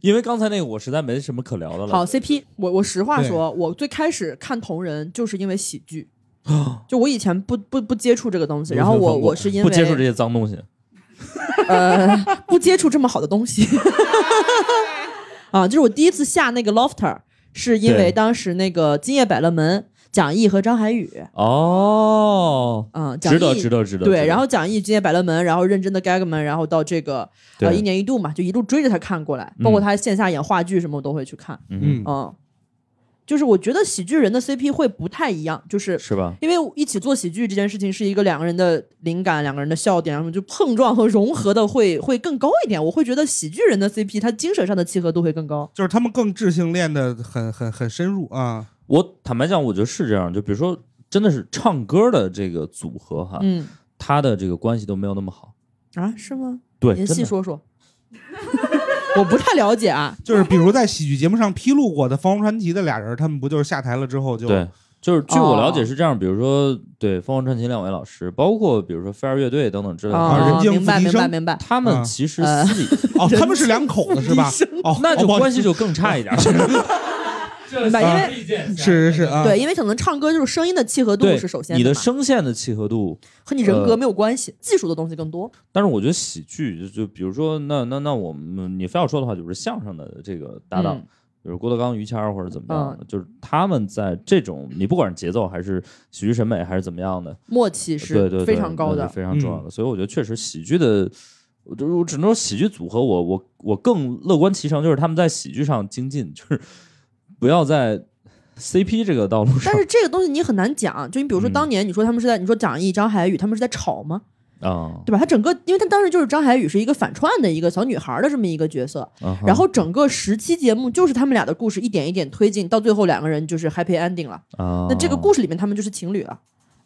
[SPEAKER 1] 因为刚才那个我实在没什么可聊的了。
[SPEAKER 2] 好 CP，我我实话说，我最开始看同人就是因为喜剧，
[SPEAKER 1] 哦
[SPEAKER 2] 就我以前不不不接触这个东西，然后我我是因为
[SPEAKER 1] 不接触这些脏东西， (laughs)
[SPEAKER 2] 呃不接触这么好的东西， (laughs) 啊，就是我第一次下那个 Lofter，是因为
[SPEAKER 1] 对
[SPEAKER 2] 当时那个《今夜百乐门》蒋毅和张涵予，
[SPEAKER 1] 哦，
[SPEAKER 2] 嗯，蒋毅
[SPEAKER 1] 值得，值得，值得。值
[SPEAKER 2] 对，
[SPEAKER 1] 得
[SPEAKER 2] 然后蒋毅今夜百乐门，然后认真的 Gagman，然后到这个呃
[SPEAKER 1] 对
[SPEAKER 2] 一年一度嘛，就一路追着他看过来，包括
[SPEAKER 1] 嗯
[SPEAKER 2] 他线下演话剧什么我都会去看，
[SPEAKER 1] 嗯，
[SPEAKER 2] 嗯，就是我觉得喜剧人的 CP 会不太一样，就是
[SPEAKER 1] 是吧？
[SPEAKER 2] 因为一起做喜剧这件事情是一个两个人的灵感、两个人的笑点，然后就碰撞和融合的会会更高一点。我会觉得喜剧人的 CP 他精神上的契合度会更高。
[SPEAKER 4] 就是他们更智性恋的很很很深入啊。
[SPEAKER 1] 我坦白讲，我觉得是这样。就比如说，真的是唱歌的这个组合哈，
[SPEAKER 2] 嗯
[SPEAKER 1] 他的这个关系都没有那么好。
[SPEAKER 2] 啊，是吗？
[SPEAKER 1] 对，
[SPEAKER 2] 您
[SPEAKER 1] 真
[SPEAKER 2] 细
[SPEAKER 1] 的
[SPEAKER 2] 说 (laughs) 说，我不太了解啊。
[SPEAKER 4] 就是比如在喜剧节目上披露过的《凤凰传奇》的俩人，他们不就是下台了之后就
[SPEAKER 1] 对，就是据我了解
[SPEAKER 2] 哦
[SPEAKER 1] 是这样，比如说对凤凰传奇两位老师，包括比如说飞儿乐队等等之类的，
[SPEAKER 4] 啊
[SPEAKER 2] 哦
[SPEAKER 4] 人，精
[SPEAKER 2] 明白
[SPEAKER 4] 复习
[SPEAKER 2] 明白
[SPEAKER 4] 生
[SPEAKER 2] 明白。
[SPEAKER 1] 他
[SPEAKER 4] 啊
[SPEAKER 1] 们其实
[SPEAKER 2] 呃
[SPEAKER 1] 私底
[SPEAKER 4] 哦，他们是两口子是吧？
[SPEAKER 1] (laughs)
[SPEAKER 4] 哦，
[SPEAKER 1] 那就
[SPEAKER 4] 哦不好意思
[SPEAKER 1] 关系就更差一点。
[SPEAKER 2] 明白，因为、
[SPEAKER 4] 是是是啊，
[SPEAKER 2] 对，因为可能唱歌就是声音的契合度
[SPEAKER 1] 对
[SPEAKER 2] 是首，先
[SPEAKER 1] 你的
[SPEAKER 2] 嘛
[SPEAKER 1] 声线的契合度，
[SPEAKER 2] 和你人格
[SPEAKER 1] 呃
[SPEAKER 2] 没有关系，技术的东西更多。
[SPEAKER 1] 但是我觉得喜剧就就比如说，那那那我们你非要说的话，就是相声的这个搭档，
[SPEAKER 2] 嗯
[SPEAKER 1] 比如郭德纲、于谦儿或者怎么样的，就是他们在这种你不管是节奏还是喜剧审美还是怎么样的，
[SPEAKER 2] 默契
[SPEAKER 1] 对对对
[SPEAKER 2] 是非常高
[SPEAKER 1] 那
[SPEAKER 2] 的
[SPEAKER 1] 是。非常重要的。所以我觉得确实喜剧的，我就我只能说喜剧组合我，我我更乐观其成，就是他们在喜剧上精进，就是不要在 CP 这个道路上
[SPEAKER 2] 但是这个东西你很难讲，就你比如说
[SPEAKER 1] 嗯
[SPEAKER 2] 当年你说他们是在，你说蒋毅、张涵予他们是在吵吗？
[SPEAKER 1] 啊。
[SPEAKER 2] 对吧？他整个，因为他当时就是张涵予是一个反串的一个小女孩的这么一个角色，
[SPEAKER 1] 啊哈
[SPEAKER 2] 然后整个十期节目就是他们俩的故事一点一点推进，到最后两个人就是 happy ending 了。
[SPEAKER 1] 啊，
[SPEAKER 2] 那这个故事里面他们就是情侣了，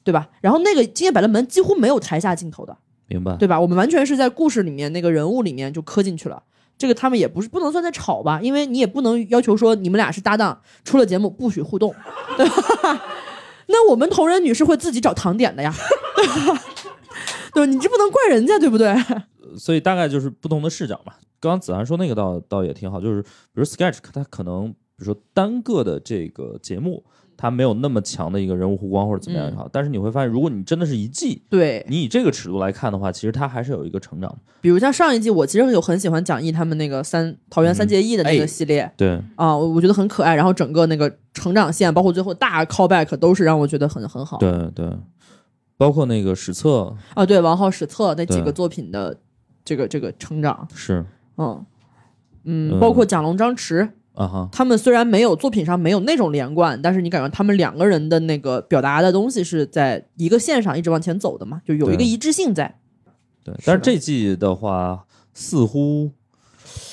[SPEAKER 2] 对吧？然后那个《今夜百乐门》几乎没有台下镜头的，
[SPEAKER 1] 明白
[SPEAKER 2] 对吧？我们完全是在故事里面那个人物里面就磕进去了。这个他们也不是不能算在吵吧，因为你也不能要求说你们俩是搭档，出了节目不许互动，对吧？ (laughs) 那我们同人女是会自己找糖点的呀， (laughs) 对吧？对吧？你这不能怪人家，对不对？
[SPEAKER 1] 所以大概就是不同的视角嘛。刚刚子涵说那个倒倒也挺好，就是比如 Sketch 它可能比如说单个的这个节目，它没有那么强的一个人物弧光或者怎么样
[SPEAKER 2] 嗯
[SPEAKER 1] 也好，但是你会发现，如果你真的是一季，
[SPEAKER 2] 对，
[SPEAKER 1] 你以这个尺度来看的话，其实它还是有一个成长的。
[SPEAKER 2] 比如像上一季，我其实有很喜欢蒋毅他们那个三桃园三结义的那个
[SPEAKER 1] 嗯
[SPEAKER 3] 哎
[SPEAKER 2] 系列
[SPEAKER 1] 对，
[SPEAKER 2] 啊，我我觉得很可爱。然后整个那个成长线，包括最后大 callback 都是让我觉得很很好。
[SPEAKER 1] 对对，包括那个史册
[SPEAKER 2] 啊，对，王浩史册那几
[SPEAKER 1] 对
[SPEAKER 2] 个作品的这个这个成长，
[SPEAKER 1] 是
[SPEAKER 2] 嗯嗯，
[SPEAKER 1] 嗯
[SPEAKER 2] 包括蒋龙、张弛，
[SPEAKER 1] 啊哈，
[SPEAKER 2] 他们虽然没有作品上没有那种连贯，但是你感觉他们两个人的那个表达的东西是在一个线上一直往前走的嘛，就有一个
[SPEAKER 1] 对
[SPEAKER 2] 一致性在。
[SPEAKER 1] 对。但是这季的话，似乎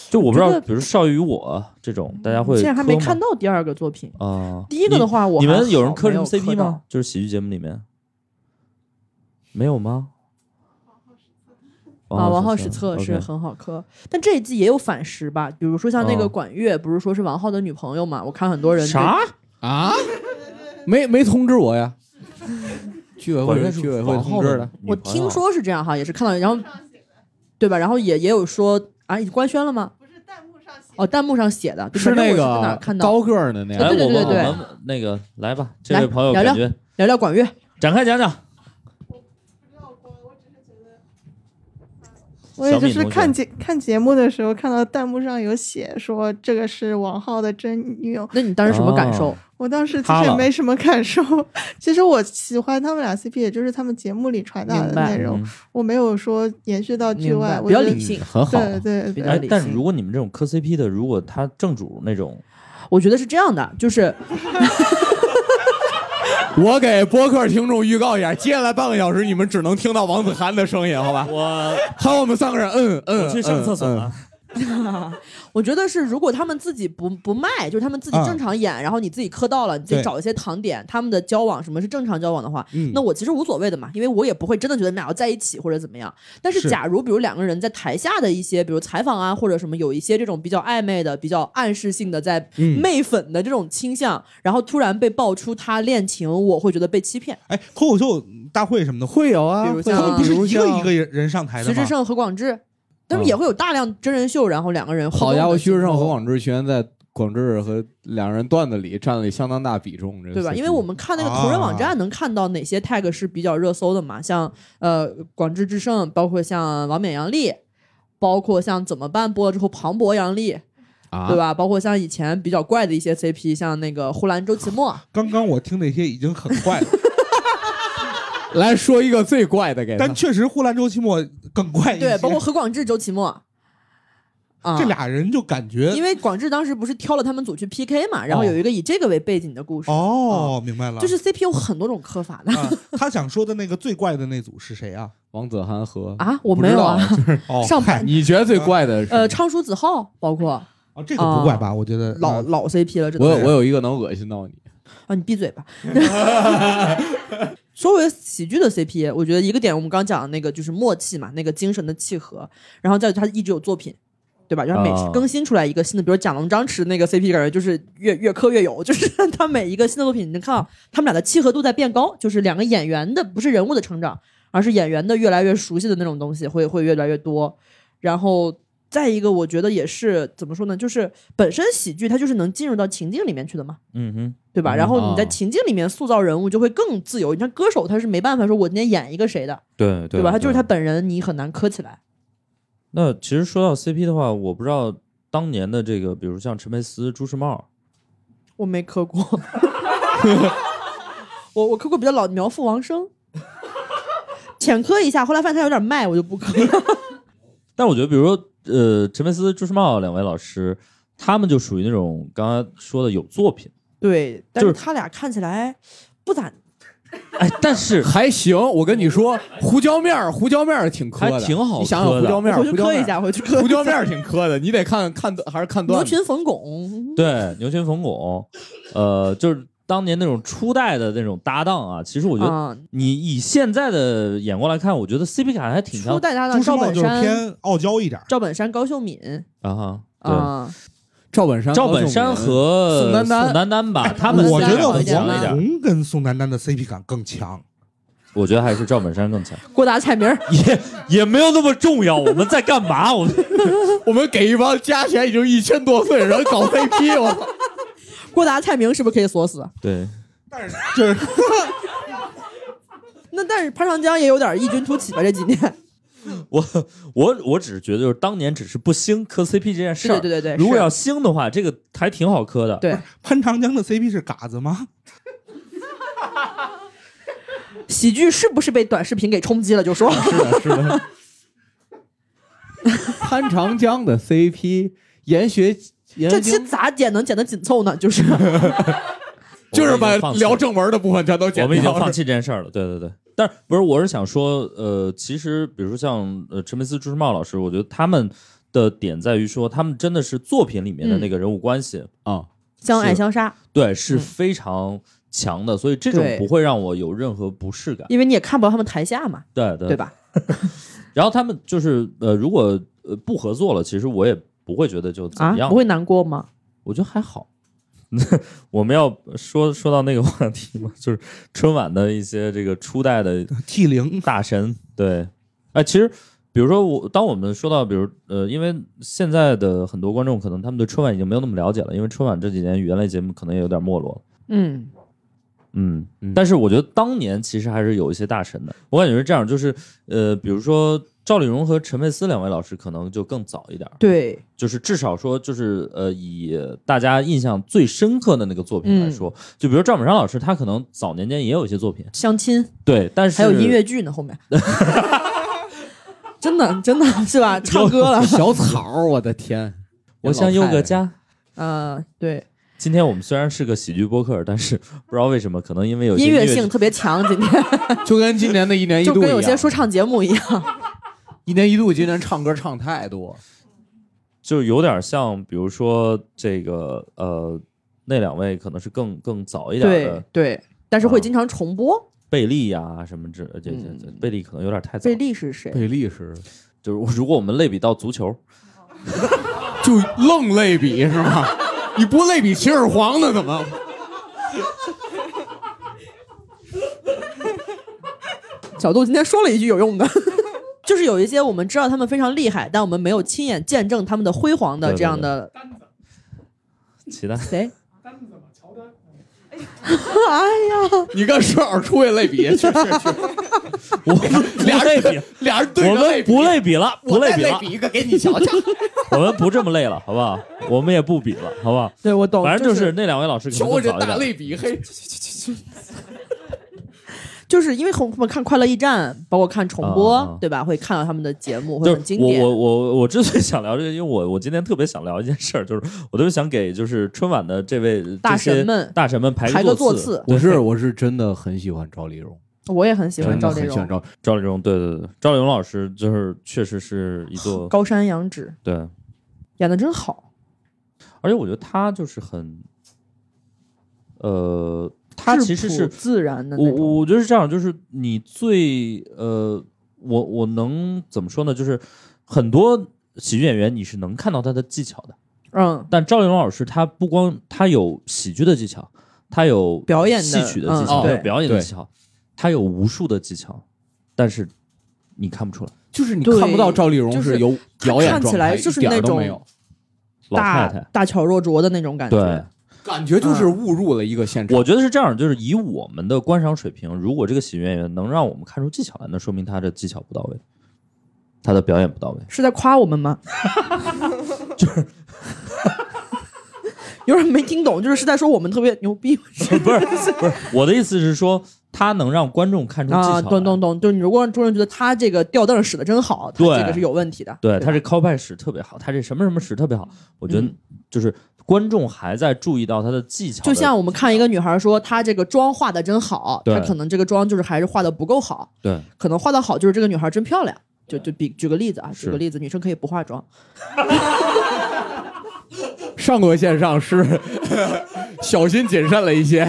[SPEAKER 1] 就我不知道
[SPEAKER 2] 我觉，得嗯
[SPEAKER 1] 比如少于我这种，大家会
[SPEAKER 2] 现在还没
[SPEAKER 1] 磕吗
[SPEAKER 2] 看到第二个作品，
[SPEAKER 1] 啊。
[SPEAKER 2] 第一个的
[SPEAKER 1] 你
[SPEAKER 2] 话我
[SPEAKER 1] 你
[SPEAKER 2] 还
[SPEAKER 1] 们有人
[SPEAKER 2] 好
[SPEAKER 1] 磕
[SPEAKER 2] 没
[SPEAKER 1] 什么
[SPEAKER 2] 磕
[SPEAKER 1] CP
[SPEAKER 2] 到
[SPEAKER 1] 吗？？就是喜剧节目里面没有吗？
[SPEAKER 2] 啊，王浩史
[SPEAKER 1] 史
[SPEAKER 2] 册是
[SPEAKER 1] 哦 OK
[SPEAKER 2] 很好磕，但这一季也有反噬吧，比如说像那个
[SPEAKER 1] 哦
[SPEAKER 2] 管乐，不是说是王浩的女朋友嘛？我看很多人对
[SPEAKER 1] 啥？
[SPEAKER 3] 啊，没没通知我呀，居委
[SPEAKER 1] 管
[SPEAKER 3] 会
[SPEAKER 1] 乐
[SPEAKER 3] 居委会通知的。
[SPEAKER 2] 我听说是这样哈，也是看到，然后对吧？然后也也有说啊，已经官宣了吗？不是弹幕上写哦，弹幕上写的，对
[SPEAKER 3] 是
[SPEAKER 2] 反正
[SPEAKER 3] 那
[SPEAKER 2] 我在哪儿
[SPEAKER 3] 个
[SPEAKER 2] 看到？
[SPEAKER 3] 高个儿的那
[SPEAKER 1] 哎，
[SPEAKER 3] 个
[SPEAKER 2] 哦对对
[SPEAKER 1] 我们
[SPEAKER 2] 对对
[SPEAKER 1] 我们那个来吧，这
[SPEAKER 2] 来
[SPEAKER 1] 位朋友
[SPEAKER 2] 聊
[SPEAKER 1] 感
[SPEAKER 2] 聊
[SPEAKER 1] 觉
[SPEAKER 2] 聊聊管乐，
[SPEAKER 1] 展开讲讲。
[SPEAKER 6] 我也
[SPEAKER 1] 小
[SPEAKER 6] 就
[SPEAKER 1] 米
[SPEAKER 6] 是
[SPEAKER 1] 同学
[SPEAKER 6] 看节看节目的时候，看到弹幕上有写说这个是王浩的真女友，
[SPEAKER 2] 那你当时什么感受
[SPEAKER 1] 哦？
[SPEAKER 6] 我当时其
[SPEAKER 1] 塌
[SPEAKER 6] 实也
[SPEAKER 1] 了
[SPEAKER 6] 没什么感受。 (laughs) 其实我喜欢他们俩 CP，也就是他们节目里传达的
[SPEAKER 2] 明白嗯
[SPEAKER 6] 内容，我没有说延续到剧
[SPEAKER 2] 明
[SPEAKER 6] 外
[SPEAKER 2] 白，。
[SPEAKER 6] 我
[SPEAKER 2] 比较
[SPEAKER 6] 觉得
[SPEAKER 2] 理性。
[SPEAKER 3] 很好，
[SPEAKER 6] 对对
[SPEAKER 2] 比
[SPEAKER 6] 对
[SPEAKER 2] 较
[SPEAKER 1] 哎
[SPEAKER 2] 理，
[SPEAKER 1] 但
[SPEAKER 2] 性
[SPEAKER 1] 是如果你们这种磕 CP 的，如果他正主那种，
[SPEAKER 2] 我觉得是这样的，就是
[SPEAKER 3] 我给播客听众预告一下，接下来半个小时你们只能听到王子涵的声音，好吧？我和我们三个人，嗯嗯，
[SPEAKER 1] 我去上厕所
[SPEAKER 3] 嗯
[SPEAKER 1] 了。
[SPEAKER 2] 我觉得是，如果他们自己不不卖，就是他们自己
[SPEAKER 3] 嗯
[SPEAKER 4] 啊
[SPEAKER 2] 正常演，然后你自己磕到了，你自己
[SPEAKER 4] 对
[SPEAKER 2] 找一些糖点，他们的交往什么是正常交往的话，
[SPEAKER 4] 嗯
[SPEAKER 2] 那我其实无所谓的嘛，因为我也不会真的觉得俩要在一起或者怎么样。但是
[SPEAKER 4] 是
[SPEAKER 2] 假如比如两个人在台下的一些，比如采访啊或者什么，有一些这种比较暧昧的、比较暗示性的在
[SPEAKER 4] 嗯
[SPEAKER 2] 媚粉的这种倾向，然后突然被爆出他恋情，我会觉得被欺骗。
[SPEAKER 4] 哎，脱口秀大会什么的，
[SPEAKER 7] 会有啊
[SPEAKER 2] 比如，
[SPEAKER 7] 会
[SPEAKER 2] 像
[SPEAKER 4] 他们
[SPEAKER 7] 有
[SPEAKER 4] 不是
[SPEAKER 7] 比如
[SPEAKER 4] 一个
[SPEAKER 7] 像
[SPEAKER 4] 一个人上台的
[SPEAKER 2] 徐
[SPEAKER 4] 吗
[SPEAKER 2] 志？胜、何广智，但是
[SPEAKER 4] 嗯
[SPEAKER 2] 也会有大量真人秀，然后两个人互
[SPEAKER 3] 好
[SPEAKER 2] 动
[SPEAKER 3] 家伙，
[SPEAKER 2] 的
[SPEAKER 3] 徐志
[SPEAKER 2] 镜
[SPEAKER 3] 胜
[SPEAKER 2] 头
[SPEAKER 3] 和广志轩在广志和两人段子里占了相当大比重，这
[SPEAKER 2] 对吧？
[SPEAKER 3] 四
[SPEAKER 2] 因
[SPEAKER 3] 集
[SPEAKER 2] 为我们看那个
[SPEAKER 4] 啊
[SPEAKER 2] 同人网站能看到哪些 tag 是比较热搜的嘛，像呃广智之胜，包括像王冕杨笠，包括像怎么办播了之后庞博杨笠，
[SPEAKER 3] 啊，
[SPEAKER 2] 对？吧？包括像以前比较怪的一些 CP，像那个呼兰周奇墨，
[SPEAKER 4] 刚刚我听那些已经很怪了，
[SPEAKER 3] 来说一个最怪的给他
[SPEAKER 4] 但，确实呼兰周期末更怪一些。
[SPEAKER 2] 对，包括何广智周奇墨，啊，
[SPEAKER 4] 这俩人就感觉
[SPEAKER 2] 因为广智当时不是挑了他们组去 PK 嘛，然后
[SPEAKER 4] 哦
[SPEAKER 2] 有一个以这个为背景的故事，
[SPEAKER 4] 哦，明白了，
[SPEAKER 2] 嗯就是 CP 有很多种磕法的。 (laughs)
[SPEAKER 4] 啊，他想说的那个最怪的那组是谁啊？
[SPEAKER 3] 王子涵和
[SPEAKER 2] 啊，我没有啊，
[SPEAKER 3] 不知道就是
[SPEAKER 4] 哦，
[SPEAKER 2] 上
[SPEAKER 4] 嗨
[SPEAKER 2] 班
[SPEAKER 3] (laughs) 你觉得最怪的
[SPEAKER 2] (laughs)
[SPEAKER 3] 是
[SPEAKER 2] 呃，昌叔子浩，包括
[SPEAKER 4] 哦，这个不怪吧？我觉得
[SPEAKER 2] 老
[SPEAKER 4] 啊
[SPEAKER 2] 老 CP 了，这都
[SPEAKER 3] 嗯我有
[SPEAKER 2] 是
[SPEAKER 3] 我有一个能恶心到你，
[SPEAKER 2] 啊，你闭嘴吧。 (laughs) 说回喜剧的 CP，我觉得一个点我们刚讲的那个就是默契嘛，那个精神的契合，然后再有他一直有作品，对吧？就是他每
[SPEAKER 1] 啊
[SPEAKER 2] 更新出来一个新的，比如蒋龙张弛那个 CP，感觉就是越越磕越有，就是 (laughs) 他每一个新的作品，你能看到啊他们俩的契合度在变高，就是两个演员的不是人物的成长，而是演员的越来越熟悉的那种东西会会越来越多，然后。再一个，我觉得也是怎么说呢？就是本身喜剧它就是能进入到情境里面去的嘛，
[SPEAKER 1] 嗯哼，
[SPEAKER 2] 对吧？然后你在
[SPEAKER 3] 啊
[SPEAKER 2] 情境里面塑造人物就会更自由。你看歌手他是没办法说，我今天演一个谁的，
[SPEAKER 1] 对对
[SPEAKER 2] 对吧？他就是他。本人，你很难磕起来。
[SPEAKER 1] 那其实说到 CP 的话，我不知道当年的这个，比如像陈佩斯、朱时茂，
[SPEAKER 2] 我没磕过， (laughs) 我我磕过比较老的苗阜王声，浅磕一下，后来发现他有点卖，我就不磕了。 (laughs)
[SPEAKER 1] 但我觉得，比如说呃，陈佩斯、朱时茂两位老师，他们就属于那种刚刚说的有作品，
[SPEAKER 2] 对，但
[SPEAKER 1] 就是是
[SPEAKER 2] 他俩看起来不咋，
[SPEAKER 1] 哎，但是
[SPEAKER 3] 还行。我跟你说，胡椒面儿，胡 (laughs) 椒面儿挺磕的，
[SPEAKER 1] 还挺好
[SPEAKER 3] 你想想
[SPEAKER 1] 磕的
[SPEAKER 3] 胡椒面儿，
[SPEAKER 2] 我去
[SPEAKER 3] 胡椒
[SPEAKER 2] 磕
[SPEAKER 3] 面
[SPEAKER 2] 一
[SPEAKER 3] 儿，
[SPEAKER 2] 下，我去磕
[SPEAKER 3] 胡
[SPEAKER 2] 一
[SPEAKER 3] 椒
[SPEAKER 2] 下。
[SPEAKER 3] 面儿挺磕的，你得看看还是看
[SPEAKER 2] 牛
[SPEAKER 3] 段子。
[SPEAKER 2] 群冯巩，
[SPEAKER 1] (laughs) 对牛群冯巩，呃，就是当年那种初代的那种搭档啊，其实我觉得
[SPEAKER 2] 啊，
[SPEAKER 1] 你以现在的眼光来看，我觉得 CP 卡还挺
[SPEAKER 2] 初
[SPEAKER 1] 像
[SPEAKER 2] 代搭档
[SPEAKER 4] 朱时
[SPEAKER 2] 赵
[SPEAKER 4] 茂
[SPEAKER 2] 本
[SPEAKER 4] 就是
[SPEAKER 2] 山，
[SPEAKER 4] 偏傲娇一点儿，
[SPEAKER 2] 赵本山、高秀敏
[SPEAKER 1] 啊哈。对，
[SPEAKER 2] 啊，
[SPEAKER 3] 赵本山，
[SPEAKER 1] 赵本山和
[SPEAKER 3] 宋丹丹
[SPEAKER 1] 宋丹丹吧，他们
[SPEAKER 2] 宋
[SPEAKER 4] 我
[SPEAKER 2] 丹
[SPEAKER 4] 觉
[SPEAKER 2] 丹
[SPEAKER 4] 得
[SPEAKER 2] 好一
[SPEAKER 1] 更
[SPEAKER 2] 点
[SPEAKER 1] 强
[SPEAKER 2] 吧
[SPEAKER 1] 一
[SPEAKER 4] 黄
[SPEAKER 1] 点，
[SPEAKER 4] 宏跟宋丹丹的 CP 感更强。
[SPEAKER 1] 我觉得还是赵本山更强，
[SPEAKER 2] 郭达、蔡明儿，
[SPEAKER 1] 也也没有那么重要。我们在干嘛？我们
[SPEAKER 3] 我们给一帮加起来已经一千多岁的人搞 CP，我操！
[SPEAKER 2] 郭达、蔡明是不是可以锁
[SPEAKER 1] (laughs)
[SPEAKER 2] 死？啊
[SPEAKER 1] 对，
[SPEAKER 4] 就是
[SPEAKER 2] 那但是潘长江也有点异军突起吧？这几年，
[SPEAKER 1] 我我我只是觉得，就是当年只是不兴磕 CP 这件事儿。
[SPEAKER 2] 对对对对对
[SPEAKER 1] 如果
[SPEAKER 2] 是
[SPEAKER 1] 要兴的话，这个还挺好磕的。
[SPEAKER 2] 对
[SPEAKER 4] 潘长江的 CP 是嘎子吗？
[SPEAKER 2] 喜剧是不是被短视频给冲击了？就说
[SPEAKER 3] 是的，是的。潘长江的 CP，严学
[SPEAKER 2] (laughs)
[SPEAKER 3] 严
[SPEAKER 2] 这
[SPEAKER 3] 学
[SPEAKER 2] 期
[SPEAKER 3] 京
[SPEAKER 2] 咋剪能剪得紧凑呢？就是，
[SPEAKER 3] 就是把
[SPEAKER 1] 我们已经放弃了
[SPEAKER 3] 聊正文的部分全都剪掉。
[SPEAKER 1] 我们已经放弃这件事儿了。对对对，但是不是？我是想说，呃，其实比如说像呃陈佩斯、朱时茂老师，我觉得他们的点在于说，他们真的是作品里面
[SPEAKER 2] 嗯
[SPEAKER 1] 的那个人物关系，
[SPEAKER 3] 啊，
[SPEAKER 2] 相爱相杀，
[SPEAKER 1] 对，是
[SPEAKER 2] 嗯
[SPEAKER 1] 非常强的，所以这种
[SPEAKER 2] 对
[SPEAKER 1] 不会让我有任何不适感。
[SPEAKER 2] 因为你也看不到他们台下嘛，
[SPEAKER 1] 对对
[SPEAKER 2] 对？吧？
[SPEAKER 1] 然后他们就是呃，如果呃不合作了，其实我也不会觉得就怎
[SPEAKER 2] 啊
[SPEAKER 1] 么，样，
[SPEAKER 2] 不会难过吗？
[SPEAKER 1] 我觉得还好。 (laughs) 我们要说说到那个话题嘛， (laughs) 就是春晚的一些这个初代的
[SPEAKER 4] T (laughs) 零
[SPEAKER 1] 大神，对，哎，其实比如说我，当我们说到，比如呃，因为现在的很多观众可能他们对春晚已经没有那么了解了，因为春晚这几年语言类节目可能也有点没落了。
[SPEAKER 2] 嗯，
[SPEAKER 1] 嗯
[SPEAKER 3] 嗯，
[SPEAKER 1] 但是我觉得当年其实还是有一些大神的。我感觉是这样，就是呃，比如说赵丽蓉和陈佩斯两位老师可能就更早一点儿，
[SPEAKER 2] 对，
[SPEAKER 1] 就是至少说就是呃，以大家印象最深刻的那个作品来
[SPEAKER 2] 嗯
[SPEAKER 1] 说，就比如赵本山老师，他可能早年间也有一些作品，
[SPEAKER 2] 相亲
[SPEAKER 1] 对，但是
[SPEAKER 2] 还有音乐剧呢，后面。真的，真的是吧？唱歌
[SPEAKER 3] (laughs)
[SPEAKER 2] 了，
[SPEAKER 3] 小草儿，我的天！
[SPEAKER 1] (laughs) 我想有个家。
[SPEAKER 2] 呃，对，
[SPEAKER 1] 今天我们虽然是个喜剧播客，但是不知道为什么，可能因为有些
[SPEAKER 2] 音
[SPEAKER 1] 乐
[SPEAKER 2] 乐性特别强，今天
[SPEAKER 3] 就跟今年的一年一
[SPEAKER 2] 就
[SPEAKER 3] 度一
[SPEAKER 2] 跟
[SPEAKER 3] 样，
[SPEAKER 2] 有些说唱节目一样。
[SPEAKER 3] 一年一度今年唱歌唱太多，
[SPEAKER 1] 就有点像，比如说这个呃，那两位可能是更更早一点
[SPEAKER 2] 对
[SPEAKER 1] 的
[SPEAKER 2] 对，但是会经常重播。
[SPEAKER 1] 贝利呀、什么之呃这这
[SPEAKER 3] 嗯
[SPEAKER 1] 这，贝利可能有点太早
[SPEAKER 2] 贝。利是谁？
[SPEAKER 3] 贝利是
[SPEAKER 1] 就是我如果我们类比到足球，
[SPEAKER 3] 就愣类比是吗？ (laughs) 你不类比秦始皇的怎么？
[SPEAKER 2] 小杜今天说了一句有用
[SPEAKER 1] (laughs)
[SPEAKER 2] 的，就是有一些我们知道他们非常厉害，但我们没有亲眼见证他们的辉煌的
[SPEAKER 1] 对对
[SPEAKER 2] 这样的哎
[SPEAKER 1] 齐丹
[SPEAKER 2] 谁？
[SPEAKER 3] 你跟首尔出位类比，去去去，
[SPEAKER 1] (laughs) 我们不
[SPEAKER 3] (laughs) 俩
[SPEAKER 1] 类
[SPEAKER 3] 人
[SPEAKER 1] 比，
[SPEAKER 3] 俩人对
[SPEAKER 1] 我
[SPEAKER 3] 着
[SPEAKER 1] 们不类比了，不
[SPEAKER 3] 我
[SPEAKER 1] 类
[SPEAKER 3] 再
[SPEAKER 1] 比
[SPEAKER 3] 类
[SPEAKER 1] 了
[SPEAKER 3] 比，一个给你瞧
[SPEAKER 2] (laughs)
[SPEAKER 3] 瞧。
[SPEAKER 1] 我们不这么累了，好不好？我们也不比了，好不好？
[SPEAKER 2] 对我懂
[SPEAKER 1] 反正
[SPEAKER 2] 就
[SPEAKER 1] 就是那两位老师可
[SPEAKER 3] 瞧
[SPEAKER 1] 能
[SPEAKER 3] 我
[SPEAKER 1] 更
[SPEAKER 3] 这
[SPEAKER 1] 早一
[SPEAKER 3] 大
[SPEAKER 1] 点。
[SPEAKER 3] 类比，嘿，
[SPEAKER 2] 就是因为我们看《快乐驿站》，包括看重播，
[SPEAKER 1] 啊啊啊
[SPEAKER 2] 对吧？会看到他们的节目，会
[SPEAKER 1] 就
[SPEAKER 2] 很
[SPEAKER 1] 是
[SPEAKER 2] 经
[SPEAKER 1] 我
[SPEAKER 2] 典。
[SPEAKER 1] 我我我之所以想聊这个，因为我我今天特别想聊一件事儿，就是我特别想给就是春晚的这位这
[SPEAKER 2] 大
[SPEAKER 1] 些
[SPEAKER 2] 神们
[SPEAKER 1] 大神们排
[SPEAKER 2] 排
[SPEAKER 1] 个
[SPEAKER 2] 个座
[SPEAKER 1] 次。
[SPEAKER 2] 次，
[SPEAKER 3] 我是我是真的很喜欢赵丽蓉，
[SPEAKER 2] 我也很喜欢
[SPEAKER 1] 嗯
[SPEAKER 2] 赵丽蓉，
[SPEAKER 3] 赵。
[SPEAKER 1] 赵丽蓉，对对对，赵丽蓉老师就是确实是一座
[SPEAKER 2] 高山仰止，
[SPEAKER 1] 对，
[SPEAKER 2] 演的真好。
[SPEAKER 1] 而且我觉得她就是很，呃，她其实
[SPEAKER 2] 质
[SPEAKER 1] 是
[SPEAKER 2] 朴自然的
[SPEAKER 1] 我
[SPEAKER 2] 那种，
[SPEAKER 1] 我我觉得是这样，就是你最呃，我我能怎么说呢？就是很多喜剧演员你是能看到他的技巧的，
[SPEAKER 2] 嗯，
[SPEAKER 1] 但赵丽蓉老师她不光她有喜剧的技巧，她有
[SPEAKER 2] 表演的
[SPEAKER 1] 戏曲的技巧，
[SPEAKER 3] 嗯
[SPEAKER 1] 她有
[SPEAKER 2] 对
[SPEAKER 1] 表演的
[SPEAKER 3] 对
[SPEAKER 1] 技巧，她有无数的技巧，但是你看不出来。
[SPEAKER 3] (laughs) 就是你
[SPEAKER 2] 对
[SPEAKER 3] 看不到赵丽蓉
[SPEAKER 2] 就是
[SPEAKER 3] 有表演
[SPEAKER 2] 看起
[SPEAKER 3] 状
[SPEAKER 2] 来
[SPEAKER 3] 态，
[SPEAKER 2] 就是
[SPEAKER 3] 一点
[SPEAKER 2] 那
[SPEAKER 3] 儿都
[SPEAKER 2] 种
[SPEAKER 3] 没有，
[SPEAKER 1] 老
[SPEAKER 2] 大
[SPEAKER 1] 太太，
[SPEAKER 2] 大巧若拙的那种感觉。
[SPEAKER 1] 对，
[SPEAKER 3] (laughs) 感觉就是
[SPEAKER 2] 嗯
[SPEAKER 3] 误入了一个现场。
[SPEAKER 1] 我觉得是这样，就是以我们的观赏水平，如果这个喜剧演员能让我们看出技巧来，那说明他的技巧不到位，他的表演不到位。
[SPEAKER 2] 是在夸我们吗？
[SPEAKER 1] (laughs)
[SPEAKER 2] 就是。 (laughs) 有人没听懂，就是是在说我们特别牛逼，
[SPEAKER 1] 不是不是，我的意思是说，他能让观众看出技巧来、
[SPEAKER 2] 啊，懂懂懂，就是你如果让众人觉得他这个吊凳使的真好，他
[SPEAKER 1] 对
[SPEAKER 2] 这个是有问题的。
[SPEAKER 1] 对
[SPEAKER 2] 吧
[SPEAKER 1] 他这 callback 使特别好，他这什么什么使特别好，我觉得
[SPEAKER 2] 嗯
[SPEAKER 1] 就是观众还在注意到他的技巧的，
[SPEAKER 2] 就像我们看一个女孩说她这个妆化的真好，
[SPEAKER 1] 对
[SPEAKER 2] 她可能这个妆就是还是化的不够好，
[SPEAKER 1] 对，
[SPEAKER 2] 可能化的好就是这个女孩真漂亮。就就比举个例子啊，举
[SPEAKER 1] 是
[SPEAKER 2] 个例子，女生可以不化妆，
[SPEAKER 3] 上过线上是小心谨慎了一些，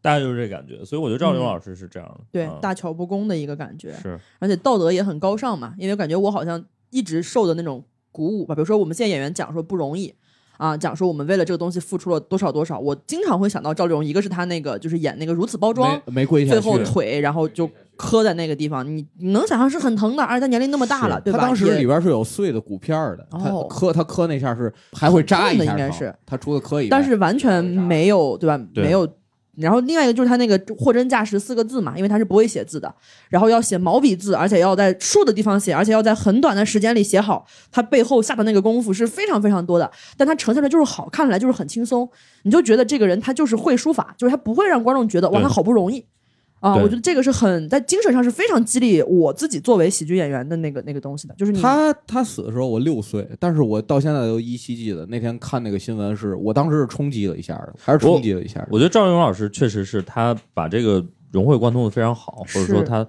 [SPEAKER 1] 大家就是这感觉，所以我觉得赵丽蓉老师是这样的，
[SPEAKER 2] 对，
[SPEAKER 1] 嗯
[SPEAKER 2] 大巧不工的一个感觉，
[SPEAKER 1] 是
[SPEAKER 2] 而且道德也很高尚嘛，因为感觉我好像一直受的那种鼓舞吧，比如说我们现在演员讲说不容易。啊，讲说我们为了这个东西付出了多少多少，我经常会想到赵丽蓉，一个是她那个就是演那个如此包 (laughs) 装，
[SPEAKER 3] 没没跪下
[SPEAKER 2] 最
[SPEAKER 3] 去。
[SPEAKER 2] 后腿然后就磕在那个地方，你你能想象是很疼的，而且她年龄那么大了，对
[SPEAKER 3] 他
[SPEAKER 2] 吧？
[SPEAKER 3] 当时
[SPEAKER 2] 也
[SPEAKER 3] 里边是有碎的骨片儿的，
[SPEAKER 2] 哦
[SPEAKER 3] 他磕他磕那下是还会扎一
[SPEAKER 2] 痛的
[SPEAKER 3] 下
[SPEAKER 2] 应
[SPEAKER 3] 疼，
[SPEAKER 2] 该是
[SPEAKER 3] 他除了磕以外，
[SPEAKER 2] 但是完全没有，对吧？
[SPEAKER 1] 对
[SPEAKER 2] 没有。然后另外一个就是他那个货真价实四个字嘛，因为他是不会写字的，然后要写毛笔字，而且要在竖的地方写，而且要在很短的时间里写好。他背后下的那个功夫是非常非常多的，但他呈现的就是好，看起来就是很轻松，你就觉得这个人他就是会书法，就是他不会让观众觉得哇，
[SPEAKER 1] 对
[SPEAKER 2] 他好不容易啊！
[SPEAKER 1] 对
[SPEAKER 2] 我觉得这个是很在精神上是非常激励我自己作为喜剧演员的那个那个东西的，就是你
[SPEAKER 3] 他他死的时候我六岁，但是我到现在都依稀记得那天看那个新闻是，我当时是冲击了一下的，还是冲击了一下的。
[SPEAKER 1] 我觉得赵丽蓉老师确实是他把这个融会贯通的非常好，或者说
[SPEAKER 2] 是
[SPEAKER 1] 他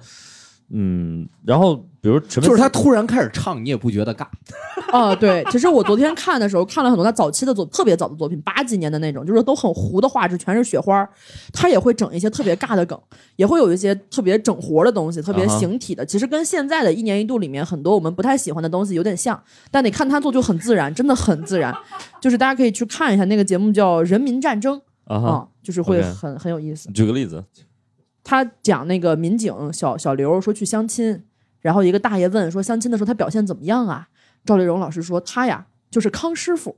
[SPEAKER 1] 嗯，然后比如陈佩斯
[SPEAKER 3] 就是他突然开始唱，你也不觉得尬。
[SPEAKER 2] (laughs) 啊，对，其实我昨天看的时候，看了很多他早期的作，特别早的作品，八几年的那种，就是都很糊的画质，全是雪花儿。他也会整一些特别尬的梗，也会有一些特别整活的东西，特别
[SPEAKER 1] 啊哈
[SPEAKER 2] 形体的。其实跟现在的一年一度里面很多我们不太喜欢的东西有点像，但你看他做就很自然，真的很自然。就是大家可以去看一下那个节目叫《人民战争》
[SPEAKER 1] 啊
[SPEAKER 2] 啊、
[SPEAKER 1] 哈，
[SPEAKER 2] 就是会
[SPEAKER 1] OK
[SPEAKER 2] 很很有意思。
[SPEAKER 1] 举个例子，
[SPEAKER 2] 他讲那个民警小小刘说去相亲，然后一个大爷问说相亲的时候他表现怎么样啊？赵丽蓉老师说他呀就是康师傅。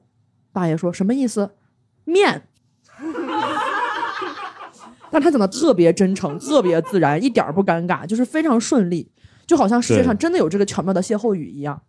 [SPEAKER 2] 大爷说什么意思？面。 (laughs) 但他讲的特别真诚，特别自然，一点儿不尴尬，就是非常顺利，就好像世界上
[SPEAKER 1] 对
[SPEAKER 2] 真的有这个巧妙的歇后语一样。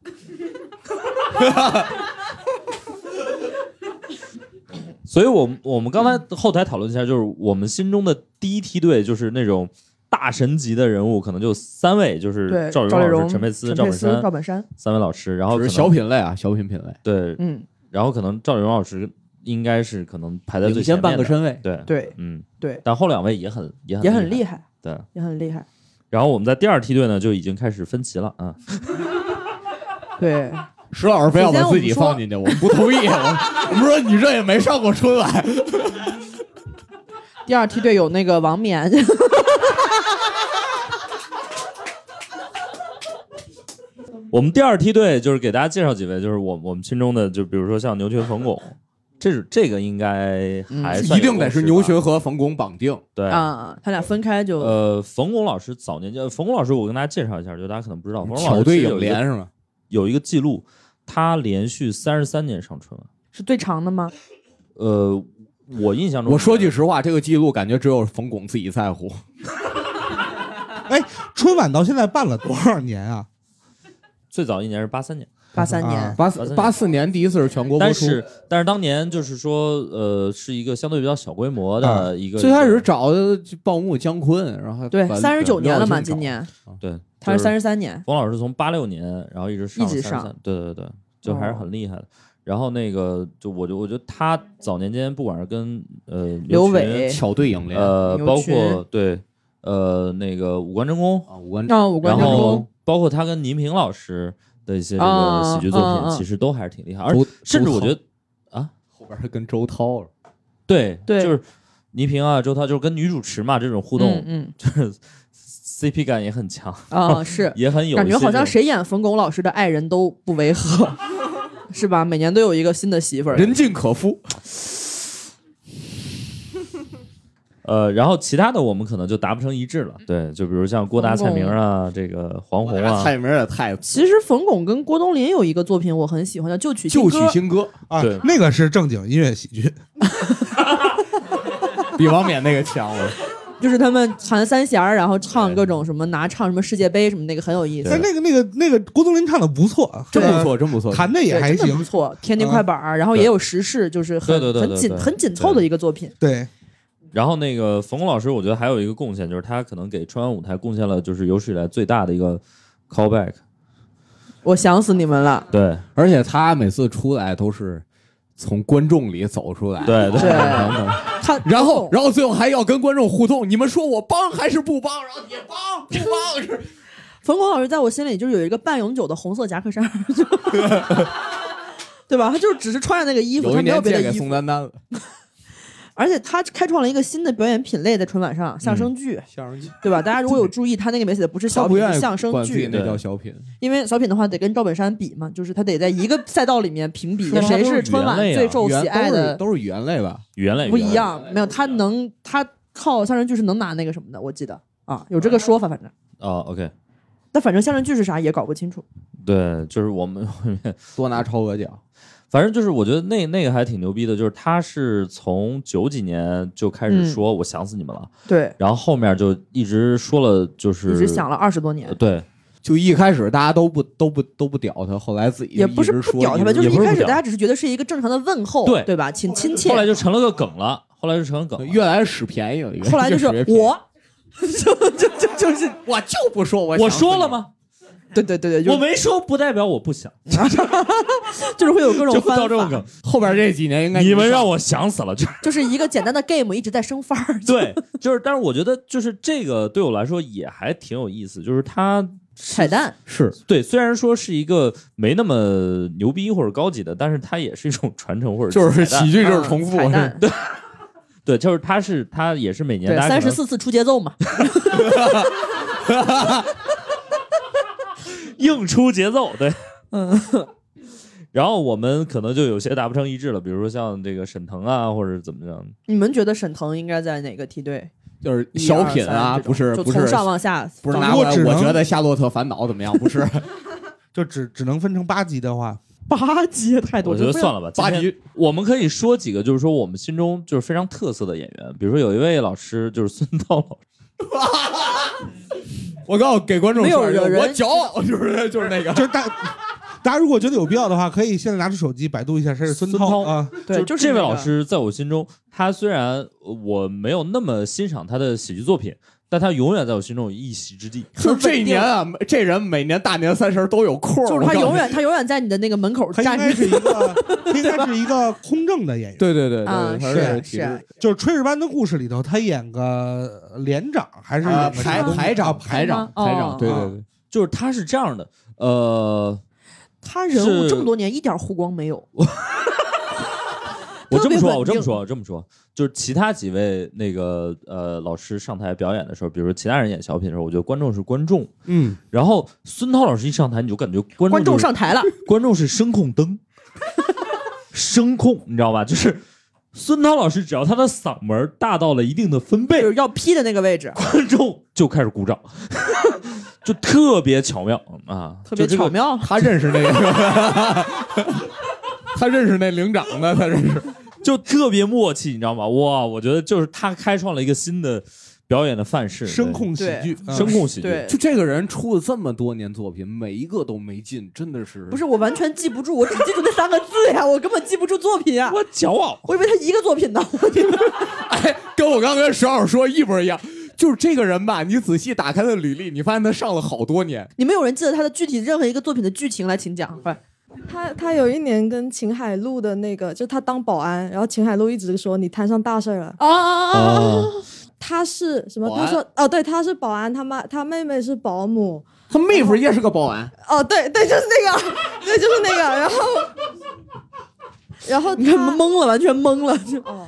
[SPEAKER 1] 所以我们我们刚才后台讨论一下，就是我们心中的第一梯队就是那种大神级的人物，可能就三位，就是
[SPEAKER 2] 对，
[SPEAKER 1] 赵
[SPEAKER 2] 赵
[SPEAKER 1] 丽
[SPEAKER 2] 丽
[SPEAKER 1] 蓉老
[SPEAKER 2] 蓉、
[SPEAKER 1] 师、陈佩斯、
[SPEAKER 2] 赵
[SPEAKER 1] 赵本山
[SPEAKER 2] 赵本山，
[SPEAKER 1] 三位老师，然后哦
[SPEAKER 3] 只是
[SPEAKER 1] 可能
[SPEAKER 3] 小品类啊，小品品类，
[SPEAKER 1] 对，
[SPEAKER 2] 嗯，
[SPEAKER 1] 然后可能赵丽蓉老师应该是可能排在最
[SPEAKER 3] 领先
[SPEAKER 1] 前
[SPEAKER 3] 半
[SPEAKER 1] 面
[SPEAKER 3] 个
[SPEAKER 1] 的，
[SPEAKER 3] 身位。
[SPEAKER 1] 对，
[SPEAKER 2] 对
[SPEAKER 1] 嗯，
[SPEAKER 2] 对，
[SPEAKER 1] 但后两位也很也很
[SPEAKER 2] 也很厉
[SPEAKER 1] 害，
[SPEAKER 2] 害，
[SPEAKER 1] 对。
[SPEAKER 2] 也很厉害。
[SPEAKER 1] 然后我们在第二梯队呢就已经开始分歧了啊，
[SPEAKER 2] 对，
[SPEAKER 3] 石老师非要把自己
[SPEAKER 2] 首先我们说
[SPEAKER 3] 放进去，我们不同意。我
[SPEAKER 2] (laughs)
[SPEAKER 3] 我们说你这也没上过春晚，
[SPEAKER 2] 第二梯队有那个王冕，
[SPEAKER 1] 我们第二梯队就是给大家介绍几位，就是我我们心中的，就比如说像牛群、冯巩，这是这个应该还哎算
[SPEAKER 3] 嗯一定得是
[SPEAKER 1] 有
[SPEAKER 3] 牛
[SPEAKER 1] 共识吧
[SPEAKER 3] 群和冯巩绑定。
[SPEAKER 1] 对。
[SPEAKER 2] 啊，他俩分开就、
[SPEAKER 1] 呃，冯巩老师早年间，冯巩老师我跟大家介绍一下，就大家可能不知道，冯巩老
[SPEAKER 3] 巧
[SPEAKER 1] 师
[SPEAKER 3] 对
[SPEAKER 1] 其实有
[SPEAKER 3] 影
[SPEAKER 1] 一个
[SPEAKER 3] 联是吗？
[SPEAKER 1] 有一个记录，他连续三十三年上春晚。
[SPEAKER 2] 是最长的吗？
[SPEAKER 1] 呃，我印象中，
[SPEAKER 3] 我说句实话，这个记录感觉只有冯巩自己在乎。
[SPEAKER 4] 哎，春晚到现在办了多少年啊？
[SPEAKER 1] 最早一年是八三年，
[SPEAKER 2] 八三年、
[SPEAKER 4] 啊
[SPEAKER 3] 八
[SPEAKER 1] 84
[SPEAKER 3] 四八四年第一次是全国播
[SPEAKER 1] 但
[SPEAKER 3] 出，
[SPEAKER 1] 是但是当年就是说，呃，是一个相对比较小规模
[SPEAKER 4] 啊
[SPEAKER 1] 的一个。
[SPEAKER 3] 最开始找的就报幕姜昆，然后
[SPEAKER 2] 对
[SPEAKER 3] 把，
[SPEAKER 2] 三十九年了嘛，
[SPEAKER 3] 廖俊
[SPEAKER 2] 今年
[SPEAKER 1] 对，
[SPEAKER 2] 他是
[SPEAKER 1] 就
[SPEAKER 2] 三十三年，
[SPEAKER 1] 冯老师从八六年，然后一直上
[SPEAKER 2] 一直
[SPEAKER 1] 33
[SPEAKER 2] 上，哦
[SPEAKER 1] 对对对，就还是很厉害的。然后那个，就我就我觉得他早年间不管是跟呃
[SPEAKER 2] 刘
[SPEAKER 1] 群
[SPEAKER 2] 伟
[SPEAKER 3] 巧对影联
[SPEAKER 1] 呃，
[SPEAKER 2] 牛
[SPEAKER 1] 包
[SPEAKER 2] 群
[SPEAKER 1] 括对呃那个五官真功，
[SPEAKER 3] 啊，五官
[SPEAKER 2] 啊，五官
[SPEAKER 1] 然
[SPEAKER 2] 争功
[SPEAKER 1] 后包括他跟倪萍老师的一些这个
[SPEAKER 2] 啊
[SPEAKER 1] 喜剧作
[SPEAKER 2] 啊啊
[SPEAKER 1] 品，其实都还是挺厉害，而
[SPEAKER 3] 周
[SPEAKER 1] 甚至
[SPEAKER 3] 周
[SPEAKER 1] 我觉
[SPEAKER 3] 涛
[SPEAKER 1] 得啊，
[SPEAKER 3] 后边还跟周涛了，
[SPEAKER 1] 对
[SPEAKER 2] 对
[SPEAKER 1] 就是倪萍啊、周涛，就是跟女主持嘛这种互动，
[SPEAKER 2] 嗯
[SPEAKER 1] (laughs) 就是 CP 感也很强，
[SPEAKER 2] 嗯
[SPEAKER 1] (laughs)
[SPEAKER 2] 啊是，
[SPEAKER 1] 也很有一
[SPEAKER 2] 感
[SPEAKER 1] 些
[SPEAKER 2] 觉好像
[SPEAKER 1] 这种
[SPEAKER 2] 谁演冯巩老师的爱人都不违和， (laughs) 是吧？每年都有一个新的媳妇儿，
[SPEAKER 3] 人尽可夫。
[SPEAKER 1] 呃，然后其他的我们可能就达不成一致了。对，就比如像郭达、
[SPEAKER 2] 嗯冯
[SPEAKER 1] 蔡
[SPEAKER 2] 巩
[SPEAKER 1] 明啊，这个黄宏啊，
[SPEAKER 3] 蔡明也太
[SPEAKER 2] 其实冯巩跟郭冬临有一个作品我很喜欢，叫《旧曲新
[SPEAKER 3] 就
[SPEAKER 2] 歌
[SPEAKER 3] 取》。新
[SPEAKER 1] (laughs)
[SPEAKER 3] 歌，
[SPEAKER 4] 啊
[SPEAKER 1] 对，
[SPEAKER 4] 那个是正经音乐喜剧，
[SPEAKER 3] 比王冕那个强了。
[SPEAKER 2] 就是他们弹三弦儿，然后唱各种什么拿唱什么世界杯什么那个很有意思
[SPEAKER 4] 但，那个那个那个郭冬临唱的不错，
[SPEAKER 3] 真
[SPEAKER 2] 啊
[SPEAKER 3] 不错，真不错。
[SPEAKER 4] 弹的也
[SPEAKER 2] 对
[SPEAKER 4] 还
[SPEAKER 2] 真的不
[SPEAKER 4] 行。啊
[SPEAKER 2] 错。天地快板儿，然后也有时事，就是很
[SPEAKER 1] 对对对对
[SPEAKER 2] 很紧
[SPEAKER 1] 对
[SPEAKER 2] 很紧凑的一个作品。
[SPEAKER 4] 对，
[SPEAKER 1] 然后那个冯巩老师，我觉得还有一个贡献，就是他可能给春晚舞台贡献了就是有史以来最大的一个 callback。
[SPEAKER 2] 我想死你们了，
[SPEAKER 1] 对
[SPEAKER 3] 而且他每次出来都是从观众里走出来，
[SPEAKER 1] 对
[SPEAKER 2] 对
[SPEAKER 1] 对，
[SPEAKER 2] 他
[SPEAKER 3] 然
[SPEAKER 2] 冯巩
[SPEAKER 3] 后然后最后还要跟观众互动，你们说我帮还是不帮？然后你帮不
[SPEAKER 2] (laughs)
[SPEAKER 3] 帮是？
[SPEAKER 2] 冯巩老师在我心里就是有一个半永久的红色夹克衫儿，
[SPEAKER 3] (laughs)
[SPEAKER 2] 就对吧？他就只是穿着那个衣服，
[SPEAKER 3] 有
[SPEAKER 2] 他
[SPEAKER 3] 一
[SPEAKER 2] 没有
[SPEAKER 3] 年
[SPEAKER 2] 别
[SPEAKER 3] 借
[SPEAKER 2] 的
[SPEAKER 3] 给
[SPEAKER 2] 衣服
[SPEAKER 3] 宋。丹
[SPEAKER 2] (laughs)
[SPEAKER 3] 丹了，
[SPEAKER 2] 而且他开创了一个新的表演品类，在春晚上相声剧，
[SPEAKER 3] 相声剧。
[SPEAKER 2] 对吧？大家如果有注意，他那个里面写的不是
[SPEAKER 3] 嗯他
[SPEAKER 2] 小
[SPEAKER 3] 不
[SPEAKER 2] 品，
[SPEAKER 3] 愿
[SPEAKER 2] 是
[SPEAKER 3] 意
[SPEAKER 2] 相声
[SPEAKER 3] 管自己
[SPEAKER 2] 剧，
[SPEAKER 3] 那叫小品，
[SPEAKER 2] 因为小品的话得跟赵本山比嘛，就是他得在一个赛道里面评比
[SPEAKER 1] 是吗
[SPEAKER 2] 谁
[SPEAKER 1] 都是
[SPEAKER 2] 春晚
[SPEAKER 1] 语言类啊
[SPEAKER 2] 最受
[SPEAKER 3] 语言
[SPEAKER 2] 喜爱
[SPEAKER 3] 都是
[SPEAKER 2] 的，
[SPEAKER 3] 都是语言类吧？
[SPEAKER 1] 语言类
[SPEAKER 2] 不一，样。没有，他能他靠相声剧是能拿那个什么的，我记得啊，有这个说法，反正。
[SPEAKER 1] 啊，OK，
[SPEAKER 2] 但反正相声剧是啥也搞不清楚，
[SPEAKER 1] 对，就是我们，
[SPEAKER 3] 多拿超额奖，
[SPEAKER 1] 反正就是我觉得那那个还挺牛逼的，就是他是从九几年就开
[SPEAKER 2] 嗯
[SPEAKER 1] 始说我想死你们了，
[SPEAKER 2] 对，
[SPEAKER 1] 然后后面就一直说了，就是
[SPEAKER 2] 一直想了二十多年
[SPEAKER 1] 呃，对，
[SPEAKER 3] 就一开始大家都不都不都不屌他，后来自己
[SPEAKER 2] 也不是
[SPEAKER 3] 一直
[SPEAKER 2] 不
[SPEAKER 3] 说
[SPEAKER 2] 屌他吧，
[SPEAKER 3] 一
[SPEAKER 2] 就
[SPEAKER 3] 直
[SPEAKER 2] 是
[SPEAKER 1] 也
[SPEAKER 2] 一
[SPEAKER 1] 不是
[SPEAKER 2] 开
[SPEAKER 1] 不
[SPEAKER 2] 始
[SPEAKER 1] 屌
[SPEAKER 2] 大家只是觉得是一个正常的问候，
[SPEAKER 1] 对
[SPEAKER 2] 对吧？请亲切
[SPEAKER 1] 后，来就成了个梗了，后来就成了梗了，
[SPEAKER 3] 越来越使便宜了。
[SPEAKER 2] 后来就是
[SPEAKER 3] 越使便宜
[SPEAKER 2] 我，就就就就是，
[SPEAKER 3] 我就不说我
[SPEAKER 1] 我
[SPEAKER 3] 想死
[SPEAKER 1] 说
[SPEAKER 3] 你
[SPEAKER 1] 了？吗？
[SPEAKER 2] 对对对对，就
[SPEAKER 1] 我
[SPEAKER 2] 是
[SPEAKER 1] 没说，不代表我不想，
[SPEAKER 2] 就是会有各种
[SPEAKER 1] 就
[SPEAKER 2] 翻
[SPEAKER 1] 到这种
[SPEAKER 2] 法
[SPEAKER 1] 梗，，
[SPEAKER 3] 后边这几年应该
[SPEAKER 1] 你们
[SPEAKER 3] 上
[SPEAKER 1] 让我想死了，就是
[SPEAKER 2] 就是一个简单的 game 一直在升
[SPEAKER 1] (laughs)
[SPEAKER 2] 番儿，
[SPEAKER 1] 对，就是，但是我觉得就是这个对我来说也还挺有意思，就是他
[SPEAKER 2] 彩蛋，
[SPEAKER 3] 是
[SPEAKER 1] 对，虽然说是一个没那么牛逼或者高级的，但是它也是一种传承或者
[SPEAKER 3] 就是
[SPEAKER 1] 彩蛋
[SPEAKER 3] 喜剧就
[SPEAKER 2] 嗯
[SPEAKER 3] 是重复，
[SPEAKER 2] 彩蛋，对
[SPEAKER 1] 对，就是它是它也是每年大家
[SPEAKER 2] 三
[SPEAKER 1] 可
[SPEAKER 2] 十
[SPEAKER 1] 能
[SPEAKER 2] 四次出节奏嘛，
[SPEAKER 1] 硬出节奏，对，
[SPEAKER 2] (laughs) 嗯，
[SPEAKER 1] (laughs) 然后我们可能就有些达不成一致了，比如说像这个沈腾啊，或者怎么样，
[SPEAKER 2] 你们觉得沈腾应该在哪个梯队？
[SPEAKER 3] 就是
[SPEAKER 2] 一
[SPEAKER 3] 小品
[SPEAKER 2] 二
[SPEAKER 3] 啊，
[SPEAKER 2] 三这种
[SPEAKER 3] 不是
[SPEAKER 2] 就
[SPEAKER 3] 不
[SPEAKER 2] 从
[SPEAKER 3] 是
[SPEAKER 2] 上往下，
[SPEAKER 3] 不是
[SPEAKER 2] 放
[SPEAKER 3] 拿
[SPEAKER 4] 如
[SPEAKER 3] 过
[SPEAKER 4] 果
[SPEAKER 3] 来。
[SPEAKER 4] 只
[SPEAKER 3] 我
[SPEAKER 4] 能
[SPEAKER 3] 觉得《夏洛特烦恼》怎么样？不是
[SPEAKER 4] 就只只能分成八集的话，
[SPEAKER 2] 八级太多，
[SPEAKER 1] 我觉得
[SPEAKER 2] 就非
[SPEAKER 1] 算
[SPEAKER 2] 常
[SPEAKER 1] 了吧。
[SPEAKER 3] 八
[SPEAKER 1] 今天
[SPEAKER 3] 级
[SPEAKER 1] 我们可以说几个，就是说我们心中就是非常特色的演员，比如说有一位老师就是孙 (laughs) 涛老师，
[SPEAKER 3] (laughs) 我告诉给观众
[SPEAKER 2] 没有
[SPEAKER 3] 说一句
[SPEAKER 2] 有人
[SPEAKER 3] 我骄傲，就是 (laughs) 就是那个
[SPEAKER 4] 就是大大家如果觉得有必要的话，可以现在拿出手机百度一下谁是孙
[SPEAKER 1] 孙涛
[SPEAKER 4] 涛啊。
[SPEAKER 2] 对，
[SPEAKER 1] 就是这位
[SPEAKER 2] 那个
[SPEAKER 1] 老师在我心中，他虽然呃我没有那么欣赏他的喜剧作品，但他永远在我心中有一席之地。
[SPEAKER 3] 就是这一年啊，这人每年大年三十都有空儿，
[SPEAKER 2] 就是
[SPEAKER 3] 我
[SPEAKER 2] 他
[SPEAKER 3] 告诉
[SPEAKER 2] 永
[SPEAKER 3] 你
[SPEAKER 2] 远他永远在你的那个门口
[SPEAKER 4] 他应
[SPEAKER 2] 站
[SPEAKER 4] 该
[SPEAKER 2] 着，
[SPEAKER 4] 是一个，他应该是一个空政的演员。
[SPEAKER 3] 对对对对，
[SPEAKER 2] 啊
[SPEAKER 3] 他
[SPEAKER 2] 是
[SPEAKER 3] 体
[SPEAKER 2] 是
[SPEAKER 3] 制
[SPEAKER 4] 就是《炊事班的故事》里头，他演个连长还是
[SPEAKER 2] 嗯
[SPEAKER 3] 啊
[SPEAKER 4] 演个
[SPEAKER 3] 排
[SPEAKER 4] 什么东西
[SPEAKER 3] 排长
[SPEAKER 4] 啊
[SPEAKER 3] 排长
[SPEAKER 2] 哦
[SPEAKER 3] 排长，对对
[SPEAKER 4] 哦
[SPEAKER 3] 对，
[SPEAKER 1] 就是他是这样的，呃，
[SPEAKER 2] 他人物
[SPEAKER 1] 是
[SPEAKER 2] 这么多年一点湖光没有，
[SPEAKER 1] 我这么
[SPEAKER 2] 特别
[SPEAKER 1] 说
[SPEAKER 2] 稳
[SPEAKER 1] 啊，
[SPEAKER 2] 定
[SPEAKER 1] 我这么说，我这么说，就是其他几位那个呃老师上台表演的时候，比如说其他人演小品的时候，我觉得观众是观众，
[SPEAKER 4] 嗯，
[SPEAKER 1] 然后孙涛老师一上台，你就感觉观众
[SPEAKER 2] 观众
[SPEAKER 1] 就是
[SPEAKER 2] 上台了，
[SPEAKER 1] 观众是声控灯，声控，你知道吧？就是孙涛老师，只要他的嗓门儿大到了一定的分
[SPEAKER 2] 就
[SPEAKER 1] 贝，
[SPEAKER 2] 是要 P 的那个位置，
[SPEAKER 1] 观众 (laughs) 就开始鼓掌，就特别巧妙啊！
[SPEAKER 2] 特别
[SPEAKER 3] 就这个
[SPEAKER 2] 巧妙。
[SPEAKER 3] 他认识那个，
[SPEAKER 2] (laughs)
[SPEAKER 3] 他认识那领长的，他认识。
[SPEAKER 1] 就特别默契，你知道吗？哇，我觉得就是他开创了一个新的表演的范式，
[SPEAKER 4] 声控喜
[SPEAKER 2] 对
[SPEAKER 4] 剧，
[SPEAKER 1] 对声控喜剧，
[SPEAKER 2] 嗯对，
[SPEAKER 3] 就这个人出了这么多年作品，每一个都没进，真的是
[SPEAKER 2] 不是我完全记不住，我只记住那三个字呀，我根本记不住作品啊。
[SPEAKER 1] 我骄傲。
[SPEAKER 2] 我以为他一个作品呢，
[SPEAKER 3] 哎，跟我刚跟石老师说一模一样。就是这个人吧，你仔细打开他的履历，你发现他上了好多年。
[SPEAKER 2] 你们有人记得他的具体任何一个作品的剧情来，请讲。快，
[SPEAKER 5] (laughs) 他他有一年跟秦海璐的那个，就他当保安，然后秦海璐一直说你摊上大事儿了。
[SPEAKER 2] 啊啊啊啊！
[SPEAKER 1] 啊，
[SPEAKER 5] 他是什么？
[SPEAKER 3] 保安
[SPEAKER 5] 他说哦，对，他是保安，他妈他妹妹是保姆。
[SPEAKER 3] 他妹夫也是个保安，
[SPEAKER 5] 哦，对对，就是那个，对，就是那个。然后然后
[SPEAKER 2] (laughs) 你看
[SPEAKER 5] 他
[SPEAKER 2] 懵了，完全懵了。就
[SPEAKER 5] 哦，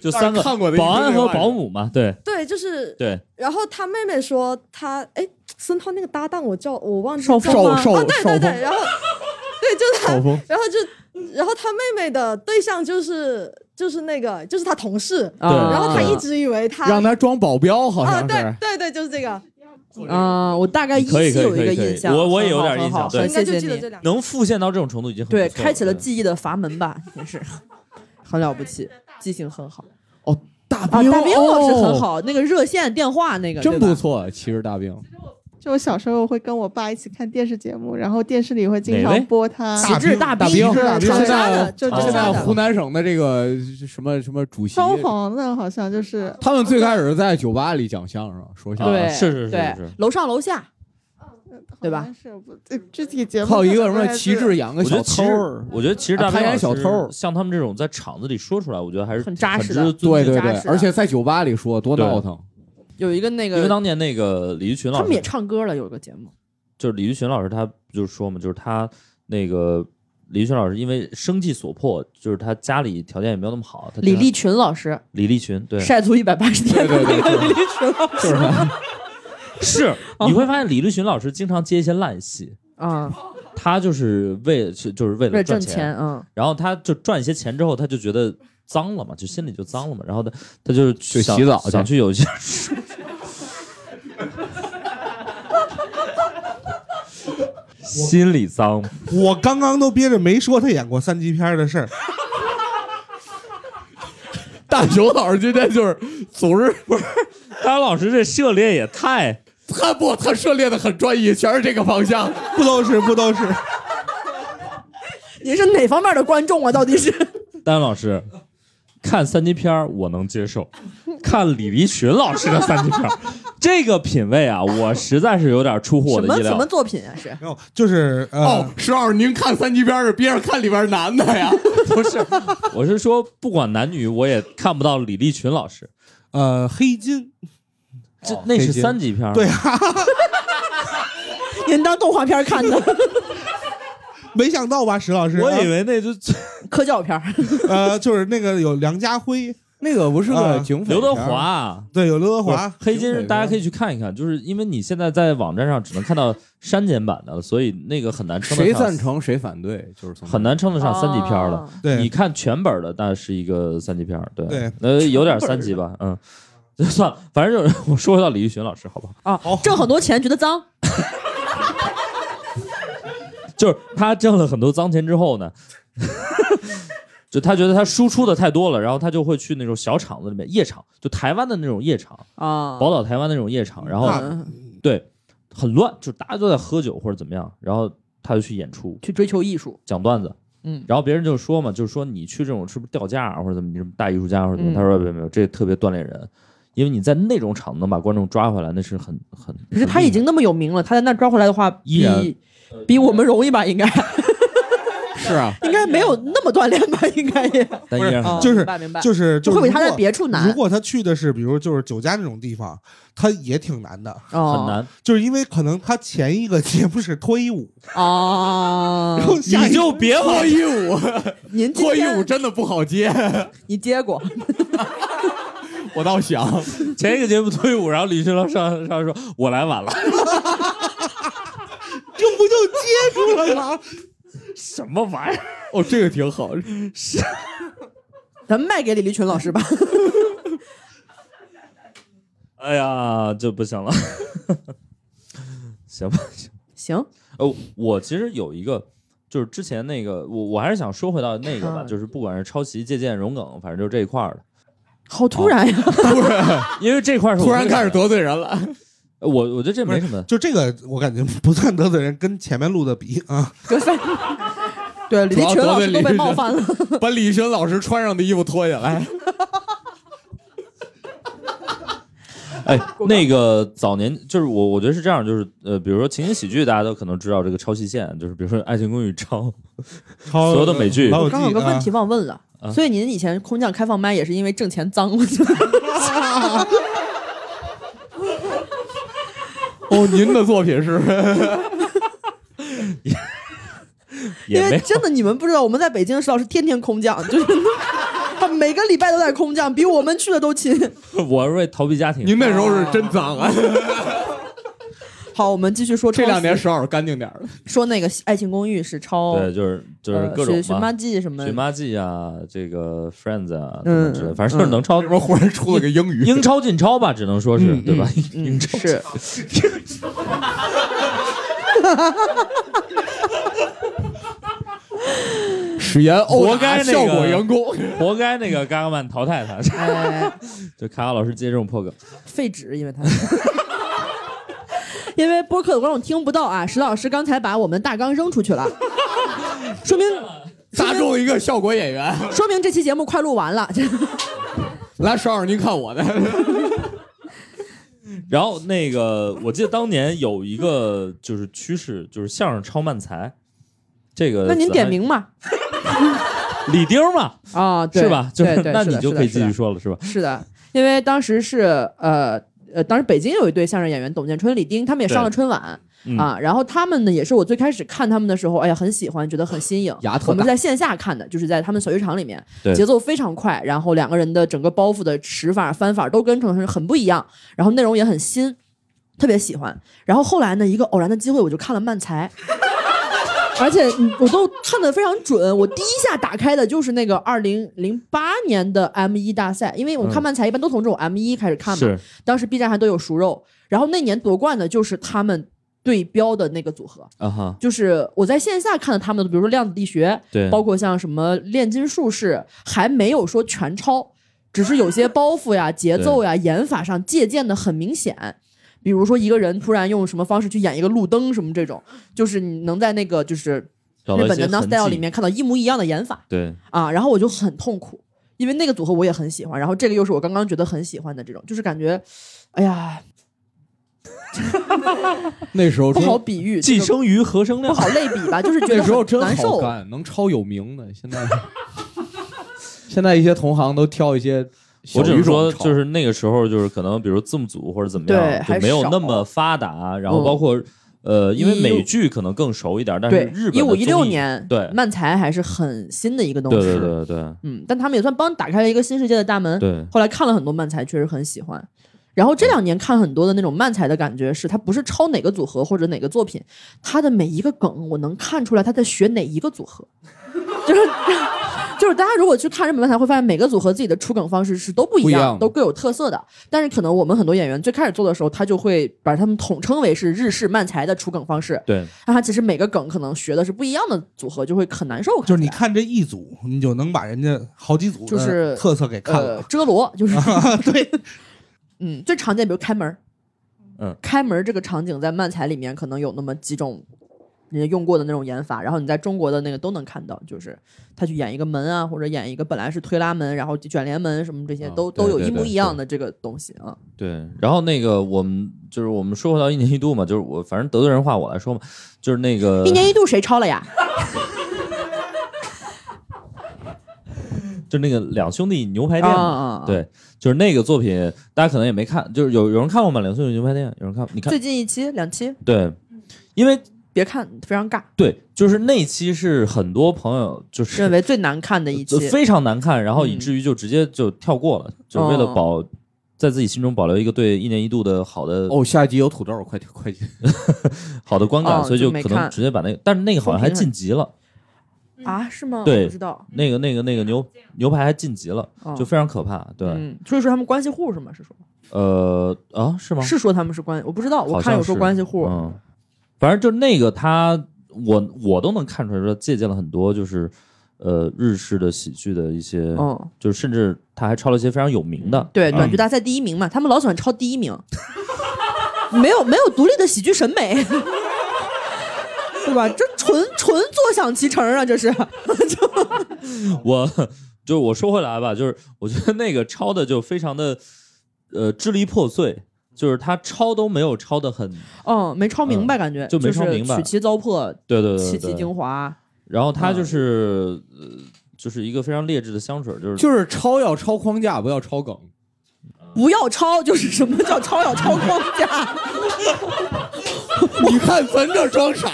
[SPEAKER 1] 就三个
[SPEAKER 3] 看过的一
[SPEAKER 1] 保安
[SPEAKER 3] 堆
[SPEAKER 1] 和
[SPEAKER 3] 外人
[SPEAKER 1] 保姆嘛，对
[SPEAKER 5] 对，就是
[SPEAKER 1] 对，
[SPEAKER 5] 然后他妹妹说他哎，孙涛那个搭档我叫我忘记
[SPEAKER 2] 少
[SPEAKER 5] 叫
[SPEAKER 2] 峰
[SPEAKER 5] 啊
[SPEAKER 2] 吗
[SPEAKER 3] 少
[SPEAKER 5] 对
[SPEAKER 3] 少峰
[SPEAKER 5] 对对，然后 (laughs) 对就是他
[SPEAKER 1] 少峰，
[SPEAKER 5] 然后就然后他妹妹的对象就是就是那个就是他同事，
[SPEAKER 1] 对
[SPEAKER 2] 啊
[SPEAKER 5] 然后他一直以为他
[SPEAKER 3] 让他装保镖，好
[SPEAKER 5] 啊
[SPEAKER 3] 像
[SPEAKER 5] 对
[SPEAKER 3] 是。
[SPEAKER 5] 对对就是这个，
[SPEAKER 2] 啊，我大概依
[SPEAKER 1] 可以
[SPEAKER 2] 稀
[SPEAKER 1] 可以
[SPEAKER 2] 有一
[SPEAKER 1] 可
[SPEAKER 2] 个
[SPEAKER 1] 以可以
[SPEAKER 2] 印象，
[SPEAKER 1] 我我也有
[SPEAKER 2] 很好
[SPEAKER 1] 点印象
[SPEAKER 2] 很好
[SPEAKER 1] 对
[SPEAKER 5] 应该
[SPEAKER 2] 谢
[SPEAKER 5] 就
[SPEAKER 2] 谢
[SPEAKER 5] 记得这
[SPEAKER 2] 你。
[SPEAKER 5] 两个。
[SPEAKER 1] 能复现到这种程度已经很不
[SPEAKER 2] 对，
[SPEAKER 1] 错
[SPEAKER 2] 开启了
[SPEAKER 1] 对
[SPEAKER 2] 记忆的阀门吧，也是很了不起，记性很好
[SPEAKER 3] 哦，大
[SPEAKER 2] 啊。
[SPEAKER 3] 兵，
[SPEAKER 2] 大兵老师很
[SPEAKER 3] 哦，
[SPEAKER 2] 好，那个热线电话那个
[SPEAKER 3] 真
[SPEAKER 2] 对
[SPEAKER 3] 不
[SPEAKER 2] 吧
[SPEAKER 3] 错。其实大兵，
[SPEAKER 6] 就我小时候会跟我爸一起看电视节目，然后电视里会经
[SPEAKER 1] 哪位
[SPEAKER 6] 常播他
[SPEAKER 2] 旗帜大
[SPEAKER 3] 大
[SPEAKER 2] 兵
[SPEAKER 3] 兵，
[SPEAKER 6] 是
[SPEAKER 3] 现
[SPEAKER 6] 长
[SPEAKER 3] 在
[SPEAKER 6] 沙的就
[SPEAKER 1] 长
[SPEAKER 3] 现
[SPEAKER 1] 沙
[SPEAKER 3] 在
[SPEAKER 1] 的
[SPEAKER 3] 湖南省的这个什么什么主席，
[SPEAKER 6] 消防的，好像就是
[SPEAKER 3] 他们最开始在酒吧里讲相声，说相声，
[SPEAKER 2] 对，
[SPEAKER 1] 啊是是是
[SPEAKER 2] 对
[SPEAKER 1] 是是
[SPEAKER 2] 楼上楼下对吧
[SPEAKER 6] 呃好像是不这具体节目
[SPEAKER 3] 靠一个什
[SPEAKER 6] 可能
[SPEAKER 3] 么
[SPEAKER 6] 不太
[SPEAKER 3] 旗
[SPEAKER 6] 是
[SPEAKER 3] 帜养个
[SPEAKER 1] 我觉
[SPEAKER 3] 小
[SPEAKER 1] 得其
[SPEAKER 3] 偷
[SPEAKER 1] 实
[SPEAKER 3] 儿，，
[SPEAKER 1] 我觉得其实大
[SPEAKER 3] 啊
[SPEAKER 1] 兵
[SPEAKER 3] 他演
[SPEAKER 1] 老师
[SPEAKER 3] 小偷儿
[SPEAKER 1] 像他们这种在场子里说出来，我觉得还是
[SPEAKER 2] 很扎实的
[SPEAKER 1] 很值得尊
[SPEAKER 3] 对
[SPEAKER 1] 敬啊
[SPEAKER 3] 对
[SPEAKER 2] 扎
[SPEAKER 3] 对
[SPEAKER 2] 实，的
[SPEAKER 3] 而且在酒吧里说多
[SPEAKER 1] 对
[SPEAKER 3] 闹腾。
[SPEAKER 2] 有一个那
[SPEAKER 1] 因为
[SPEAKER 2] 个，
[SPEAKER 1] 当年那个李玉群
[SPEAKER 2] 他
[SPEAKER 1] 老
[SPEAKER 2] 们
[SPEAKER 1] 师，
[SPEAKER 2] 也唱歌了，有一个节目。
[SPEAKER 1] 就是李玉群老师，他就是说嘛，就是他那个李玉群老师，因为生计所迫，就是他家里条件也没有那么好。他
[SPEAKER 2] 李
[SPEAKER 1] 立
[SPEAKER 2] 立群老师
[SPEAKER 1] 李立群，对，
[SPEAKER 2] 晒足一百八十天的
[SPEAKER 3] 对对
[SPEAKER 2] 那
[SPEAKER 3] 对
[SPEAKER 2] 个李立群老师
[SPEAKER 3] 就是他
[SPEAKER 1] 是
[SPEAKER 2] 哦
[SPEAKER 1] 你会发现李立群老师经常接一些烂戏，
[SPEAKER 2] 啊，
[SPEAKER 1] 他就是为是就是为
[SPEAKER 2] 为了
[SPEAKER 1] 了
[SPEAKER 2] 挣
[SPEAKER 1] 赚
[SPEAKER 2] 钱，嗯，
[SPEAKER 1] 然后他就赚一些钱之后，他就觉得脏了嘛，就心里就脏了嘛，然后他他就是去想
[SPEAKER 3] 洗澡去
[SPEAKER 1] 想去有一些。心里脏，
[SPEAKER 4] 我刚刚都憋着没说他演过三级片的事儿，
[SPEAKER 3] 大熊老师今天就是总是不是
[SPEAKER 1] 当老师这涉猎也太……
[SPEAKER 3] 他不他涉猎的很专一，全是这个方向。
[SPEAKER 4] 不都是不都是？
[SPEAKER 2] 你是哪方面的观众啊？到底 (laughs) 是
[SPEAKER 1] 丹老师看三级片儿我能接受，看李立群老师的三级片儿这个品味啊，我实在是有点出乎我
[SPEAKER 2] 什
[SPEAKER 1] 的
[SPEAKER 2] 么
[SPEAKER 1] 意
[SPEAKER 2] 什
[SPEAKER 1] 料
[SPEAKER 2] 么。作品啊？是
[SPEAKER 4] 没有，就是呃，
[SPEAKER 3] 哦，石老师，您看三级片是边上看里边男的呀？
[SPEAKER 1] (laughs) 不是，我是说不管男女，我也看不到李立群老师。哦
[SPEAKER 4] 呃，黑金，
[SPEAKER 1] 这那
[SPEAKER 4] 黑
[SPEAKER 1] 是
[SPEAKER 4] 金
[SPEAKER 1] 三级片儿吗
[SPEAKER 4] 对啊，
[SPEAKER 2] 您当动画片看的
[SPEAKER 4] 没想到吧，石老师？啊
[SPEAKER 1] 我以为那就
[SPEAKER 2] 科教片儿？ (laughs)
[SPEAKER 4] 呃，就是那个有梁家辉，
[SPEAKER 3] 那个不是
[SPEAKER 4] 啊
[SPEAKER 3] 个警匪，
[SPEAKER 1] 刘德华、
[SPEAKER 4] 对，有刘德华，
[SPEAKER 1] 黑金
[SPEAKER 3] 警匪
[SPEAKER 1] 是
[SPEAKER 3] 片
[SPEAKER 1] 大家可以去看一看，就是因为你现在在网站上只能看到删减版的了，所以那个很难称得
[SPEAKER 3] 谁赞
[SPEAKER 1] 上，
[SPEAKER 3] 成谁反对，就是从
[SPEAKER 1] 很难称得上三级片儿了。
[SPEAKER 2] 啊。
[SPEAKER 1] 你
[SPEAKER 4] 嗯对，
[SPEAKER 1] 看全本的，那是一个三级片儿，对，
[SPEAKER 4] 对
[SPEAKER 1] 呃，有点三级吧，嗯， (laughs) 就算了，反正就是我说回到李玉群老师，好不好？
[SPEAKER 2] 啊，挣很多钱觉得脏，
[SPEAKER 1] 就是他挣了很多脏钱之后呢， (laughs) 就他觉得他输出的太多了，然后他就会去那种小厂子里面夜场，就台湾的那种夜场，
[SPEAKER 2] 啊，
[SPEAKER 1] 宝岛台湾那种夜场，然后
[SPEAKER 2] 嗯
[SPEAKER 1] 对很乱，就大家都在喝酒或者怎么样，然后他就去演出
[SPEAKER 2] 去追求艺术，
[SPEAKER 1] 讲段子。
[SPEAKER 2] 嗯
[SPEAKER 1] 然后别人就说嘛，就是说你去这种是不是掉价啊，或者怎么你什么大艺术家或者怎么？
[SPEAKER 2] 嗯
[SPEAKER 1] 他说没有没有，这特别锻炼人，因为你在那种场子能把观众抓回来，那是很很。
[SPEAKER 2] 可是他已经那么有名了，他在那儿抓回来的话，
[SPEAKER 1] 依然
[SPEAKER 2] (laughs) 比比我们容易吧？应该
[SPEAKER 3] 是啊，
[SPEAKER 2] 应该没有那么锻炼吧？应该也
[SPEAKER 1] 但依然
[SPEAKER 2] 哦
[SPEAKER 1] 很
[SPEAKER 4] 就是
[SPEAKER 2] 明白明白，
[SPEAKER 4] 就是就是
[SPEAKER 2] 会比
[SPEAKER 4] 如
[SPEAKER 2] 他在
[SPEAKER 4] 果
[SPEAKER 2] 别处难
[SPEAKER 4] 如果他去的是比如就是酒家那种地方，他也挺难的，
[SPEAKER 1] 很
[SPEAKER 2] 哦
[SPEAKER 1] 难。
[SPEAKER 4] 就是因为可能他前一个节目是脱衣舞，
[SPEAKER 2] (laughs)
[SPEAKER 4] 然
[SPEAKER 2] 哦，
[SPEAKER 4] 后下一个
[SPEAKER 3] 就别脱衣舞，
[SPEAKER 2] 您今
[SPEAKER 3] 脱衣舞
[SPEAKER 2] 天
[SPEAKER 3] 真的不好接，
[SPEAKER 2] 你接过，
[SPEAKER 3] 我倒想，
[SPEAKER 1] 前一个节目退伍，然后李迅龙上上说：“我来晚了。 (laughs)
[SPEAKER 4] 这不就接住了吗？” (laughs)
[SPEAKER 1] 什么玩意儿？
[SPEAKER 3] 哦，这个挺好，
[SPEAKER 2] 咱们卖给李立群老师吧。
[SPEAKER 1] 哎呀，这不行了。 (laughs) 行吧，
[SPEAKER 2] (laughs) 行，
[SPEAKER 1] 哦，我其实有一个，就是之前那个，我我还是想说回到那个吧，
[SPEAKER 2] 啊
[SPEAKER 1] 就是不管是抄袭、借鉴、融梗，反正就是这一块儿的，
[SPEAKER 2] 好突然呀！
[SPEAKER 3] 突然
[SPEAKER 1] 因为这块儿是我
[SPEAKER 3] 突然开始
[SPEAKER 1] 最
[SPEAKER 3] 得罪人了，
[SPEAKER 1] 呃我我觉得这没什么。
[SPEAKER 4] 就这个我感觉不算得罪人，跟前面录的比
[SPEAKER 2] (laughs)
[SPEAKER 4] 啊，
[SPEAKER 2] 对，李立群老师都被冒犯了。
[SPEAKER 3] (laughs) 把李宇春老师穿上的衣服脱下来，
[SPEAKER 1] 哎，那个早年就是我，我觉得是这样，就是呃，比如说情景喜剧，大家都可能知道这个抄袭线，就是比如说《爱情公寓》抄
[SPEAKER 4] 所
[SPEAKER 1] 所有的美剧，
[SPEAKER 4] 老
[SPEAKER 2] 我
[SPEAKER 4] 友记
[SPEAKER 2] 刚有个问
[SPEAKER 4] 啊
[SPEAKER 2] 题忘问了，所以您以前空降开放麦也是因为挣钱脏吗？
[SPEAKER 3] 哦，您的作品是 (laughs)
[SPEAKER 2] 因
[SPEAKER 1] 也没
[SPEAKER 2] 为
[SPEAKER 1] 有
[SPEAKER 2] 真的你们不知道，我们在北京石老师天天空降，就是 (laughs) 他每个礼拜都在空降，比我们去的都勤。
[SPEAKER 1] (laughs) 我是为逃避家庭。
[SPEAKER 3] 您那时候是真脏 (laughs) 啊，
[SPEAKER 2] 好，我们继续说
[SPEAKER 3] 这
[SPEAKER 2] 抄
[SPEAKER 3] 两
[SPEAKER 2] 袭
[SPEAKER 3] 年石老师干净点儿了，
[SPEAKER 2] 说那个《爱情公寓》是抄
[SPEAKER 1] 对，就是就是
[SPEAKER 2] 呃
[SPEAKER 1] 各
[SPEAKER 2] 寻
[SPEAKER 1] 种
[SPEAKER 2] 寻
[SPEAKER 1] 嘛
[SPEAKER 2] 妈记什么
[SPEAKER 1] 寻妈记啊，这个 Friends 啊，等
[SPEAKER 2] 嗯
[SPEAKER 1] 等之类的，反正就是能抄
[SPEAKER 3] 为什，么忽然出了个英语？
[SPEAKER 1] 英超尽抄吧，只能说是
[SPEAKER 3] 嗯
[SPEAKER 1] 对吧？英
[SPEAKER 2] 嗯
[SPEAKER 1] 超
[SPEAKER 2] 是，
[SPEAKER 3] 史岩殴
[SPEAKER 1] 活该那
[SPEAKER 3] 打
[SPEAKER 1] 个
[SPEAKER 3] 效果员工，
[SPEAKER 1] 活该那个嘎嘎曼淘汰他，
[SPEAKER 2] 嗯哎，
[SPEAKER 1] (laughs) 就卡卡老师接这种破梗。
[SPEAKER 2] 废纸，因为他。 (laughs) 因为播客的观众听不到啊，石老师刚才把我们大纲扔出去了， (laughs) 说明
[SPEAKER 3] 砸中一个效果演员。
[SPEAKER 2] 说明这期节目快录完了。 (laughs)
[SPEAKER 3] 来，石老师您看我的，
[SPEAKER 1] 然后那个，我记得当年有一个就是趋势，就是相声超慢才，这个
[SPEAKER 2] 那您
[SPEAKER 1] 咱
[SPEAKER 2] 点名嘛？
[SPEAKER 1] 李丁儿嘛，
[SPEAKER 2] 啊，对
[SPEAKER 1] 是吧？就
[SPEAKER 2] 对
[SPEAKER 1] 是
[SPEAKER 2] 对，
[SPEAKER 1] 那
[SPEAKER 2] 是
[SPEAKER 1] 你
[SPEAKER 2] 的
[SPEAKER 1] 就可以继。
[SPEAKER 2] 是的是的
[SPEAKER 1] 续说了，是吧？
[SPEAKER 2] 是的，因为当时是呃呃，当时北京有一对相声演员董建春、李丁，他们也上了春晚、
[SPEAKER 1] 嗯
[SPEAKER 2] 啊。然后他们呢，也是我最开始看他们的时候，哎呀，很喜欢，觉得很新颖。
[SPEAKER 3] 牙特
[SPEAKER 2] 我们
[SPEAKER 3] 大
[SPEAKER 2] 在线下看的，就是在他们小剧场里面
[SPEAKER 1] 对，
[SPEAKER 2] 节奏非常快，然后两个人的整个包袱的持法、翻法都跟程是很不一样，然后内容也很新，特别喜欢。然后后来呢，一个偶然的机会，我就看了漫才。而且嗯我都看得非常准，我第一下打开的就是那个二零零八年的 M 一大赛，因为我看漫才一般都从这种 M 一开始看嘛，
[SPEAKER 1] 是
[SPEAKER 2] 当时 B 站还都有熟肉，然后那年夺冠的就是他们对标的那个组合，
[SPEAKER 1] 啊哈，
[SPEAKER 2] 就是我在线下看的他们的，比如说量子力学，
[SPEAKER 1] 对，
[SPEAKER 2] 包括像什么炼金术士，还没有说全抄，只是有些包袱呀、节奏呀、演法上借鉴的很明显。比如说一个人突然用什么方式去演一个路灯什么这种，就是你能在那个就是
[SPEAKER 1] 找到
[SPEAKER 2] 日
[SPEAKER 1] 一
[SPEAKER 2] 本
[SPEAKER 1] 些
[SPEAKER 2] 的 Non
[SPEAKER 1] 痕
[SPEAKER 2] Style
[SPEAKER 1] 迹
[SPEAKER 2] 里，面看到一模一样的演法
[SPEAKER 1] 对，
[SPEAKER 2] 啊，然后我就很痛苦，因为那个组合我也很喜欢，然后这个又是我刚刚觉得很喜欢的这种，就是感觉，哎呀，
[SPEAKER 3] 那时候
[SPEAKER 2] 不好比喻，
[SPEAKER 1] 寄
[SPEAKER 2] 这个
[SPEAKER 1] 生于何生
[SPEAKER 2] 不
[SPEAKER 1] 亮。
[SPEAKER 2] 好类比吧，就是觉得
[SPEAKER 3] 那时候
[SPEAKER 2] 很
[SPEAKER 3] 真
[SPEAKER 2] 难
[SPEAKER 3] 好
[SPEAKER 2] 受。
[SPEAKER 3] 干，能超有名的。现在现在一些同行都挑一些小
[SPEAKER 1] 我只能
[SPEAKER 3] 语种
[SPEAKER 1] 说，
[SPEAKER 3] 抄
[SPEAKER 1] 就是那个时候，就是可能比如字幕组或者怎么样，
[SPEAKER 2] 对
[SPEAKER 1] 就没有那么发达。然
[SPEAKER 2] 嗯
[SPEAKER 1] 后包括呃，因为
[SPEAKER 2] 一
[SPEAKER 1] 美剧可能更熟一点，但是
[SPEAKER 2] 对
[SPEAKER 1] 日，本
[SPEAKER 2] 一
[SPEAKER 1] 的
[SPEAKER 2] 五一六
[SPEAKER 1] 综艺
[SPEAKER 2] 年，
[SPEAKER 1] 对
[SPEAKER 2] 漫才还是很新的一个东西。
[SPEAKER 1] 对对对对
[SPEAKER 2] 嗯，但他们也算帮打开了一个新世界的大门。
[SPEAKER 1] 对，
[SPEAKER 2] 后来看了很多漫才，确实很喜欢。然后这两年看很多的那种漫才的感觉是，他不是抄哪个组合或者哪个作品，他的每一个梗我能看出来他在学哪一个组合，就是。 (laughs) 就是大家如果去看日本漫才，会发现每个组合自己的出梗方式是都不一
[SPEAKER 3] 不一
[SPEAKER 2] 样，
[SPEAKER 3] 样的
[SPEAKER 2] 都各有特色的。但是可能我们很多演员最开始做的时候，他就会把他们统称为是日式漫才的出梗方式，
[SPEAKER 1] 对，
[SPEAKER 2] 但他其实每个梗可能学的是不一样的组合，就会很难受。看起
[SPEAKER 4] 就
[SPEAKER 2] 来
[SPEAKER 4] 是你看这一组，你就能把人家好几组的
[SPEAKER 2] 就是
[SPEAKER 4] 特色给看
[SPEAKER 2] 呃
[SPEAKER 4] 了。
[SPEAKER 2] 遮罗，就是
[SPEAKER 1] (laughs)
[SPEAKER 2] 对，嗯，最常见比如开门儿，
[SPEAKER 1] 嗯
[SPEAKER 2] 开门儿这个场景在漫才里面可能有那么几种人家用过的那种演法，然后你在中国的那个都能看到，就是他去演一个门啊，或者演一个本来是推拉门，然后卷帘门什么这些
[SPEAKER 3] 啊
[SPEAKER 2] 都、
[SPEAKER 1] 对
[SPEAKER 2] 都有
[SPEAKER 1] 对
[SPEAKER 2] 一模
[SPEAKER 1] 对
[SPEAKER 2] 一样的这个东西啊。
[SPEAKER 1] 对，然后那个我们就是我们说回到一年一度嘛，呃就是我反正得罪人话我来说嘛，就是那个
[SPEAKER 2] 一年一度谁抄了呀？
[SPEAKER 1] 就那个两兄弟牛排店嘛，
[SPEAKER 2] 啊，
[SPEAKER 1] 对，就是那个作品，大家可能也没看，就是有有人看过吗？两兄弟牛排店，有人看？你看
[SPEAKER 2] 最，近一期两期，
[SPEAKER 1] 对，因为
[SPEAKER 2] 别看非常尬，
[SPEAKER 1] 对，就是那期是很多朋友 (laughs) 就是
[SPEAKER 2] 认为最难看的一期
[SPEAKER 1] 就，非常难看，然后以
[SPEAKER 2] 嗯
[SPEAKER 1] 至于就直接就跳过了，就是为了
[SPEAKER 2] 哦
[SPEAKER 1] 保在自己心中保留一个对一年一度的好的
[SPEAKER 3] 哦，下一集有土豆，快点快点！
[SPEAKER 1] 好的观感，
[SPEAKER 2] 哦
[SPEAKER 1] 所以
[SPEAKER 2] 就
[SPEAKER 1] 就
[SPEAKER 2] 没
[SPEAKER 1] 可能
[SPEAKER 2] 看
[SPEAKER 1] 直接把那个，但是那个好像还
[SPEAKER 2] 风评很
[SPEAKER 1] 晋级了，
[SPEAKER 2] 啊，是吗？
[SPEAKER 1] 对
[SPEAKER 2] 我不知道，
[SPEAKER 1] 那个那个那个牛牛排还晋级了，
[SPEAKER 2] 哦
[SPEAKER 1] 就非常可怕，对，
[SPEAKER 2] 嗯，所以说他们关系户是吗？是说，
[SPEAKER 1] 呃啊是吗？
[SPEAKER 2] 是说他们是关，我不知道，我
[SPEAKER 1] 好
[SPEAKER 2] 看
[SPEAKER 1] 像
[SPEAKER 2] 有说
[SPEAKER 1] 是
[SPEAKER 2] 关系户，
[SPEAKER 1] 嗯，反正就那个他，我我都能看出来说借鉴了很多，就是呃日式的喜剧的一些，
[SPEAKER 2] 嗯，
[SPEAKER 1] 就是甚至他还抄了一些非常有名的，
[SPEAKER 2] 对，短剧大赛第一名嘛，他们老喜欢抄第一名， (laughs) 没有没有独立的喜剧审美， (laughs) 对吧？这纯纯坐享其成啊，这是，嗯
[SPEAKER 1] 我 (laughs) 就是我说回来吧，就是我觉得那个抄的就非常的呃支离破碎，就是他抄都没有抄的很，
[SPEAKER 2] 嗯，没抄明白，感觉
[SPEAKER 1] 就没抄
[SPEAKER 2] 是
[SPEAKER 1] 明白
[SPEAKER 2] 取其糟粕，
[SPEAKER 1] 对对对
[SPEAKER 2] 弃其
[SPEAKER 1] 对对，
[SPEAKER 2] 精嗯华，
[SPEAKER 1] 然后他就是、呃就是一个非常劣质的香水，就是
[SPEAKER 3] (laughs) 就是抄要抄框架，不要抄梗。
[SPEAKER 2] 不要抄，就是什么叫抄要抄框架。 (laughs)
[SPEAKER 3] 你看咱这装 (laughs) 傻，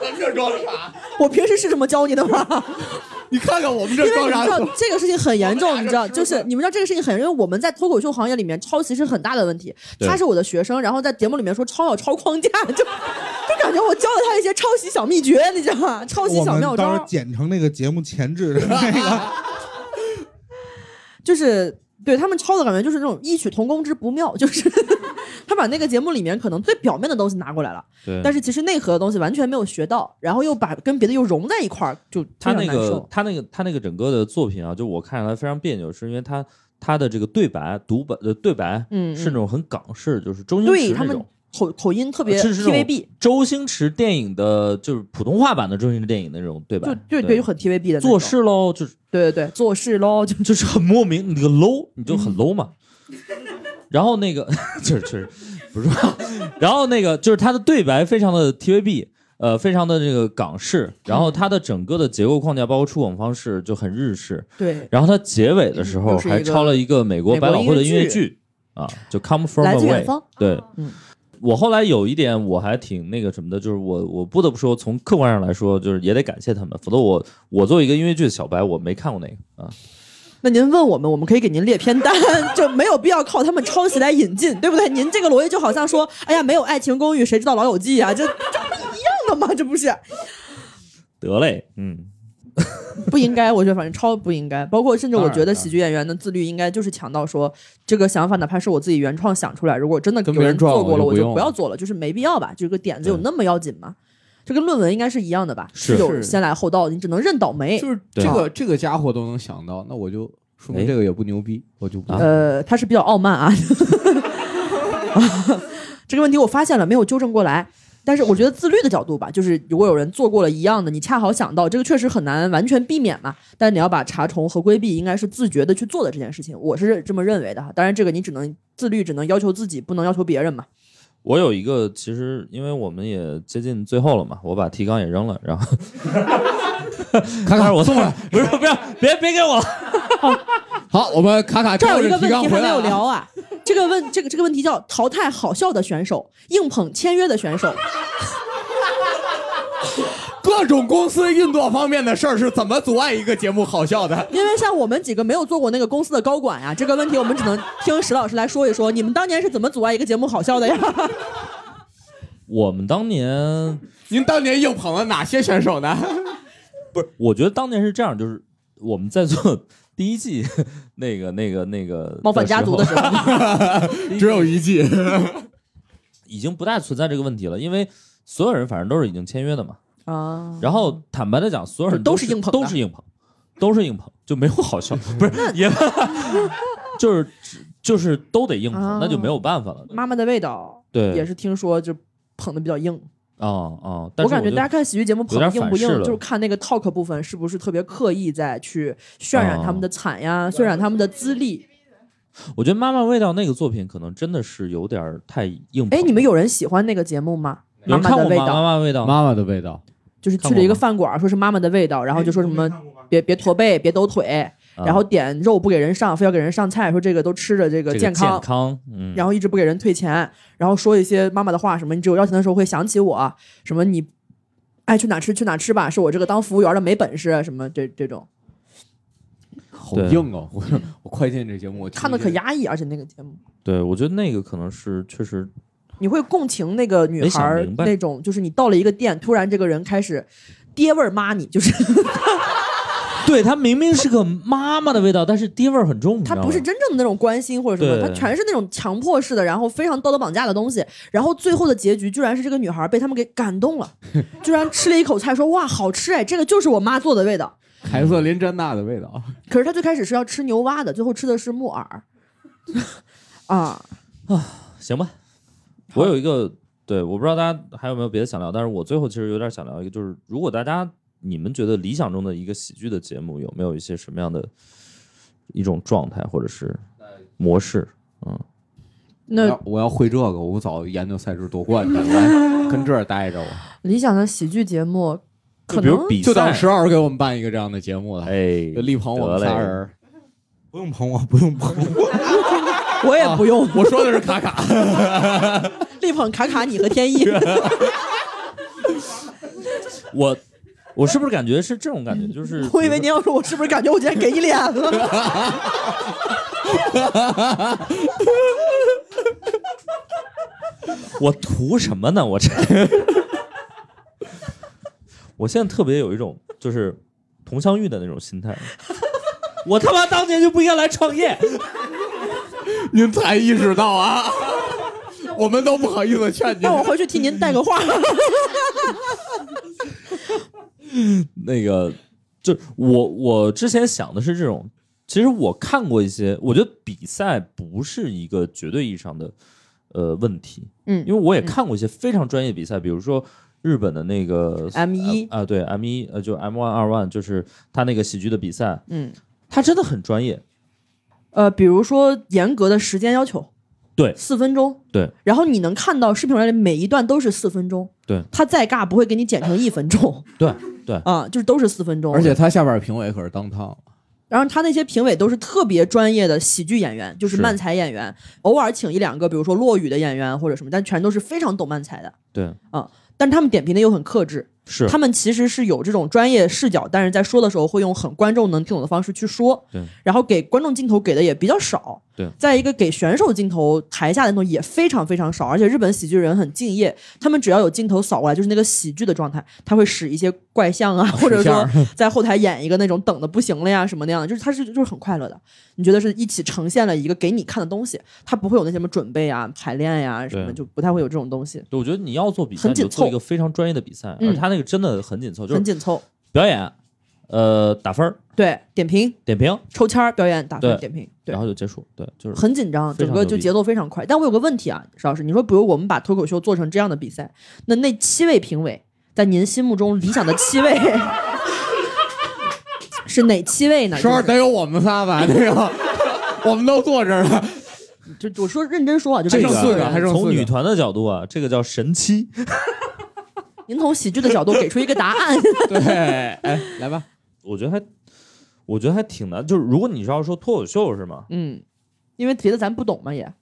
[SPEAKER 3] 咱这装傻，
[SPEAKER 2] 我平时是这么教你的吗？
[SPEAKER 3] 你看看我们
[SPEAKER 2] 因
[SPEAKER 3] 这
[SPEAKER 2] 为
[SPEAKER 3] 装
[SPEAKER 2] 你
[SPEAKER 3] 傻
[SPEAKER 2] 知。道这个事情很严重，你知道，就是你们知道这个事情很严重，因为我们在脱口秀行业里面抄袭是很大的问题。
[SPEAKER 1] 对
[SPEAKER 2] 他是我的学生，然后在节目里面说抄要抄框架，就就感觉我教了他一些抄袭小秘诀，你知道吗？抄袭
[SPEAKER 4] 我
[SPEAKER 2] 小
[SPEAKER 4] 们
[SPEAKER 2] 妙
[SPEAKER 4] 到时
[SPEAKER 2] 招
[SPEAKER 4] 候，剪成那个节目前置的那个， (laughs)
[SPEAKER 2] 就是对他们抄的感觉就是那种异曲同工之不妙，就是 (laughs) 他把那个节目里面可能最表面的东西拿过来了，
[SPEAKER 1] 对，
[SPEAKER 2] 但是其实内核的东西完全没有学到，然后又把跟别的又融在一块儿，就
[SPEAKER 1] 他那
[SPEAKER 2] 非常难
[SPEAKER 1] 个
[SPEAKER 2] 受
[SPEAKER 1] 他那个他那个整个的作品啊，就我看起来非常别扭，是因为他他的这个对白独白呃对白，
[SPEAKER 2] 嗯嗯
[SPEAKER 1] 是那种很港式，就是周星
[SPEAKER 2] 对
[SPEAKER 1] 驰
[SPEAKER 2] 他
[SPEAKER 1] 那
[SPEAKER 2] 们
[SPEAKER 1] 种。啊
[SPEAKER 2] 口口音特别
[SPEAKER 1] 是是这种
[SPEAKER 2] TVB，
[SPEAKER 1] 周星驰电影的就是普通话版的周星驰电影的那种对白
[SPEAKER 2] 就，对对，就很 TVB 的那种
[SPEAKER 1] 做，事喽，就是
[SPEAKER 2] 对对对，做事喽，就
[SPEAKER 1] 就是很莫名，你这个 low 你就很 low 嘛。然后那个 (laughs) 就是就是不是，然后那个就是他的对白非常的 TVB，呃，非常的这个港式，然后他的整个的结构框架包括出梗方式就很日式，
[SPEAKER 2] 对。
[SPEAKER 1] 然后他结尾的时候
[SPEAKER 2] 又是一个
[SPEAKER 1] 还抄了一个美国百老汇的音乐剧啊，就 Come From
[SPEAKER 2] 来自
[SPEAKER 1] Away
[SPEAKER 2] 远方。
[SPEAKER 1] 对，
[SPEAKER 2] 嗯
[SPEAKER 1] 我后来有一点我还挺那个什么的，就是我我不得不说，从客观上来说，就是也得感谢他们，否则我我作为一个音乐剧的小白，我没看过那个啊。
[SPEAKER 2] 那您问我们，我们可以给您列片单， (laughs) 就没有必要靠他们抄袭来引进，对不对？您这个逻辑就好像说，哎呀，没有《爱情公寓》，谁知道《老友记》啊？这 (laughs) 这不一样的吗？这不是
[SPEAKER 1] 得嘞，嗯，
[SPEAKER 2] 不应该？我觉得反正抄不应该。包括甚至我觉
[SPEAKER 3] 当然
[SPEAKER 2] 得喜剧演员的自律应该就是强到说，这个想法哪怕是我自己原创想出来，如果真的
[SPEAKER 3] 跟
[SPEAKER 2] 有
[SPEAKER 3] 别
[SPEAKER 2] 人
[SPEAKER 3] 人撞
[SPEAKER 2] 做过了，
[SPEAKER 3] 我
[SPEAKER 2] 我
[SPEAKER 3] 就不
[SPEAKER 2] 就
[SPEAKER 3] 用
[SPEAKER 2] 不要
[SPEAKER 3] 了嗯
[SPEAKER 2] 做了，就是没必要吧？这个点子有
[SPEAKER 1] 对
[SPEAKER 2] 那么要紧吗？这跟论文应该是一样的吧？
[SPEAKER 1] 是
[SPEAKER 2] 有
[SPEAKER 3] 是
[SPEAKER 2] 先来后到，你只能认倒霉。
[SPEAKER 3] 就是啊哎
[SPEAKER 1] 对
[SPEAKER 3] 这个这个家伙都能想到，那我就说明这个也不牛逼，我就不
[SPEAKER 1] 啊
[SPEAKER 2] 呃，他是比较傲慢啊。 (laughs) 这个问题我发现了，没有纠正过来。但是我觉得自律的角度吧，就是如果有人做过了一样的，你恰好想到这个确实很难完全避免嘛。但是你要把查重和规避，应该是自觉的去做的这件事情，我是这么认为的哈。当然，这个你只能自律，只能要求自己，不能要求别人嘛。
[SPEAKER 1] 我有一个，其实因为我们也接近最后了嘛，我把提纲也扔了，然后
[SPEAKER 3] 卡卡我送来。
[SPEAKER 1] (laughs) 不是不是，别别给我了，
[SPEAKER 3] 好，我们卡
[SPEAKER 2] (laughs)
[SPEAKER 3] 卡
[SPEAKER 2] 这儿
[SPEAKER 3] 照
[SPEAKER 2] 有一
[SPEAKER 3] 着
[SPEAKER 2] 个问
[SPEAKER 3] 提纲
[SPEAKER 2] 题
[SPEAKER 3] 回
[SPEAKER 2] 还没
[SPEAKER 3] 来
[SPEAKER 2] 有
[SPEAKER 3] 了啊。
[SPEAKER 2] 聊啊， (laughs) 这个问这个这个问题叫淘汰好笑的选手，硬捧签约的选手。
[SPEAKER 3] 各种公司运作方面的事儿是怎么阻碍一个节目好笑的？
[SPEAKER 2] 因为像我们几个没有做过那个公司的高管呀，啊这个问题我们只能听石老师来说一说。你们当年是怎么阻碍一个节目好笑
[SPEAKER 1] (laughs)
[SPEAKER 2] 的呀？
[SPEAKER 1] 我们当年
[SPEAKER 3] 您当年硬捧了哪些选手 (laughs) 呢？
[SPEAKER 1] 不是，我觉得当年是这样，就是我们在做第一季 (laughs) 那个那个那个
[SPEAKER 2] 冒犯家族的时候，
[SPEAKER 3] 只有一季，
[SPEAKER 1] 已经不大存在这个问题了，因为所有人反正都是已经签约的嘛。
[SPEAKER 2] (laughs) 啊，
[SPEAKER 1] 然后坦白的讲，所有人
[SPEAKER 2] 就都是
[SPEAKER 1] 是
[SPEAKER 2] 硬捧的
[SPEAKER 1] 都是硬捧，都是硬捧，就没有好
[SPEAKER 2] (laughs)
[SPEAKER 1] 笑，不是也 (laughs) 就是就是都得硬
[SPEAKER 2] 啊
[SPEAKER 1] 捧，那就没有办法了。
[SPEAKER 2] 妈妈的味道
[SPEAKER 1] 对，
[SPEAKER 2] 也是听说就捧的比较硬。
[SPEAKER 1] 啊啊，但
[SPEAKER 2] 我
[SPEAKER 1] 是
[SPEAKER 2] 感觉
[SPEAKER 1] 就
[SPEAKER 2] 大家看喜剧节目捧
[SPEAKER 1] 有点
[SPEAKER 2] 硬不硬
[SPEAKER 1] 反噬，了
[SPEAKER 2] 就是看那个 talk 部分是不是特别刻意在去渲
[SPEAKER 1] 哦
[SPEAKER 2] 染他们的惨呀，渲染他们的资历。
[SPEAKER 1] 我觉得《妈妈味道》那个作品可能真的是有点儿太硬捧。
[SPEAKER 2] 哎，你们有人喜欢那个节目吗？
[SPEAKER 1] 有
[SPEAKER 2] 妈
[SPEAKER 1] 人
[SPEAKER 2] 妈
[SPEAKER 1] 看
[SPEAKER 2] 的
[SPEAKER 1] 过
[SPEAKER 2] 味
[SPEAKER 1] 吗？妈
[SPEAKER 2] 道，
[SPEAKER 1] 妈味道，
[SPEAKER 3] 妈妈的味道，
[SPEAKER 1] 哎
[SPEAKER 2] 就是去了一个饭馆，说是妈妈的味道，然后就说什么别别驼背，别抖腿，
[SPEAKER 1] 啊
[SPEAKER 2] 然后点肉不给人上，非要给人上菜，说这个都吃着这
[SPEAKER 1] 这
[SPEAKER 2] 个
[SPEAKER 1] 个
[SPEAKER 2] 健康，
[SPEAKER 1] 康，嗯，
[SPEAKER 2] 然后一直不给人退钱，然后说一些妈妈的话，什么你只有要钱的时候会想起我，什么你爱去哪吃去哪吃吧，是我这个当服务员的没本事，什么这这种
[SPEAKER 3] 好
[SPEAKER 1] 对
[SPEAKER 3] 硬啊！我我快进这节目，我听
[SPEAKER 2] 看的
[SPEAKER 3] 一
[SPEAKER 2] 可
[SPEAKER 3] 下
[SPEAKER 2] 压抑，而且那个节目
[SPEAKER 1] 对我觉得那个可能是确实
[SPEAKER 2] 你会共情那个女
[SPEAKER 1] 没
[SPEAKER 2] 孩
[SPEAKER 1] 想
[SPEAKER 2] 儿
[SPEAKER 1] 明白
[SPEAKER 2] 那种，就是你到了一个店，突然这个人开始爹味儿骂
[SPEAKER 1] (laughs)
[SPEAKER 2] 你，就是
[SPEAKER 1] 对他明明是个妈妈的味道，但是爹味儿很重，你知
[SPEAKER 2] 他
[SPEAKER 1] 道
[SPEAKER 2] 不是
[SPEAKER 1] 吗
[SPEAKER 2] 真正的那种关心或者什么，
[SPEAKER 1] 对
[SPEAKER 2] 他全是那种强迫式的，然后非常道德绑架的东西。然后最后的结局居然是这个女孩被他们给感动了，居然吃了一口菜说哇好吃哎，这个就是我妈做的味道。
[SPEAKER 3] 凯瑟琳·詹娜的味道。
[SPEAKER 2] 可是他最开始是要吃牛蛙的，最后吃的是木耳。啊，
[SPEAKER 1] 行吧？我有一个，对，我不知道大家还有没有别的想聊，但是我最后其实有点想聊一个，就是如果大家你们觉得理想中的一个喜剧的节目有没有一些什么样的一种状态或者是模式？嗯，
[SPEAKER 2] 那
[SPEAKER 3] 要我要会这个，我早研究赛制夺冠去了，
[SPEAKER 2] (laughs)
[SPEAKER 3] 来跟这儿待着我，
[SPEAKER 2] 理想的喜剧节目，可
[SPEAKER 1] 就比
[SPEAKER 2] 能
[SPEAKER 1] 如比
[SPEAKER 3] 就当
[SPEAKER 1] 赛，
[SPEAKER 3] 十二给我们办一个这样的节目了。
[SPEAKER 1] 哎，
[SPEAKER 3] 就力捧我们
[SPEAKER 1] 得嘞
[SPEAKER 3] 仨人儿，
[SPEAKER 4] 不用捧我，不用捧我。
[SPEAKER 2] 我也不用、
[SPEAKER 3] (laughs) 我说的是卡卡，
[SPEAKER 2] 力捧卡卡你和天意。 (laughs)
[SPEAKER 1] 我我是不是感觉是这种感觉？就是 (laughs)
[SPEAKER 2] 我以为您要说我是不是感觉我今天给你脸了？ (laughs)
[SPEAKER 1] 我图什么呢？我这，我现在特别有一种就是佟湘玉的那种心态，我他妈当年就不应该来创业。
[SPEAKER 3] 您才意识到
[SPEAKER 2] (laughs)
[SPEAKER 3] 啊，我们都不好意思劝您
[SPEAKER 2] 让。我回去替您带个话。
[SPEAKER 1] (laughs) 那个，就我我之前想的是这种，其实我看过一些，我觉得比赛不是一个绝对意义上的呃问题，
[SPEAKER 2] 嗯
[SPEAKER 1] 因为我也看过一些非常专业比赛，比如说日本的那个
[SPEAKER 2] M1
[SPEAKER 1] 啊、对 M 一呃就 M one 二 one，就是他那个喜剧的比赛，
[SPEAKER 2] 嗯，
[SPEAKER 1] 他真的很专业，
[SPEAKER 2] 呃，比如说严格的时间要求，
[SPEAKER 1] 对
[SPEAKER 2] 四分钟，
[SPEAKER 1] 对。
[SPEAKER 2] 然后你能看到视频里的每一段都是四分钟，
[SPEAKER 1] 对，
[SPEAKER 2] 他再尬不会给你剪成一分钟
[SPEAKER 1] 对对，
[SPEAKER 2] 啊，就是都是四分钟。
[SPEAKER 3] 而且，他下边评委可是当汤，
[SPEAKER 2] 然后他那些评委都是特别专业的喜剧演员，就是
[SPEAKER 1] 是
[SPEAKER 2] 漫才演员，偶尔请一两个，比如说落雨的演员或者什么，但全都是非常懂漫才的。
[SPEAKER 1] 对，
[SPEAKER 2] 但他们点评的又很克制，
[SPEAKER 1] 是
[SPEAKER 2] 他们其实是有这种专业视角，但是在说的时候会用很观众能听懂的方式去说。
[SPEAKER 1] 对，
[SPEAKER 2] 然后给观众镜头给的也比较少。
[SPEAKER 1] 对
[SPEAKER 2] 再一个给选手镜头台下的那种也非常非常少，而且日本喜剧人很敬业，他们只要有镜头扫过来就是那个喜剧的状态，他会使一些怪象
[SPEAKER 1] (laughs)
[SPEAKER 2] 啊，或者说在后台演一个那种等的不行了呀什么那样的，就是他是就是很快乐的。你觉得是一起呈现了一个给你看的东西，他不会有那些什么准备啊、排练呀、什么，
[SPEAKER 1] 对
[SPEAKER 2] 就不太会有这种东西，
[SPEAKER 1] 对我觉得你要做比赛，
[SPEAKER 2] 很
[SPEAKER 1] 你
[SPEAKER 2] 紧
[SPEAKER 1] 就做
[SPEAKER 2] 凑
[SPEAKER 1] 一个非常专业的比赛，
[SPEAKER 2] 嗯
[SPEAKER 1] 而他那个真的很紧凑，就
[SPEAKER 2] 很
[SPEAKER 1] 是
[SPEAKER 2] 紧凑。
[SPEAKER 1] 表演，呃，打分儿
[SPEAKER 2] 对，点评。
[SPEAKER 1] 点评，
[SPEAKER 2] 抽签儿表演打分
[SPEAKER 1] 对
[SPEAKER 2] 点评，对
[SPEAKER 1] 然，后就结束，对，就是
[SPEAKER 2] 很紧张，
[SPEAKER 1] 非
[SPEAKER 2] 整
[SPEAKER 1] 常
[SPEAKER 2] 个
[SPEAKER 1] 牛
[SPEAKER 2] 就
[SPEAKER 1] 逼
[SPEAKER 2] 节奏非常快。但我有个问题啊，石老师，你说比如我们把脱口秀做成这样的比赛，那那七位评委在您心目中理想的七
[SPEAKER 1] (laughs)
[SPEAKER 2] 位是哪七位呢？
[SPEAKER 3] 十二
[SPEAKER 2] 就
[SPEAKER 3] 得有我们仨吧？那个，我们都坐这儿了，
[SPEAKER 2] 是就我说认真说啊，就
[SPEAKER 3] 还
[SPEAKER 2] 这
[SPEAKER 3] 剩四
[SPEAKER 2] 个
[SPEAKER 3] 个，还剩四
[SPEAKER 1] 从女
[SPEAKER 3] 个。
[SPEAKER 1] 团的角度啊，这个叫神七，
[SPEAKER 2] 您从喜剧的角度给出一个答案，
[SPEAKER 1] (laughs)
[SPEAKER 3] 对，哎，来吧，
[SPEAKER 1] 我觉得还，我觉得还挺难。就是如果你是要说脱口秀是吗？
[SPEAKER 2] 嗯，因为别的咱不懂嘛也。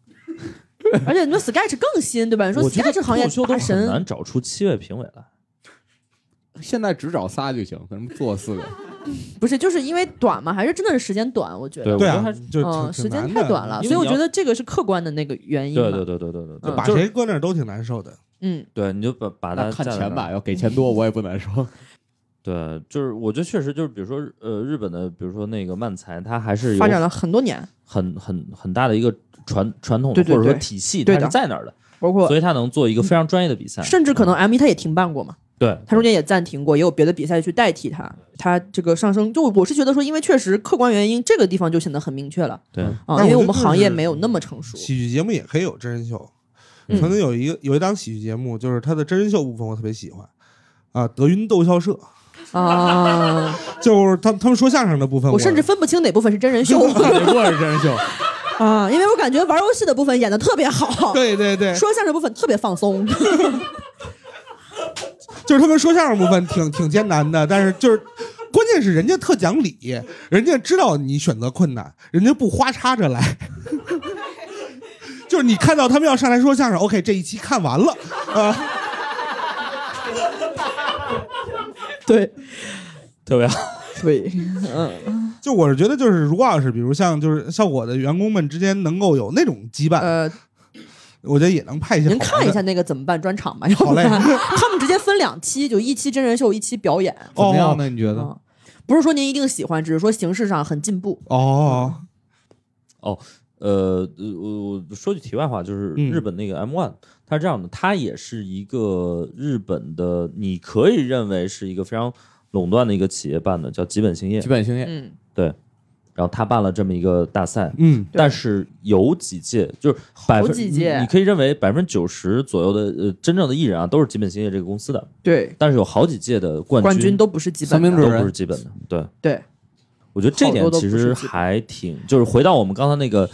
[SPEAKER 2] 而且你说 Sketch 更新对吧？你说
[SPEAKER 1] 我觉得脱
[SPEAKER 2] Sketch 行业
[SPEAKER 1] 口秀
[SPEAKER 2] 大
[SPEAKER 1] 都很
[SPEAKER 2] 神
[SPEAKER 1] 难找出七位评委来。
[SPEAKER 3] 现在只找仨就行，咱们坐四个。
[SPEAKER 2] 不是，就是因为短嘛，还是真的是时间短，我觉得
[SPEAKER 1] 对，我
[SPEAKER 4] 对
[SPEAKER 1] 觉得
[SPEAKER 4] 啊
[SPEAKER 1] 还，
[SPEAKER 4] 就
[SPEAKER 2] 嗯，
[SPEAKER 4] 挺
[SPEAKER 2] 时
[SPEAKER 4] 挺
[SPEAKER 2] 间
[SPEAKER 4] 难
[SPEAKER 2] 太
[SPEAKER 4] 的
[SPEAKER 2] 短了，
[SPEAKER 1] 因为
[SPEAKER 2] 所以我
[SPEAKER 1] 你要
[SPEAKER 2] 觉得这个是客观的那个原因吧。
[SPEAKER 1] 对对对对对对
[SPEAKER 2] 嗯
[SPEAKER 1] 对，
[SPEAKER 4] 把
[SPEAKER 1] 就是
[SPEAKER 4] 谁搁那儿都挺难受的。
[SPEAKER 2] 嗯，
[SPEAKER 1] 对，你就把把
[SPEAKER 3] 那
[SPEAKER 1] 他
[SPEAKER 3] 看
[SPEAKER 1] 架在
[SPEAKER 3] 钱
[SPEAKER 1] 那儿
[SPEAKER 3] 吧，要给钱多我也不难说。
[SPEAKER 1] 对，就是我觉得确实就是，比如说呃，日本的，比如说那个漫才，它还是有
[SPEAKER 2] 发展了很多年，
[SPEAKER 1] 很很很大的一个传传统的
[SPEAKER 2] 对对
[SPEAKER 1] 或者说
[SPEAKER 2] 对
[SPEAKER 1] 体系，
[SPEAKER 2] 对
[SPEAKER 1] 它
[SPEAKER 2] 的
[SPEAKER 1] 是在那儿的，
[SPEAKER 2] 包括
[SPEAKER 1] 所以它能做一个非常专业的比赛。嗯
[SPEAKER 2] 甚至可能 M E 一他也停办过嘛，
[SPEAKER 1] 对，
[SPEAKER 2] 他中间也暂停过，也有别的比赛去代替他。他这个上升，就我是觉得说，因为确实客观原因，这个地方就显得很明确了
[SPEAKER 1] 对
[SPEAKER 2] 啊，
[SPEAKER 4] 但
[SPEAKER 2] 因为
[SPEAKER 4] 我
[SPEAKER 2] 我们
[SPEAKER 4] 觉得就是
[SPEAKER 2] 行业没有那么成熟。
[SPEAKER 4] 喜剧节目也可以有真人秀，
[SPEAKER 1] 嗯
[SPEAKER 4] 曾经有一个有一档喜剧节目，就是它的真人秀部分我特别喜欢。啊，德云逗笑社，
[SPEAKER 2] 啊，
[SPEAKER 4] (laughs) 就是他他们说相声的部分，
[SPEAKER 2] 我甚至分不清哪部分是真人秀
[SPEAKER 3] 不过是真人秀，
[SPEAKER 2] (laughs) 啊，因为我感觉玩游戏的部分演的特别好，
[SPEAKER 4] 对对对，
[SPEAKER 2] 说相声部分特别放松。
[SPEAKER 4] 就是他们说相声部分挺挺艰难的，但是就是关键键是人家特讲理，人家知道你选择困难，人家不花插着来。 (laughs) 就是你看到他们要上来说相声，OK，这一期看完了，啊、
[SPEAKER 2] 对，
[SPEAKER 1] 特别好。
[SPEAKER 2] 对，嗯，
[SPEAKER 4] 就我是觉得，就是如果要是比如像就是像我的员工们之间能够有那种羁绊，
[SPEAKER 2] (laughs) 呃，
[SPEAKER 4] 我觉得也能派一些好
[SPEAKER 2] 您
[SPEAKER 4] 的。
[SPEAKER 2] 看一下那个怎么办专场吧，要
[SPEAKER 4] 好
[SPEAKER 2] 不
[SPEAKER 4] 嘞
[SPEAKER 2] 然 (laughs) 他们直接分两期，就一期真人秀，一期表演。
[SPEAKER 3] 怎么样
[SPEAKER 4] 哦
[SPEAKER 3] 呢？你觉得？
[SPEAKER 2] 嗯，不是说您一定喜欢，只是说形式上很进步。
[SPEAKER 4] 哦，
[SPEAKER 3] (laughs)
[SPEAKER 1] 呃，呃我我说句题外话，就是
[SPEAKER 4] 嗯
[SPEAKER 1] 日本那个 M One，、它是这样的，它也是一个日本的，你可以认为是一个非常垄断的一个企业办的，叫吉本兴业
[SPEAKER 3] 基。本兴业
[SPEAKER 2] 嗯，
[SPEAKER 1] 然后他办了这么一个大赛，
[SPEAKER 4] 嗯，
[SPEAKER 1] 但是有几届就是百分，
[SPEAKER 2] 几届
[SPEAKER 1] 你你可以认为百分之九十左右的呃真正的艺人啊，都是吉本兴业这个公司的，
[SPEAKER 2] 对，
[SPEAKER 1] 但是有好几届的冠
[SPEAKER 2] 冠
[SPEAKER 1] 军
[SPEAKER 2] 军都不是基
[SPEAKER 3] 三
[SPEAKER 2] 本
[SPEAKER 3] 明
[SPEAKER 2] 的
[SPEAKER 3] 治
[SPEAKER 1] 都
[SPEAKER 3] 人
[SPEAKER 1] 不是基本的，对
[SPEAKER 2] 对。
[SPEAKER 1] 我觉得这点
[SPEAKER 2] 好多都
[SPEAKER 1] 其
[SPEAKER 2] 不
[SPEAKER 1] 实
[SPEAKER 2] 是基本
[SPEAKER 1] 还挺，就是回到我们刚才那个，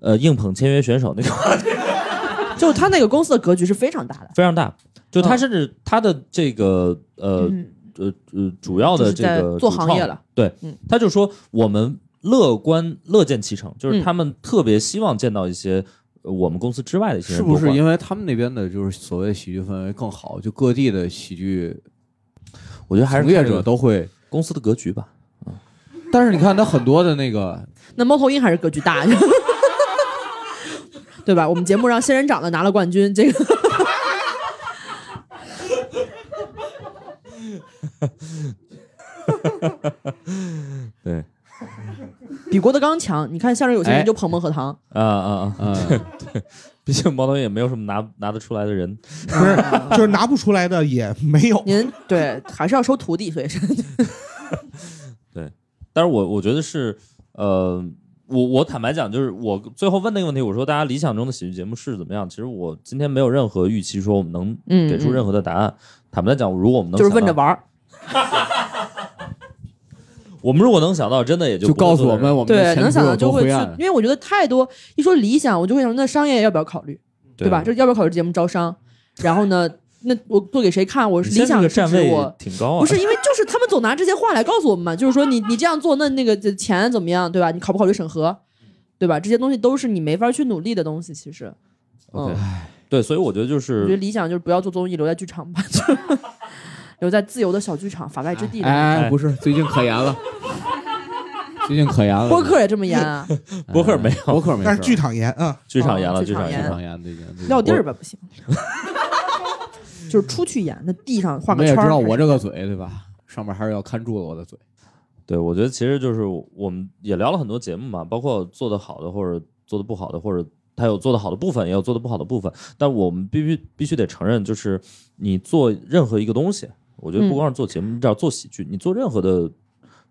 [SPEAKER 1] 呃，硬捧签约选手那个话题
[SPEAKER 2] 就他那个公司的格局是非常大的。
[SPEAKER 1] 非常大，就他
[SPEAKER 2] 嗯
[SPEAKER 1] 甚至他的这个呃
[SPEAKER 2] 嗯，
[SPEAKER 1] 呃呃主要
[SPEAKER 2] 就
[SPEAKER 1] 的
[SPEAKER 2] 是
[SPEAKER 1] 这
[SPEAKER 2] 在
[SPEAKER 1] 个
[SPEAKER 2] 做
[SPEAKER 1] 主
[SPEAKER 2] 行
[SPEAKER 1] 创
[SPEAKER 2] 业了，
[SPEAKER 1] 对
[SPEAKER 2] 嗯，
[SPEAKER 1] 他就说我们乐观乐见其成，就是
[SPEAKER 2] 嗯
[SPEAKER 1] 他们特别希望见到一些呃我们公司之外的一些人
[SPEAKER 3] 是不
[SPEAKER 1] 夺
[SPEAKER 3] 是
[SPEAKER 1] 冠
[SPEAKER 3] 因为他们那边的就是所谓喜剧氛围更好？就各地的喜剧
[SPEAKER 1] 我觉得还是
[SPEAKER 3] 从业
[SPEAKER 1] 看这
[SPEAKER 3] 者
[SPEAKER 1] 个
[SPEAKER 3] 都会，
[SPEAKER 1] 公司的格局吧。
[SPEAKER 3] 但是你看他很多的那个，
[SPEAKER 2] 那猫头鹰还是格
[SPEAKER 1] (laughs)
[SPEAKER 2] 局大，对吧？我们节目让仙人掌的拿了冠军，这个
[SPEAKER 1] 对，
[SPEAKER 2] 比郭德纲强。你看相声有些
[SPEAKER 3] 哎
[SPEAKER 2] 人就捧捧和糖，
[SPEAKER 1] 啊啊啊！
[SPEAKER 3] 嗯，
[SPEAKER 1] 毕竟猫头鹰也没有什么拿拿得出来的人，
[SPEAKER 4] 不是，就是拿不出来的也没有。
[SPEAKER 2] 您对还是要收徒弟，所以是
[SPEAKER 1] 但是我我觉得是，呃，我我坦白讲，就是我最后问那个问题，我说大家理想中的喜剧节目是怎么样？其实我今天没有任何预期，说我们能
[SPEAKER 2] 嗯
[SPEAKER 1] 给出任何的答案。坦白讲，如果我们能
[SPEAKER 2] 就是
[SPEAKER 1] 想
[SPEAKER 2] 问着
[SPEAKER 1] 到，
[SPEAKER 2] 玩儿。
[SPEAKER 1] 我们如果能想到，真的也就
[SPEAKER 3] 就
[SPEAKER 1] 不会
[SPEAKER 3] 告诉
[SPEAKER 1] 做
[SPEAKER 3] 我
[SPEAKER 1] 这个
[SPEAKER 3] 们我们的
[SPEAKER 2] 对，
[SPEAKER 3] 前
[SPEAKER 2] 能
[SPEAKER 3] 途
[SPEAKER 2] 想到
[SPEAKER 3] 有
[SPEAKER 2] 就
[SPEAKER 3] 多
[SPEAKER 2] 会去
[SPEAKER 3] 灰暗，，
[SPEAKER 2] 因为我觉得太多一说理想，我就会想那商业要不要考虑，对吧？这要不要考虑节目招商？然后呢，那我做给谁看？我
[SPEAKER 1] 你现
[SPEAKER 2] 是理
[SPEAKER 1] 在这个
[SPEAKER 2] 想是指
[SPEAKER 1] 站位
[SPEAKER 2] 我。
[SPEAKER 1] 挺高啊，
[SPEAKER 2] 不是因为就是他们总拿这些话来告诉我们嘛，就是说你你这样做，那那个呃钱怎么样，对吧？你考不考虑审核，对吧？这些东西都是你没法去努力的东西，其实。嗯，
[SPEAKER 1] OK 对，所以我觉得就
[SPEAKER 2] 我觉得
[SPEAKER 1] 是
[SPEAKER 2] 理想就是不要做综艺，留在剧场吧，就 (laughs) 留在自由的小剧场，法外之地里。
[SPEAKER 3] 哎，哎不是，最近可严了，最近可严了，
[SPEAKER 2] 播客也这么严啊，
[SPEAKER 3] 哎
[SPEAKER 1] 播客没有
[SPEAKER 3] 播客没事，哎
[SPEAKER 4] 但是剧场严啊，
[SPEAKER 1] 剧场严了，
[SPEAKER 2] 哦
[SPEAKER 1] 剧
[SPEAKER 2] 剧场
[SPEAKER 1] 严
[SPEAKER 2] 严
[SPEAKER 1] 了。
[SPEAKER 3] 场严最近最近
[SPEAKER 2] 撂地儿吧，不行。就是出去演，那地上画
[SPEAKER 3] 你
[SPEAKER 2] 个
[SPEAKER 3] 们
[SPEAKER 2] 圈
[SPEAKER 3] 也
[SPEAKER 2] 儿。
[SPEAKER 3] 知道我这个嘴对吧？上面还是要看住了我的嘴。
[SPEAKER 1] 对，我觉得其实就是我们也聊了很多节目嘛，包括做得好的或者做得不好的，或者他有做得好的部分，也有做得不好的部分。但我们必须必须得承认，就是你做任何一个东西，我
[SPEAKER 2] 嗯
[SPEAKER 1] 觉得不光是做节目，你只要做喜剧，你做任何的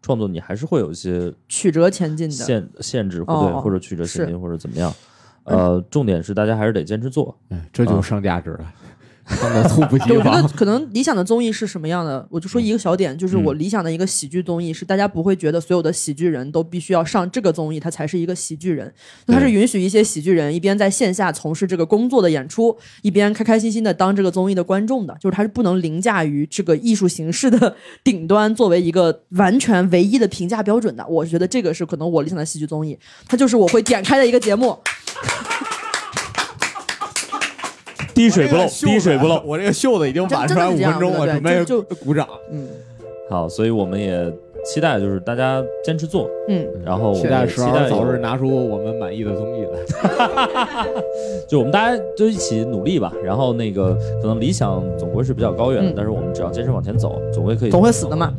[SPEAKER 1] 创作，你还是会有一些
[SPEAKER 2] 曲折前进的，
[SPEAKER 1] 限限制，
[SPEAKER 2] 哦
[SPEAKER 1] 对，
[SPEAKER 2] 哦
[SPEAKER 1] 或者曲折
[SPEAKER 2] 是嗯
[SPEAKER 1] 前进，或者怎么样。呃，重点是大家还是得坚持做。
[SPEAKER 3] 哎，这就是上价值 (laughs) 了，上的猝不
[SPEAKER 2] (laughs)
[SPEAKER 3] 及
[SPEAKER 2] 对，我觉得
[SPEAKER 3] 防。
[SPEAKER 2] 可能理想的综艺是什么样的，我就说一个小点，就是我理想的一个喜剧综艺是大家不会觉得所有的喜剧人都必须要上这个综艺，他才是一个喜剧人。他是允许一些喜剧人一边在线下从事这个工作的演出，一边开开心心的当这个综艺的观众的，就是他是不能凌驾于这个艺术形式的 (laughs) 顶端作为一个完全唯一的评价标准的。我觉得这个是可能我理想的喜剧综艺，它就是我会点开的一个节目。
[SPEAKER 1] 滴
[SPEAKER 3] 滴滴。我这个袖子已经挽出来五分钟了，
[SPEAKER 2] 真
[SPEAKER 3] 准
[SPEAKER 2] 真的
[SPEAKER 3] 备
[SPEAKER 2] 是这样
[SPEAKER 3] 鼓掌。
[SPEAKER 2] 嗯
[SPEAKER 1] 好，所以我们也期待就是大家坚持做，
[SPEAKER 2] 嗯，
[SPEAKER 1] 然后我们
[SPEAKER 3] 期
[SPEAKER 1] 也
[SPEAKER 3] 待
[SPEAKER 1] 期
[SPEAKER 3] 十二
[SPEAKER 1] 待
[SPEAKER 3] 早
[SPEAKER 1] 有
[SPEAKER 3] 日拿出我们满意的综艺来。
[SPEAKER 1] 就我们大家就一起努力吧。然后那个可能理想总归是比较高远的，
[SPEAKER 2] 嗯
[SPEAKER 1] 但是我们只要坚持往前走，总归可以。
[SPEAKER 2] 总会死的嘛。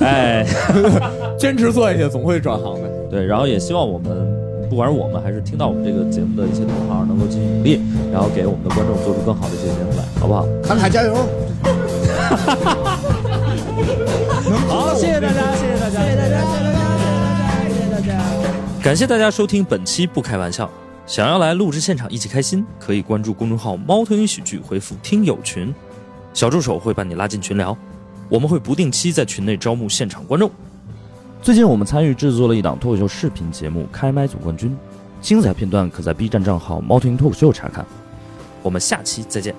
[SPEAKER 1] 哎，
[SPEAKER 3] 坚持做下去，总会转行的。
[SPEAKER 1] 对，然后也希望我们不管是我们还是听到我们这个节目的一些同行，能够继续努力，然后给我们的观众做出更好的一些节目来，好不好？
[SPEAKER 3] 侃侃加油！
[SPEAKER 1] 好，谢谢大家，谢谢大家，谢谢大家，谢谢大家，谢谢大家。感谢大家收听本期《不开玩笑》。想要来录制现场一起开心，可以关注公众号“猫头鹰喜剧”，回复“听友群”，小助手会把你拉进群聊。我们会不定期在群内招募现场观众。最近我们参与制作了一档脱口秀视频节目《开麦组冠军》，精彩片段可在 B 站账号“猫头鹰脱口秀”查看。我们下期再见，